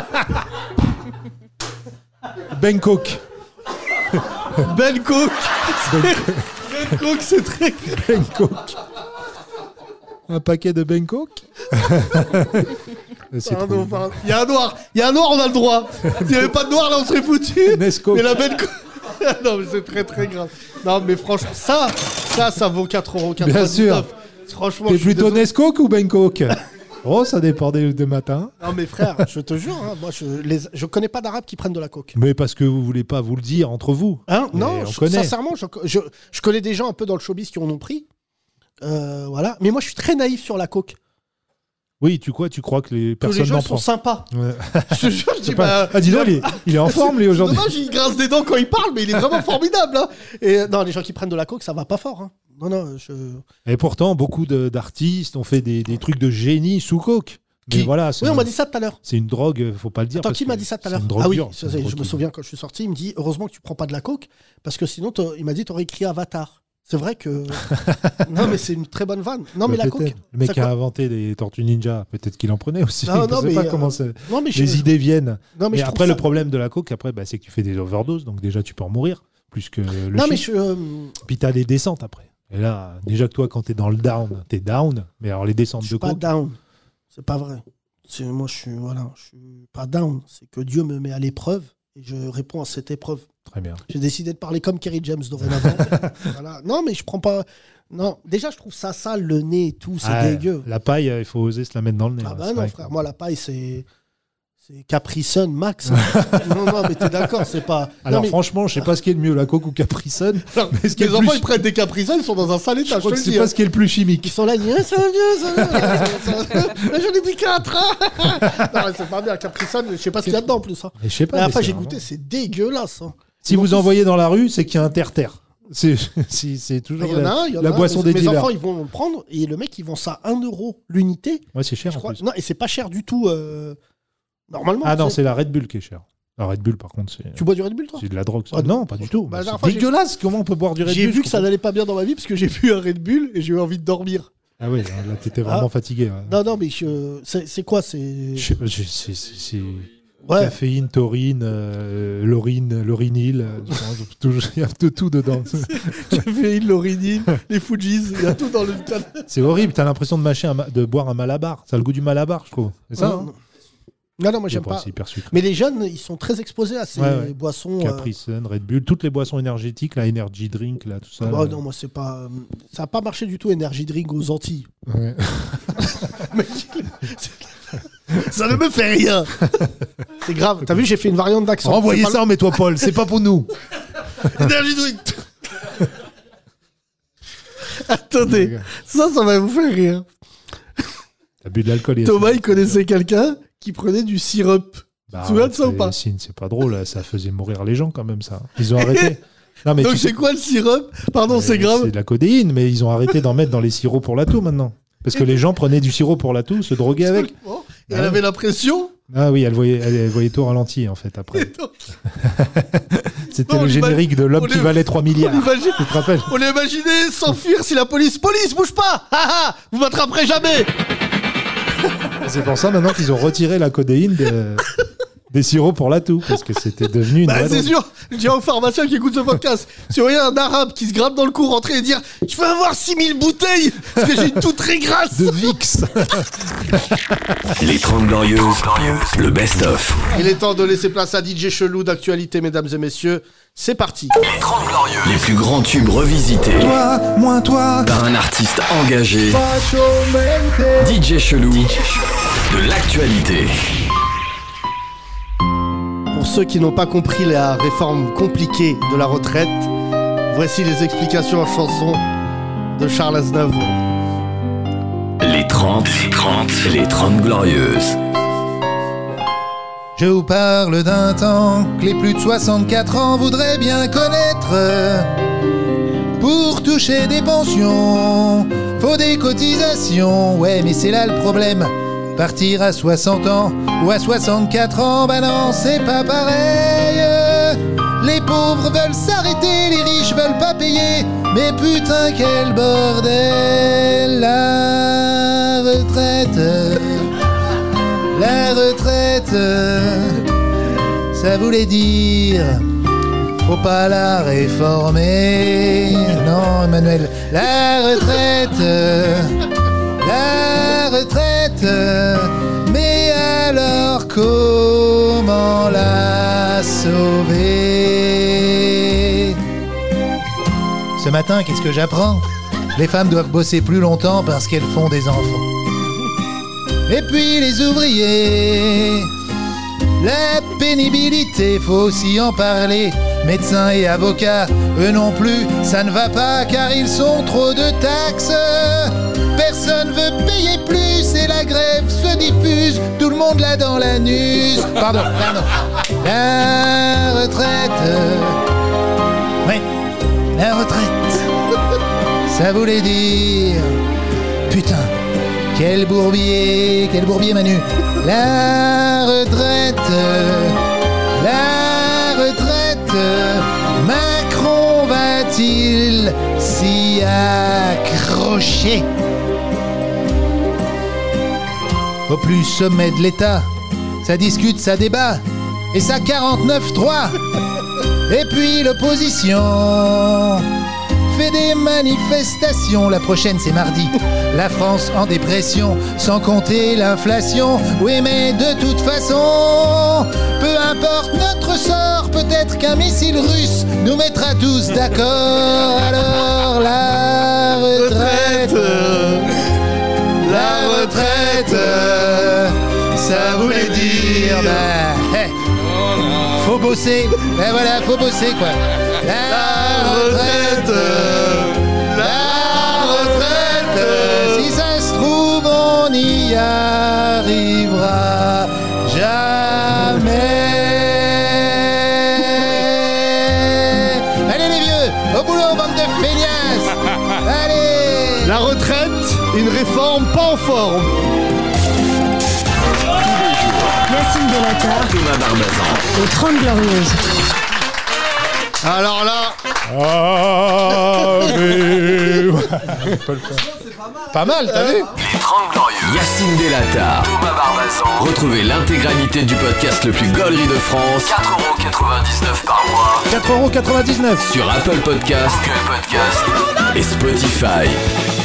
[SPEAKER 3] Bangkok.
[SPEAKER 2] Ben coke. ben coke, c'est très.
[SPEAKER 3] Bangkok. Un paquet de Bangkok C'est
[SPEAKER 2] Pardon, pardon. Il y a un noir, il y a un noir, on a le droit. S'il n'y avait pas de noir, là, on serait foutu.
[SPEAKER 3] Nesco.
[SPEAKER 2] Mais la Ben coke. non, mais c'est très très grave. Non, mais franchement, ça, ça, ça vaut 4,99€.
[SPEAKER 3] Bien sûr.
[SPEAKER 2] Franchement,
[SPEAKER 3] T'es
[SPEAKER 2] je suis
[SPEAKER 3] plutôt
[SPEAKER 2] désolé.
[SPEAKER 3] Nescoke ou Bangkok Oh, ça dépend des des matins.
[SPEAKER 2] Non mais frère, je te jure, hein, moi je, les, je connais pas d'arabes qui prennent de la coke.
[SPEAKER 3] Mais parce que vous voulez pas vous le dire entre vous.
[SPEAKER 2] Hein
[SPEAKER 3] Mais
[SPEAKER 2] non,
[SPEAKER 3] on
[SPEAKER 2] je-
[SPEAKER 3] connaît.
[SPEAKER 2] sincèrement, je, je, je connais des gens un peu dans le showbiz qui en ont pris. Euh, voilà. Mais moi je suis très naïf sur la coke.
[SPEAKER 3] Oui, tu quoi Tu crois que les
[SPEAKER 2] Que les
[SPEAKER 3] personnes
[SPEAKER 2] gens
[SPEAKER 3] n'en
[SPEAKER 2] ils sont
[SPEAKER 3] prend
[SPEAKER 2] sympas.
[SPEAKER 3] Ouais.
[SPEAKER 2] Je te jure, je dis
[SPEAKER 3] C'est pas-
[SPEAKER 2] bah,
[SPEAKER 3] Ah, dis donc,
[SPEAKER 2] non,
[SPEAKER 3] il est, il est en forme, lui, aujourd'hui.
[SPEAKER 2] Dommage, il grince des dents quand il parle, mais il est vraiment formidable. hein. Et euh, non, les gens qui prennent de la coke, ça va pas fort. hein. Non, non, je.
[SPEAKER 3] Et pourtant, beaucoup de- d'artistes ont fait des, des trucs de génie sous coke. Mais
[SPEAKER 2] Qui
[SPEAKER 3] voilà, c'est
[SPEAKER 2] Oui, on
[SPEAKER 3] une-
[SPEAKER 2] m'a dit ça tout à l'heure.
[SPEAKER 3] c'est une drogue, euh, faut pas le dire.
[SPEAKER 2] Attends,
[SPEAKER 3] parce
[SPEAKER 2] qui
[SPEAKER 3] que
[SPEAKER 2] m'a dit ça tout
[SPEAKER 3] c'est
[SPEAKER 2] à l'heure
[SPEAKER 3] une drogue
[SPEAKER 2] Ah oui,
[SPEAKER 3] dure,
[SPEAKER 2] je,
[SPEAKER 3] c'est une
[SPEAKER 2] je
[SPEAKER 3] drogue
[SPEAKER 2] me
[SPEAKER 3] dure.
[SPEAKER 2] souviens quand je suis sorti, il me dit heureusement que tu prends pas de la coke parce que sinon t'aurais- il m'a dit t'aurais écrit Avatar. C'est vrai que non mais c'est une très bonne vanne. Non mais la
[SPEAKER 3] Peut-être.
[SPEAKER 2] coke.
[SPEAKER 3] Le mec
[SPEAKER 2] ça
[SPEAKER 3] qui a
[SPEAKER 2] co-
[SPEAKER 3] inventé les tortues ninja, peut-être qu'il en prenait aussi.
[SPEAKER 2] Non, non,
[SPEAKER 3] je sais
[SPEAKER 2] mais,
[SPEAKER 3] pas
[SPEAKER 2] euh,
[SPEAKER 3] comment ça-
[SPEAKER 2] non, mais je-
[SPEAKER 3] les idées viennent.
[SPEAKER 2] Non, mais
[SPEAKER 3] mais
[SPEAKER 2] je trouve
[SPEAKER 3] après, le
[SPEAKER 2] ça-
[SPEAKER 3] problème de la coke, après, bah, c'est que tu fais des overdoses, donc déjà tu peux en mourir, plus que le
[SPEAKER 2] Non mais
[SPEAKER 3] shit.
[SPEAKER 2] je, euh,
[SPEAKER 3] Puis t'as les descentes après. Et là, déjà que toi, quand t'es dans le down, t'es down. Mais alors les descentes
[SPEAKER 2] je
[SPEAKER 3] de
[SPEAKER 2] suis pas
[SPEAKER 3] coke.
[SPEAKER 2] down. C'est pas vrai. C'est- Moi je suis voilà, je suis pas down. C'est que Dieu me met à l'épreuve et je réponds à cette épreuve.
[SPEAKER 3] Très bien.
[SPEAKER 2] J'ai décidé de parler comme Kerry James dorénavant. Voilà. Non mais je prends pas. Non déjà je trouve ça sale le nez et tout, c'est
[SPEAKER 3] Ah,
[SPEAKER 2] dégueu.
[SPEAKER 3] La paille, euh, il faut oser se la mettre dans le nez.
[SPEAKER 2] Ah
[SPEAKER 3] ouais,
[SPEAKER 2] bah
[SPEAKER 3] c'est
[SPEAKER 2] non,
[SPEAKER 3] vrai.
[SPEAKER 2] frère, moi la paille, c'est. c'est- C'est Capri Sun Max. non, non, mais t'es d'accord, c'est pas.
[SPEAKER 3] Alors
[SPEAKER 2] non, mais-
[SPEAKER 3] franchement, je sais pas ce qui est le mieux, la coke ou Capri Sun. mais ce qui est
[SPEAKER 2] les
[SPEAKER 3] le
[SPEAKER 2] enfants,
[SPEAKER 3] plus-
[SPEAKER 2] ils prennent des Capri Sun, ils sont dans un sale
[SPEAKER 3] je
[SPEAKER 2] état. Je,
[SPEAKER 3] crois
[SPEAKER 2] te
[SPEAKER 3] que
[SPEAKER 2] le
[SPEAKER 3] c'est
[SPEAKER 2] dis. hein.
[SPEAKER 3] pas ce qui est le plus chimique.
[SPEAKER 2] Ils sont là, ils disent, Ah, ça va bien, ça va bien. Là, j'en ai pris 4. non, mais c'est pas bien. Capri Sun, je sais pas ce qu'il y a dedans en plus. hein.
[SPEAKER 3] Mais je sais pas, hein.
[SPEAKER 2] La
[SPEAKER 3] mais
[SPEAKER 2] dernière fois,
[SPEAKER 3] c'est
[SPEAKER 2] j'ai
[SPEAKER 3] vraiment-
[SPEAKER 2] goûté, c'est dégueulasse. hein.
[SPEAKER 3] Si vous envoyez dans la rue, c'est qu'il y a un terre-terre. C'est si- c'est toujours
[SPEAKER 2] Il Ah, y en a
[SPEAKER 3] la,
[SPEAKER 2] un, il y en a
[SPEAKER 3] la
[SPEAKER 2] un.
[SPEAKER 3] boisson
[SPEAKER 2] mes,
[SPEAKER 3] des
[SPEAKER 2] mes
[SPEAKER 3] dealers.
[SPEAKER 2] enfants, ils vont le prendre et le mec, ils vend ça à 1 euro l'unité.
[SPEAKER 3] Ouais, c'est cher
[SPEAKER 2] Je
[SPEAKER 3] en
[SPEAKER 2] crois-
[SPEAKER 3] plus.
[SPEAKER 2] Non, et c'est pas cher du tout. euh, Normalement.
[SPEAKER 3] Ah non,
[SPEAKER 2] tu sais.
[SPEAKER 3] c'est la Red Bull qui est chère. La Red Bull, par contre, c'est.
[SPEAKER 2] Tu bois du Red Bull, toi
[SPEAKER 3] C'est de la drogue. ça.
[SPEAKER 2] Ah,
[SPEAKER 3] non, pas du tout. mais
[SPEAKER 2] Bah, la dernière
[SPEAKER 3] c'est
[SPEAKER 2] fois, j'ai-
[SPEAKER 3] dégueulasse. Comment on peut boire du Red
[SPEAKER 2] J'ai
[SPEAKER 3] Bull
[SPEAKER 2] vu
[SPEAKER 3] je
[SPEAKER 2] que ça n'allait pas bien dans ma vie parce que j'ai bu un Red Bull et j'ai eu envie de dormir.
[SPEAKER 3] Ah ouais, là t'étais vraiment
[SPEAKER 2] Ah.
[SPEAKER 3] fatigué. ouais.
[SPEAKER 2] Non, non, mais je- c'est c'est quoi C'est.
[SPEAKER 3] Je- je- c'est- c'est- c'est- Caféine, taurine, euh, laurine, laurinyl, euh, toujours- il y a de tout dedans.
[SPEAKER 2] Caféine, l'orinine, les Fujis, il y a tout dans le.
[SPEAKER 3] C'est horrible, t'as l'impression de mâcher un ma- de boire un malabar. Ça a le goût du malabar, je trouve. C'est ça
[SPEAKER 2] Ouais,
[SPEAKER 3] hein
[SPEAKER 2] non. Non, non, moi
[SPEAKER 3] Mais
[SPEAKER 2] j'aime
[SPEAKER 3] bon,
[SPEAKER 2] pas.
[SPEAKER 3] c'est hyper sucré.
[SPEAKER 2] Mais les jeunes, ils sont très exposés à ces
[SPEAKER 3] Ouais, ouais.
[SPEAKER 2] boissons. euh,
[SPEAKER 3] Capri Sun, Red Bull, toutes les boissons énergétiques, la energy drink, là, tout ça.
[SPEAKER 2] bah,
[SPEAKER 3] là.
[SPEAKER 2] non, moi c'est pas. euh, Ça a pas marché du tout, Energy Drink aux Antilles.
[SPEAKER 3] Ouais.
[SPEAKER 2] Mec, ça ne me fait rien. C'est grave. T'as vu, j'ai fait une variante d'accent.
[SPEAKER 3] Renvoyez
[SPEAKER 2] C'est pas
[SPEAKER 3] ça en métropole, c'est pas pour nous.
[SPEAKER 2] le- Energy Drink.
[SPEAKER 3] Oh
[SPEAKER 2] Attendez, ça, ça va vous faire rire.
[SPEAKER 3] T'as bu de l'alcool. et-
[SPEAKER 2] Thomas, il connaissait quelqu'un qui prenait du sirop.
[SPEAKER 3] Bah,
[SPEAKER 2] tu te souviens de ça ou
[SPEAKER 3] c'est-
[SPEAKER 2] pas
[SPEAKER 3] C'est c'est pas drôle, ça faisait mourir les gens quand même, ça. Ils ont arrêté. Non, mais
[SPEAKER 2] Donc
[SPEAKER 3] tu sais-
[SPEAKER 2] c'est quoi le sirop Pardon, c'est
[SPEAKER 3] C'est
[SPEAKER 2] grave.
[SPEAKER 3] de la codéine, mais ils ont arrêté d'en mettre dans les sirops pour la toux maintenant. Parce que les gens prenaient du sirop pour la toux, se droguaient avec. Hein
[SPEAKER 2] Et elle Oh, avait l'impression.
[SPEAKER 3] Ah oui, elle voyait, elle, elle voyait tout ralenti en fait après. C'était
[SPEAKER 2] Non, on
[SPEAKER 3] le
[SPEAKER 2] l'imagine-
[SPEAKER 3] générique de
[SPEAKER 2] on
[SPEAKER 3] l'homme qui
[SPEAKER 2] l'im-
[SPEAKER 3] valait 3 milliards.
[SPEAKER 2] on l'imagine-
[SPEAKER 3] Tu te rappelles
[SPEAKER 2] On l'imaginait s'enfuir si la police. Police, bouge pas Ah ah Vous m'attraperez jamais
[SPEAKER 3] C'est pour ça maintenant qu'ils ont retiré la codéine de- des sirops pour la toux, parce que c'était devenu une.
[SPEAKER 2] Bah,
[SPEAKER 3] vraie
[SPEAKER 2] c'est
[SPEAKER 3] drogue.
[SPEAKER 2] sûr, je dis aux pharmaciens qui écoutent ce podcast, si vous voyez un arabe qui se grappe dans le cou rentrer et dire Je veux avoir 6000 bouteilles parce que j'ai une toux très grasse
[SPEAKER 3] De VIX
[SPEAKER 1] Les 30 Glorieuses, le best-of.
[SPEAKER 2] Il est temps de laisser place à DJ Chelou d'actualité, mesdames et messieurs. C'est parti
[SPEAKER 1] Les plus grands tubes revisités
[SPEAKER 2] Toi, moins toi
[SPEAKER 1] par un artiste engagé. DJ Chelou. De l'actualité.
[SPEAKER 2] Pour ceux qui n'ont pas compris la réforme compliquée de la retraite, voici les explications en chanson de Charles Aznavour.
[SPEAKER 1] Les 30, les 30, les 30 Glorieuses.
[SPEAKER 10] Je vous parle d'un temps que les plus de 64 ans voudraient bien connaître. Pour toucher des pensions, faut des cotisations. Ouais, mais c'est là le problème. Partir à 60 ans ou à 64 ans, bah non, c'est pas pareil. Les pauvres veulent s'arrêter, les riches veulent pas payer. Mais putain, quel bordel! La retraite. La retraite, ça voulait dire, faut pas la réformer. Non, Emmanuel, la retraite, euh, la retraite, euh, mais alors comment la sauver Ce matin, qu'est-ce que j'apprends Les femmes doivent bosser plus longtemps parce qu'elles font des enfants et puis les ouvriers. La pénibilité, faut aussi en parler. Médecins et avocats, eux non plus, ça ne va pas car ils sont trop de taxes. Personne veut payer plus et la grève se diffuse. Tout le monde l'a dans l'anus. Pardon, pardon. La retraite. Oui, la retraite. Ça voulait dire. Putain, quel bourbier, quel bourbier Manu. La retraite, la retraite, Macron va-t-il s'y accrocher Au plus sommet de l'État, ça discute, ça débat, et ça 49-3. Et puis l'opposition fait des manifestations. La prochaine, c'est mardi. La France en dépression, sans compter l'inflation. Oui, mais de toute façon, peu importe notre sort, peut-être qu'un missile russe nous mettra tous d'accord. Alors, la retraite. La retraite,
[SPEAKER 2] ça voulait dire bah,
[SPEAKER 10] ben,
[SPEAKER 2] eh, faut bosser. Ben voilà, faut bosser quoi. La retraite, la retraite. Si ça se trouve, on y arrivera jamais. Allez les vieux, au boulot, bande de feignasses. Allez.
[SPEAKER 11] La retraite, une réforme pas en forme.
[SPEAKER 12] Yacine Delata
[SPEAKER 1] Thomas Barbazan.
[SPEAKER 12] et 30 Glorieuses.
[SPEAKER 11] Alors là.
[SPEAKER 2] Pas mal, t'as vu
[SPEAKER 1] Les 30 Glorieuses. Yacine Delata. Thomas Barbazan. Retrouvez l'intégralité du podcast le plus gaulerie de France. 4,99€ par mois.
[SPEAKER 3] 4,99€.
[SPEAKER 1] Sur Apple Podcast, Google Podcast et Spotify.